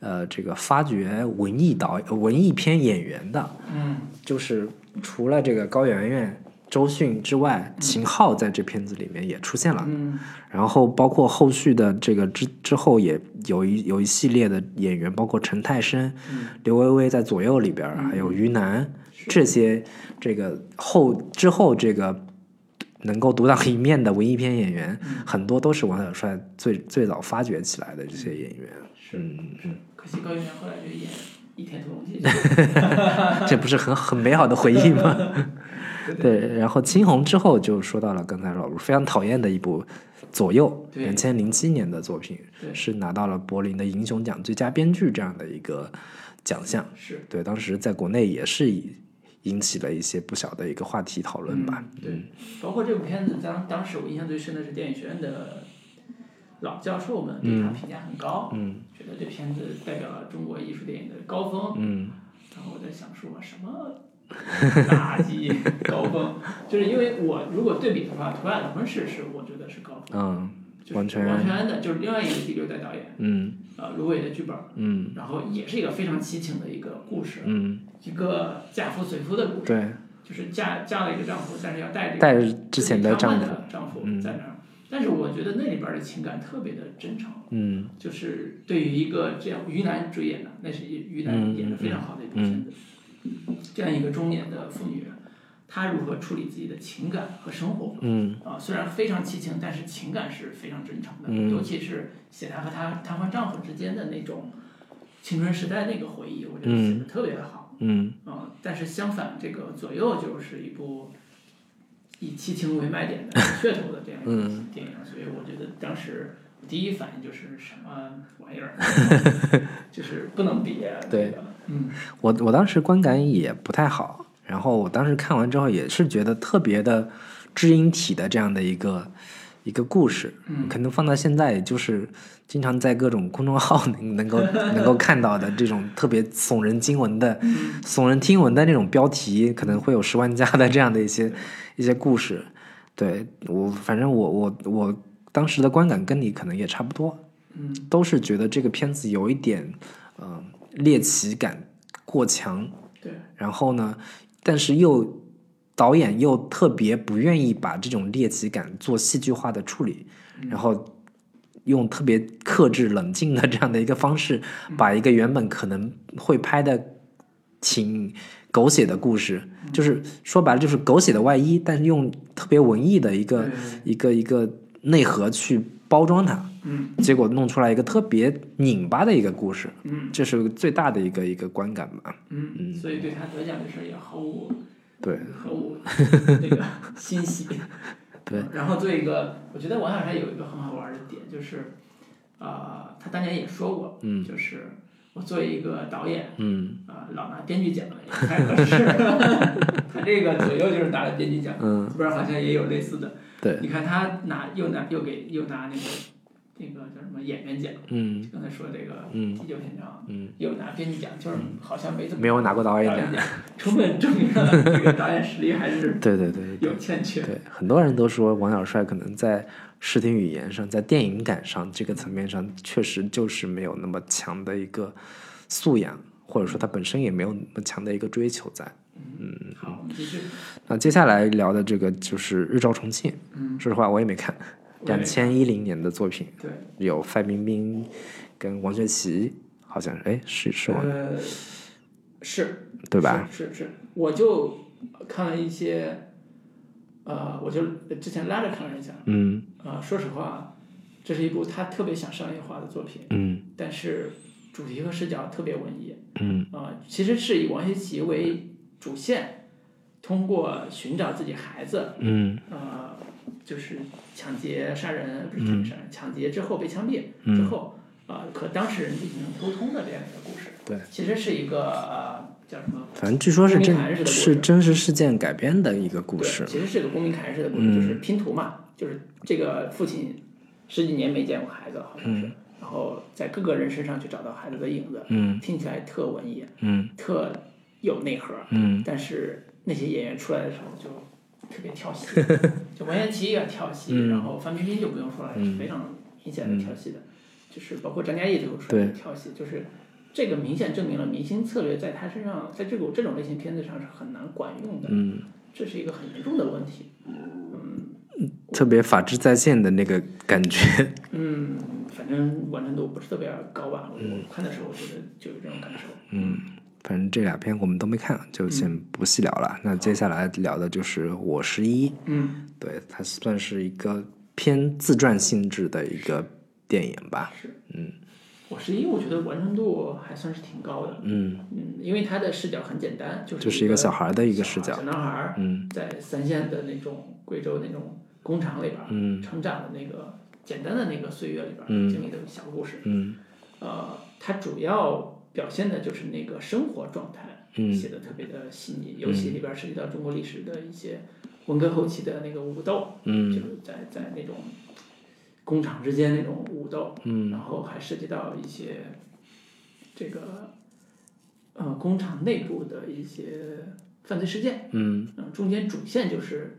呃，这个发掘文艺导呃文艺片演员的。
嗯，
就是除了这个高圆圆、周迅之外，秦昊在这片子里面也出现了。
嗯，
然后包括后续的这个之之后，也有一有一系列的演员，包括陈泰生、刘薇薇在左右里边儿，还有于楠这些这个后之后这个能够独当一面的文艺片演员，很多都是王小帅最最早发掘起来的这些演员。嗯，
可惜高圆圆后来就演《倚天屠龙 记》去
这不是很很美好的回忆吗？ 对，然后青红之后就说到了刚才老卢非常讨厌的一部《左右》，
对
两千零七年的作品
对，
是拿到了柏林的银熊奖最佳编剧这样的一个奖项
了。。是，
对，当时在国内也是以引起了一些不小的一个话题讨论吧。
嗯对，包括这部片子，当当时我印象最深的是电影学院的老教授们对他评价很高，嗯，觉得这片子代表了中国艺术电影的高峰，嗯，然后我在想说什么垃圾 高峰，就是因为我如果对比的话，《图案的婚事》是我觉得是高峰，
嗯
哦就是
完全
完全的，就是另外一个第六代导演，
嗯
呃，芦苇的剧本，
嗯
然后也是一个非常凄情的一个故事，
嗯，
一个嫁夫随夫的故事。
对，
就是嫁嫁了一个丈夫，但是要带着
带着之前的
丈
丈夫，
丈
嗯
夫在那儿。但是我觉得那里边的情感特别的真诚，
嗯
就是对于一个这样于南主演的，那是于
嗯
南演的非常好的一部片子，这样一个中年的妇女，她如何处理自己的情感和生活？
嗯
啊，虽然非常凄情，但是情感是非常真诚的，
嗯
尤其是写她和她她和丈夫之间的那种青春时代那个回忆，我觉得写的特别的好。
嗯
嗯，但是相反，这个左右就是一部以七情为卖点的噱头的这样一个电影，所以我觉得当时我第一反应就是什么玩意儿，就是不能比。这
对
个，嗯，
我我当时观感也不太好，然后我当时看完之后也是觉得特别的知音体的这样的一个一个故事，
嗯
可能放到现在也就是经常在各种公众号能能够能够看到的这种特别耸人惊闻的、
嗯
耸人听闻的那种标题，可能会有十万加的这样的一些一些故事。对我，反正我我我当时的观感跟你可能也差不多，
嗯，
都是觉得这个片子有一点，嗯、猎奇感过强，
对，
然后呢，但是又导演又特别不愿意把这种猎奇感做戏剧化的处理，
嗯
然后用特别克制、冷静的这样的一个方式，
嗯
把一个原本可能会拍的挺狗血的故事，
嗯
就是说白了就是狗血的外衣，但是用特别文艺的一个
对对
一个一个内核去包装它，
嗯
结果弄出来一个特别拧巴的一个故事，
嗯
这是最大的一个一个观感吧。
嗯，所以对他得奖这事儿也毫无
对，
和我那个欣喜。嗯
对。
然后做一个，我觉得王小帅有一个很好玩的点，就是，啊、他当年也说过，嗯，就是我作为一个导演，
嗯
啊、老拿编剧奖也不太合 适。他这个左右就是拿了编剧奖，
嗯，
不然好像也有类似的。
对，
你看他拿又拿又给又拿那个那个叫什么演员奖，
嗯，
刚才说这个
嗯
急救篇章，
嗯，
又拿编剧奖，就是好像没怎么
没有拿过导演
导演
奖。
奖，充分证明了这个导演实力还是
对对对对
有欠缺。
对，很多人都说王小帅可能在视听语言上，在电影感上这个层面上，确实就是没有那么强的一个素养，或者说他本身也没有那么强的一个追求在。
嗯，好，我们继续。
那接下来聊的这个就是《日照重庆》，
嗯，
说实话我也没看，
我也
两
没
千一零年的作品，
对，
有范冰冰跟王学圻，好像是哎是是王、
呃，是，
对吧？？
是是是，我就看了一些，呃，我就之前拉着看了一下，
嗯
啊、说实话，这是一部他特别想商业化的作品，
嗯
但是主题和视角特别文艺，呃
嗯
啊、其实是以王学圻为主线，通过寻找自己孩子，
嗯
呃，就是抢劫、杀人，不是
嗯
抢劫杀人，抢劫之后被枪毙之后，呃，和当事人进行沟通的这样一个故事，
对，
其实是一个呃叫什么？
反正据说是
公民凯恩式的
真
故
是
事
真实事件改编的一个故
对，
事，
其实是个公民凯恩式的故事，
嗯
就是拼图嘛，就是这个父亲十几年没见过孩子，好像是，然后在各个人身上去找到孩子的影子，
嗯
听起来特文艺，
嗯
特有内核，
嗯
但是那些演员出来的时候就特别跳 戏，就王彦奇也跳戏，
嗯
然后范冰冰就不用说了，是非常明显的跳戏的，就是包括张嘉译最后出来
对
跳戏，就是这个明显证明了明星策略在他身上，在这种这种类型片子上是很难管用的，
嗯，
这是一个很严重的问题。
特别法治在线的那个感觉，
嗯，反正完成度不是特别高吧，我我看的时候我觉得就有这种感受。
嗯，反正这俩片我们都没看，
嗯
就先不细聊了。那接下来聊的就是《我十一》，
嗯，
对，它算是一个偏自传性质的一个电影吧，
是，嗯，我十一我觉得完成度还算是挺高的，
嗯，
嗯，因为他的视角很简单，就是
就是一个小孩儿的一个视角
小，男孩儿
嗯
在三线的那种贵州那种工厂里边儿，
嗯
成长的那个简单的那个岁月里边儿、
嗯
经历的小故事，
嗯
呃，他主要表现的就是那个生活状态，
嗯
写的特别的细腻，尤其里边儿涉及到中国历史的一些文革后期的那个武斗，就
嗯
是在在那种工厂之间那种武斗，
嗯
然后还涉及到一些这个呃工厂内部的一些犯罪事件。
嗯
嗯、中间主线就是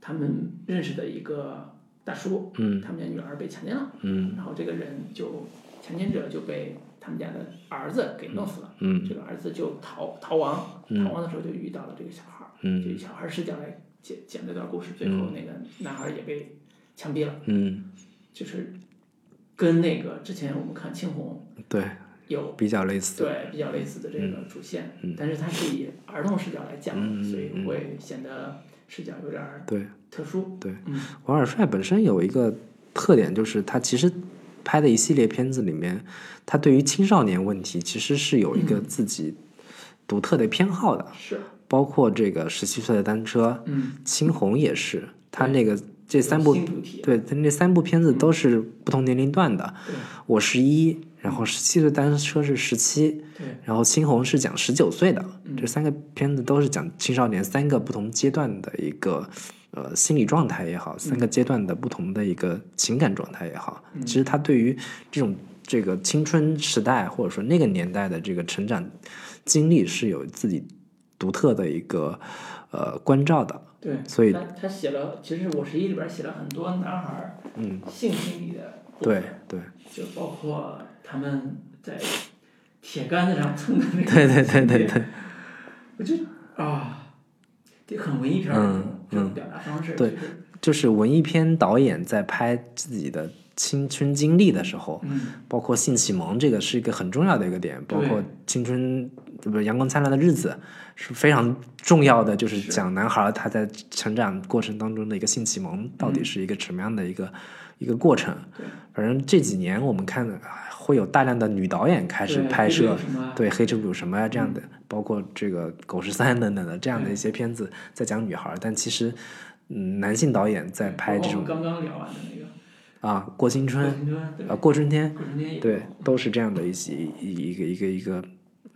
他们认识的一个大叔，
嗯
他们家女儿被强奸了，
嗯
然后这个人就强奸者就被他们家的儿子给弄死了。
嗯
这个儿子就逃逃亡，逃亡的时候就遇到了这个小孩儿，就以
嗯
小孩儿视角来讲讲这段故事，最后那个男孩儿也被枪毙了。
嗯，
就是跟那个之前我们看青红
对，
有
比较类似，嗯
对比较类似的这个主线，但是它是以儿童视角来讲的，所
嗯
以会显得视角有点儿
对。
特殊。
对
嗯，
王尔帅本身有一个特点，就是他其实拍的一系列片子里面，他对于青少年问题其实是有一个自己独特的偏好的，
是，
包括这个《十七岁的单车》
嗯，
青红》也是，他那个这三部
新主题，嗯
对，他那三部片子都是不同年龄段的，
对
我十一，然后《十七岁的单车》是十七，
对嗯
然后《青红》是讲十九岁的，这三个片子都是讲青少年三个不同阶段的一个呃心理状态也好，三个
嗯
阶段的不同的一个情感状态也好。其实他对于这种这个青春时代或者说那个年代的这个成长经历是有自己独特的一个呃关照的。
对，
所以
他他写了，其实我十一里边儿写了很多男孩儿
嗯，
性心理的，
对，对
就包括他们在铁杆子上蹭的那个，
对对对对对，
我就 啊，这很文艺片儿的这种这种表达方式，
嗯对
就是，
就是文艺片导演在拍自己的青春经历的时候，
嗯。
包括性启蒙这个是一个很重要的一个点，包
对
括青春呃不是阳光灿烂的日子是非常重要的，就是
是
讲男孩儿他在成长过程当中的一个性启蒙到底是一个什么样的一个、一个过程。
嗯对
反正这几年我们看啊会有大量的女导演开始
对
拍
这个
摄
有什么，啊嗯
对《黑耻有什么呀》这样的，包括这个《狗十三》等等的这样的一些片子在讲女孩儿，但其实嗯男性导演在拍
包括
这
哦我
种
们刚刚聊完的那个哦
啊过新
过
春
程中，对
啊
吧？
过春天
过程中也
对，都是这样的一些一一个一个一个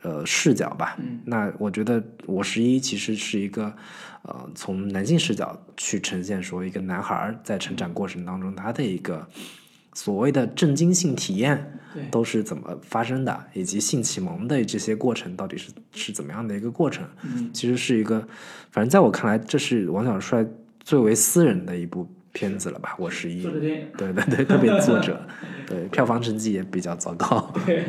呃视角吧。
嗯
那我觉得我十一其实是一个呃从男性视角去呈现说一个男孩儿在成长过程当中他的一个所谓的震惊性体验
对
都是怎么发生的，以及性启蒙的这些过程到底是是怎么样的一个过程。
嗯，
其实是一个，反正在我看来，这是王小帅最为私人的一部片子了吧？我十一
做。的电影，
对对对，特别作 者，对票房成绩也比较糟糕。
对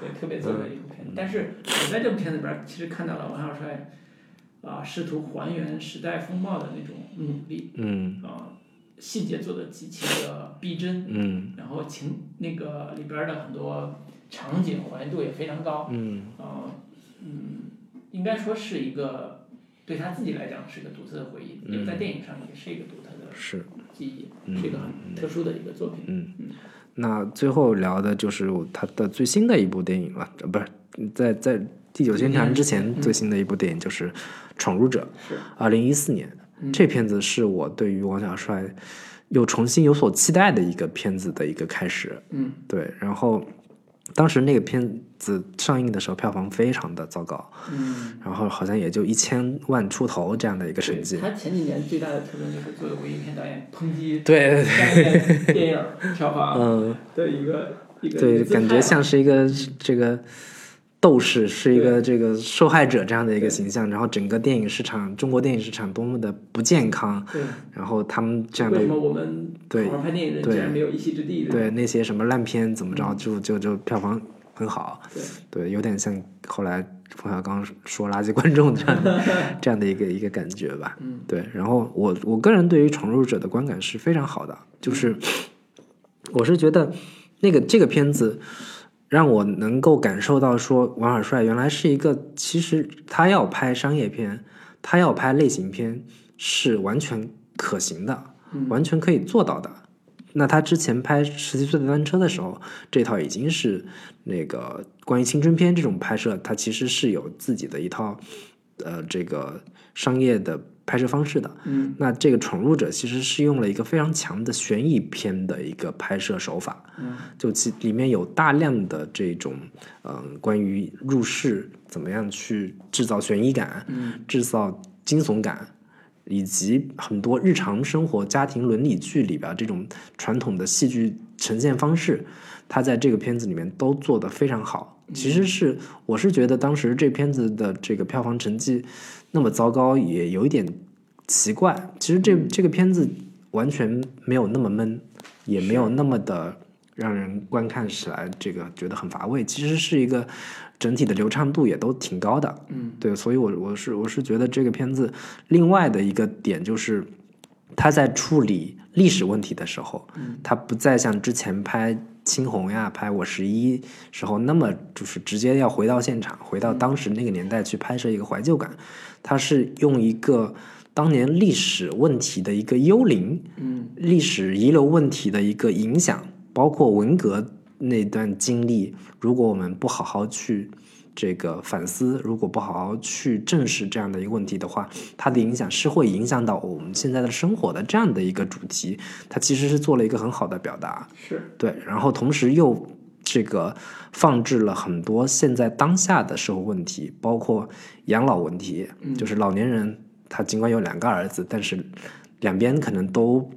对，特别做的一部片。
嗯
但是我在这部片子里边儿，其实看到了王小帅啊、试图还原时代风貌的那种努力
嗯
啊、细节做的极其的逼真，
嗯
然后情那个里边儿的很多场景还原度也非常高，
嗯
呃，嗯，应该说是一个对他自己来讲是一个独特的回忆，也在电影上也是一个独特的
嗯是，嗯
记忆，是一个很特殊的一个作品。嗯，
那最后聊的就是他的最新的一部电影了，呃不是在在第九天长之前最新的一部电影就是《闯入者
是》，嗯
二零一四年。这片子是我对于王小帅又重新有所期待的一个片子的一个开始。
嗯，
对，然后当时那个片子上映的时候，票房非常的糟糕，
嗯，
然后好像也就一千万出头这样的一个成绩。
他前几年最大的特征就是作为文艺片导演抨击
对对对，
商业电影票房
嗯，
的一个一个一
对，
个姿态啊
感觉像是一个这个斗士，是一个这个受害者这样的一个
对
形象。然后整个电影市场，中国电影市场多么的不健康，
对，
然后他们这样
为
的
什么我们
对
好好拍电影人
对
竟然没有一席之地？嗯
对那些什么烂片怎么着，就就就票房很好，
对
对，有点像后来冯小刚说“垃圾观众”这 样的这样的一个一个感觉吧。
嗯，
对。然后我我个人对于《闯入者》的观感是非常好的，就是
嗯
我是觉得那个这个片子让我能够感受到说，王尔帅原来是一个，其实他要拍商业片，他要拍类型片是完全可行的，
嗯
完全可以做到的。那他之前拍《十七岁的单车》的时候，这套已经是那个关于青春片这种拍摄，它其实是有自己的一套呃这个商业的拍摄方式的。
嗯，
那这个《闯入者》其实是用了一个非常强的悬疑片的一个拍摄手法，
嗯，
就其里面有大量的这种嗯、呃关于入室怎么样去制造悬疑感，
嗯
制造惊悚感，以及很多日常生活、家庭伦理剧里边这种传统的戏剧呈现方式，他在这个片子里面都做得非常好。其实是我是觉得当时这片子的这个票房成绩那么糟糕，也有一点奇怪。其实这这个片子完全没有那么闷，也没有那么的让人观看起来这个觉得很乏味。其实是一个整体的流畅度也都挺高的。
嗯
对，所以我我是我是觉得这个片子另外的一个点就是，他在处理历史问题的时候，他不再像之前拍《青红》呀、拍《我十一》时候那么就是直接要回到现场，回到当时那个年代去拍摄一个怀旧感，他是用一个当年历史问题的一个幽灵，
嗯
历史遗留问题的一个影响，包括文革那段经历，如果我们不好好去这个反思，如果不好好去正视这样的一个问题的话，它的影响是会影响到我们现在的生活的这样的一个主题，它其实是做了一个很好的表达。
是
对，然后同时又这个放置了很多现在当下的社会问题，包括养老问题，就是老年人他尽管有两个儿子，但是两边可能都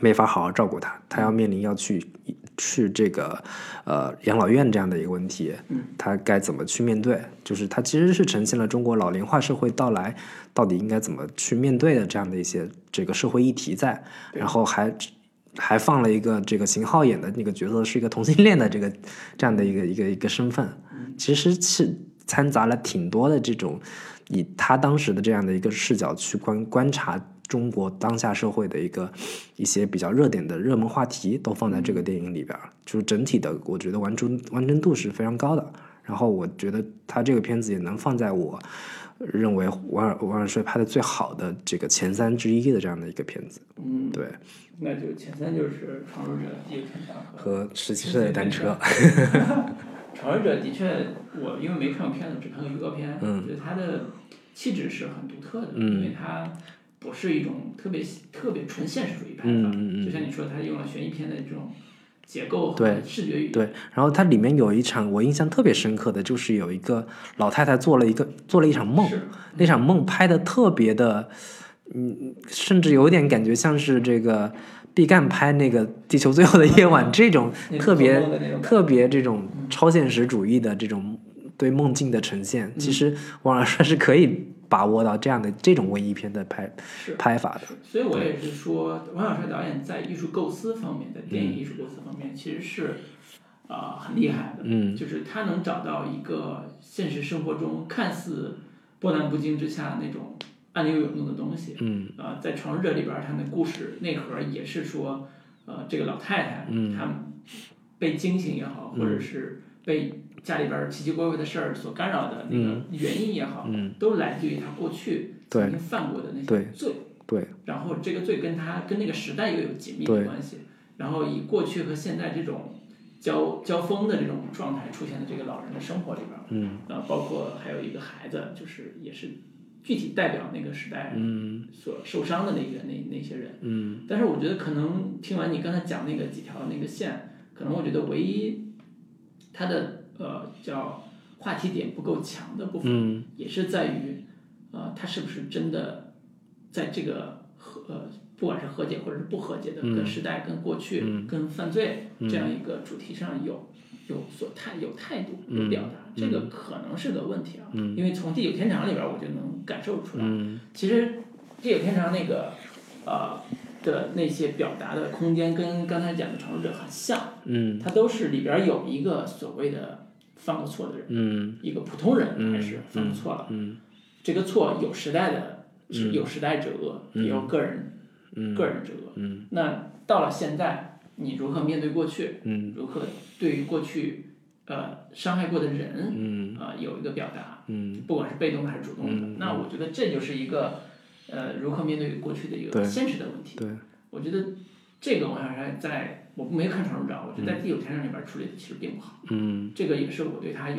没法好好照顾他，他要面临要去去这个呃养老院这样的一个问题，他该怎么去面对？就是他其实是呈现了中国老龄化社会到来到底应该怎么去面对的这样的一些这个社会议题在，然后还还放了一个这个秦昊演的那个角色是一个同性恋的这个这样的一个一个一个身份，其实是掺杂了挺多的这种以他当时的这样的一个视角去观观察中国当下社会的一个一些比较热点的热门话题都放在这个电影里边儿，就是整体的我觉得完成完成度是非常高的。然后我觉得他这个片子也能放在我认为王尔王尔帅拍的最好的这个前三之一的这样的一个片子，
嗯，
对。
那就前三就是《闯入者》《夜天堂》和《
和十七岁的单车，
闯入者》。的确，我因为没看过片子，只看过预告片，嗯，觉得它的气质是很独特的，
嗯
因为它不是一种特别特别纯现实主义拍法，
嗯嗯嗯
就像你说，它用了悬疑片的这种结构
对
和视觉语言，
对。然后它里面有一场我印象特别深刻的，就是有一个老太太做了一个做了一场梦，
是
那场梦拍的特别的，嗯，甚至有点感觉像是这个毕赣拍那个《地球最后的夜晚》这种
那种
特别
做梦的那种感觉
特别这种超现实主义的这种对梦境的呈现，
嗯
其实王老师是可以把握到这样的这种文艺片的拍
是
拍法的。
所以我也是说，王小帅导演在艺术构思方面，在电影艺术构思方面，其实是啊、呃很厉害的。嗯，就是他能找到一个现实生活中看似波澜不惊之下那种暗流涌动的东西。嗯，啊、在《闯入者》里边儿，他的故事内核也是说，呃，这个老太太，嗯，她被惊醒也好，或者是被家里边儿奇奇怪怪的事儿所嗯干扰的那个原因也好，嗯、都来自于她过去
对
曾经犯过的那
对
些罪。
对，
然后这个罪跟他跟那个时代又有紧密的
对
关系，然后以过去和现在这种交交锋的这种状态出现在这个老人的生活里边儿，
嗯
啊，包括还有一个孩子，就是也是具体代表那个时代
嗯
所受伤的那个那那些人，
嗯
但是我觉得可能听完你刚才讲那个几条那个线，可能我觉得唯一它的呃叫话题点不够强的部分，
嗯
也是在于呃它是不是真的在这个和呃不管是和解或者是不和解的，跟时代、跟过去、跟犯罪这样一个主题上有。有所态有态度有表达，这个可能是个问题啊，因为从《地久天长》里边我就能感受出来，其实《地久天长》那个呃的那些表达的空间跟刚才讲的《闯入者》很像，
嗯
它都是里边有一个所谓的犯过错的人，
嗯
一个普通人还是犯过错了，
嗯
这个错有时代的，是有时代者恶，也有个人、
嗯
个人者恶。
嗯
那到了现在，你如何面对过去？
嗯
如何对于过去呃伤害过的人，
嗯
啊、有一个表达，
嗯
不管是被动的还是主动的，
嗯
那我觉得这就是一个呃如何面对过去的一个
对
现实的问题。
对
我觉得这个我还在我没看《常入长》，我觉得在《地久天长》里边处理的其实并不好，
嗯。
这个也是我对他有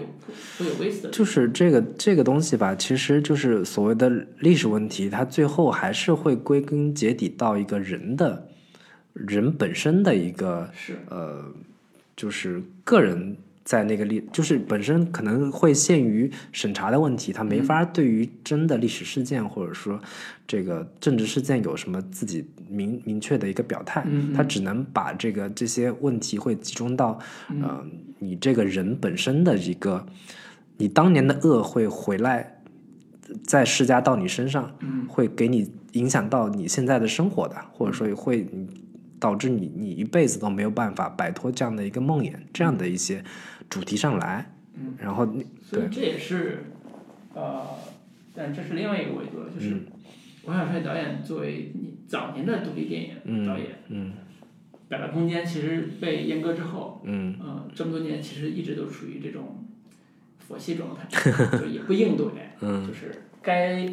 颇有微词的。
就是这个这个东西吧，其实就是所谓的历史问题，它最后还是会归根结底到一个人的人本身的一个
是
呃，就是个人在那个历，就是本身可能会限于审查的问题，他没法对于真的历史事件或者说这个政治事件有什么自己明明确的一个表态，
嗯嗯
他只能把这个这些问题会集中到，
嗯
呃，你这个人本身的一个，你当年的恶会回来。再施加到你身上，
嗯
会给你影响到你现在的生活的，或者说
嗯
也会你导致你你一辈子都没有办法摆脱这样的一个梦魇，这样的一些主题上来。
嗯，
然后你
所以
对，
这也是呃，但这是另外一个维度了，就是
嗯
王小帅导演作为你早年的独立电影导演，
嗯
百乐空间》其实被阉割之后，
嗯
呃，这么多年其实一直都处于这种佛系状态，就也不 应对，就是该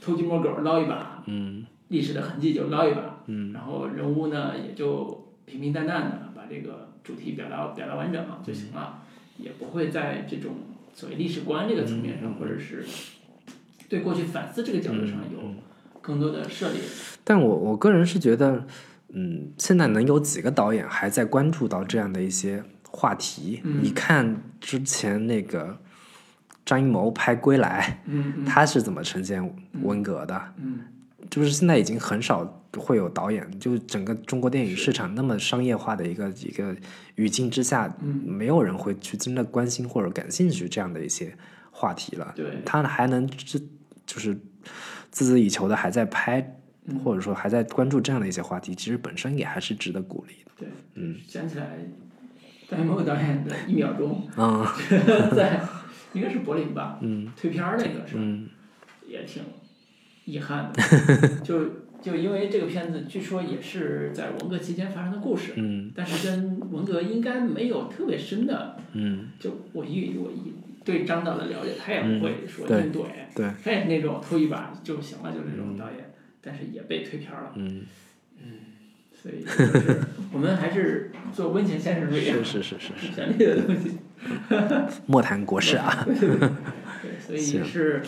偷鸡摸狗捞一把，
嗯
历史的痕迹就捞一把，
嗯
然后人物呢也就平平淡淡的把这个主题表达表达完整就行了，
嗯
也不会在这种所谓历史观这个层面上，或者是对过去反思这个角度
嗯
上有更多的涉猎。
但我我个人是觉得，嗯，现在能有几个导演还在关注到这样的一些话题？
嗯
你看之前那个张艺谋拍《归来》，
嗯嗯
他是怎么呈现温格的？
嗯
就是现在已经很少会有导演，就是整个中国电影市场那么商业化的一个一个语境之下，
嗯
没有人会去真的关心或者感兴趣这样的一些话题了。
对
他还能知就是孜孜以求的还在拍，或者说还在关注这样的一些话题，其实本身也还是值得鼓励的。
对，
嗯
想起来张艺谋导演的《一秒钟》。
嗯
在应该是柏林吧，
嗯
推片儿那个是吧
嗯
也挺遗憾 的，就就因为这个片子据说也是在文革期间发生的故事，
嗯
但是跟文革应该没有特别深的，
嗯，
就我一我一对张导的了解，他也不会说
对
硬怼，
对，
他也是哎那种偷一把就行了，就那种导演，但是也被推片儿了，
嗯，
所以就是我们还是做温情现实主义
是是是是，
权利的东西。
莫谈国事啊。
对，所以也是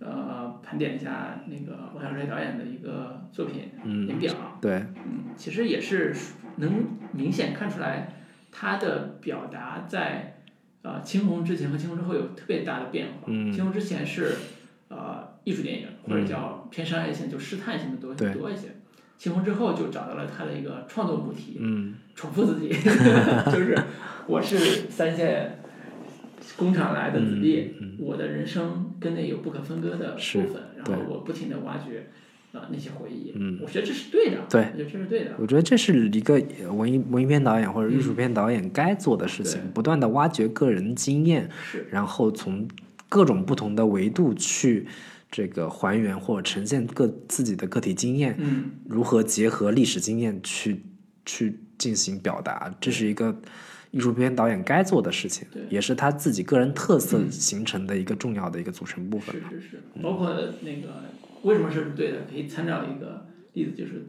呃盘点一下那个王小帅导演的一个作品演
嗯，
表，
对，
嗯，其实也是能明显看出来他的表达在呃青红之前和青红之后有特别大的变化。
嗯
青红之前是呃艺术电影或者叫偏商业性，就试探性的多
对
多一些。青红之后就找到了他的一个创作母题，
嗯
重复自 己，就是我是三线工厂来的子弟，我的人生跟那有不可分割的
嗯是
部分，然
对
后我不停的挖掘啊、呃那些回忆，
嗯
我觉得这是对的，
对
我觉得这是对啊的，
我觉得这是一个呃文艺文艺片导演或者艺术片导演该做的事情，
对
不断的挖掘个人经验，
是
然后从各种不同的维度去这个还原或者呈现个自己的个体经验，
嗯，
如何结合历史经验去去进行表达，这是一个艺术片导演该做的事情
对，
也是他自己个人特色形成的一个重要的一个组成部分
是。是是，包括那个为什么说是对的，可以参照一个例子就是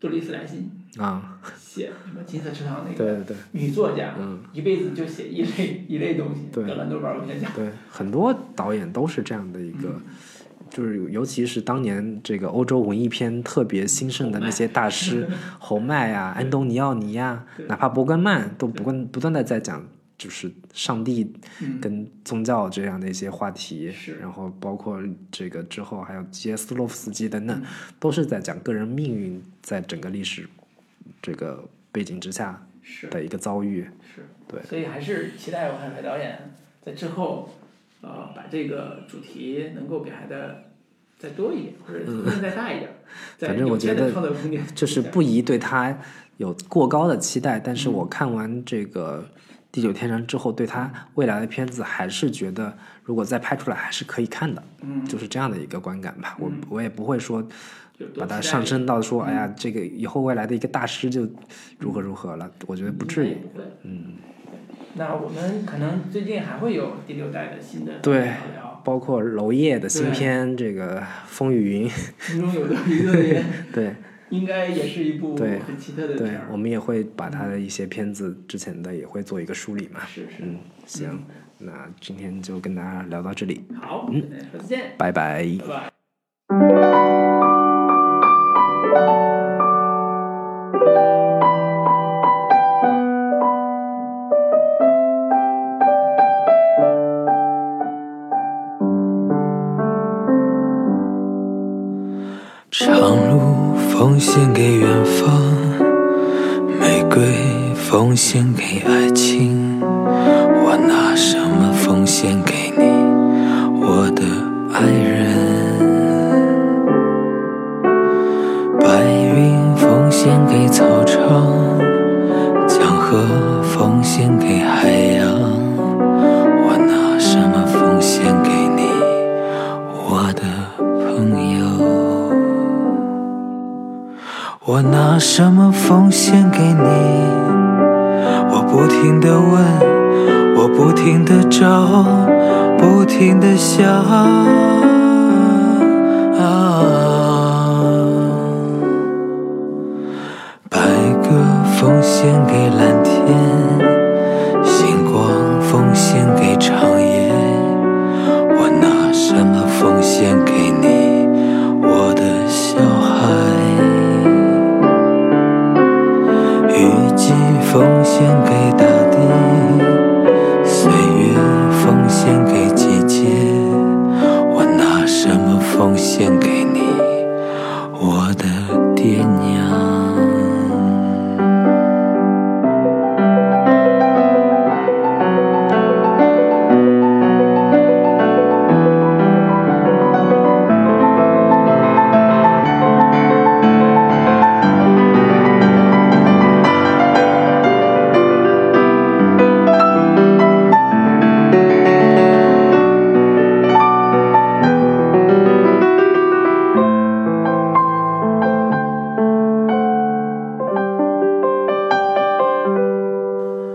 杜丽斯莱辛
啊，
写什么《金色池塘》那
对
个
对对
女作家，一辈子就写一类一类东西，
对
得了诺贝尔文学奖。
对，很多导演都是这样的一
嗯
个，就是尤其是当年这个欧洲文艺片特别兴盛的那些大 师，侯麦啊、安东尼奥尼啊，哪怕伯格曼都不断不断的在讲。就是上帝
嗯
跟宗教这样的一些话题，
是
然后包括这个之后还有杰斯洛夫斯基
嗯
等等，都是在讲个人命运在整个历史这个背景之下
是
的一个遭遇。
是，
对
所以还是期待王海牌导演在之后，呃，把这个主题能够给孩子再多一点，或者空间再大一点，在
嗯反正我
有限
觉
的
得
创作空间
就是
下
不宜对他有过高的期待，但是
嗯
我看完这个《地久天长》之后，对他未来的片子还是觉得，如果再拍出来还是可以看的，
嗯，
就是这样的一个观感吧。我
嗯
我也不会说
就多
把它
期待
上
一嗯
升到说，哎呀，这个以后未来的一个大师就如何如何了，我觉得
点
不至于
应该。也不会，嗯。那我们可能最近还会有第六代的新的呃
对
聊聊，
包括娄烨的
嗯
新
对
片，这个《风雨云》，
心中有的一个人，
对
应该也是一部
对
很奇特的
对
片，儿
我。们也会把他的一些片子之前的也会做一个梳理嘛。
是是，
嗯，行，那今天就跟大家聊到这里，
好，嗯，下次见，
拜拜。
拜拜。
长路奉献给远方，玫瑰奉献给爱情。我拿什么奉献给你，我的爱人？白云奉献给草场，江河奉献给海洋。我拿什么奉献给你，我的朋友？我拿什么奉献给你？我不停的问，我不停的找，不停的想。白鸽奉献给蓝天，星光奉献给长夜。我拿什么奉献给你，我的小孩？雨季奉献给大地，岁月奉献给季节。我拿什么奉献给你，我的爹娘？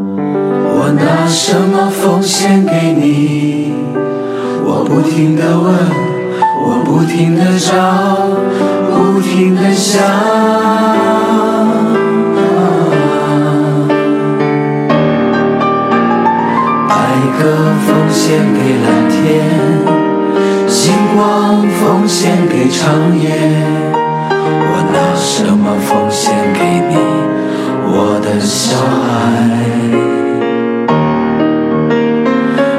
我拿什么奉献给你？我不停的问，我不停的找，不停的想。白鸽奉献给蓝天，星光奉献给长夜。我拿什么奉献给你，我的小孩？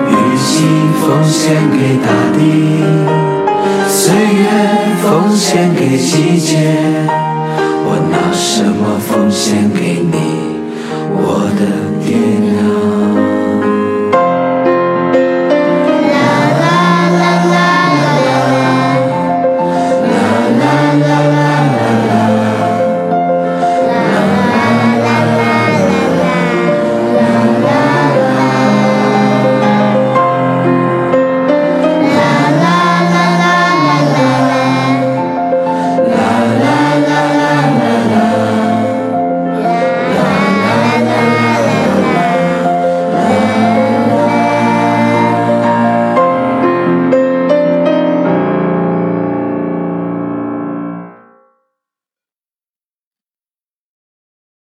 雨季奉献给大地，岁月奉献给季节。我拿什么奉献给你，我的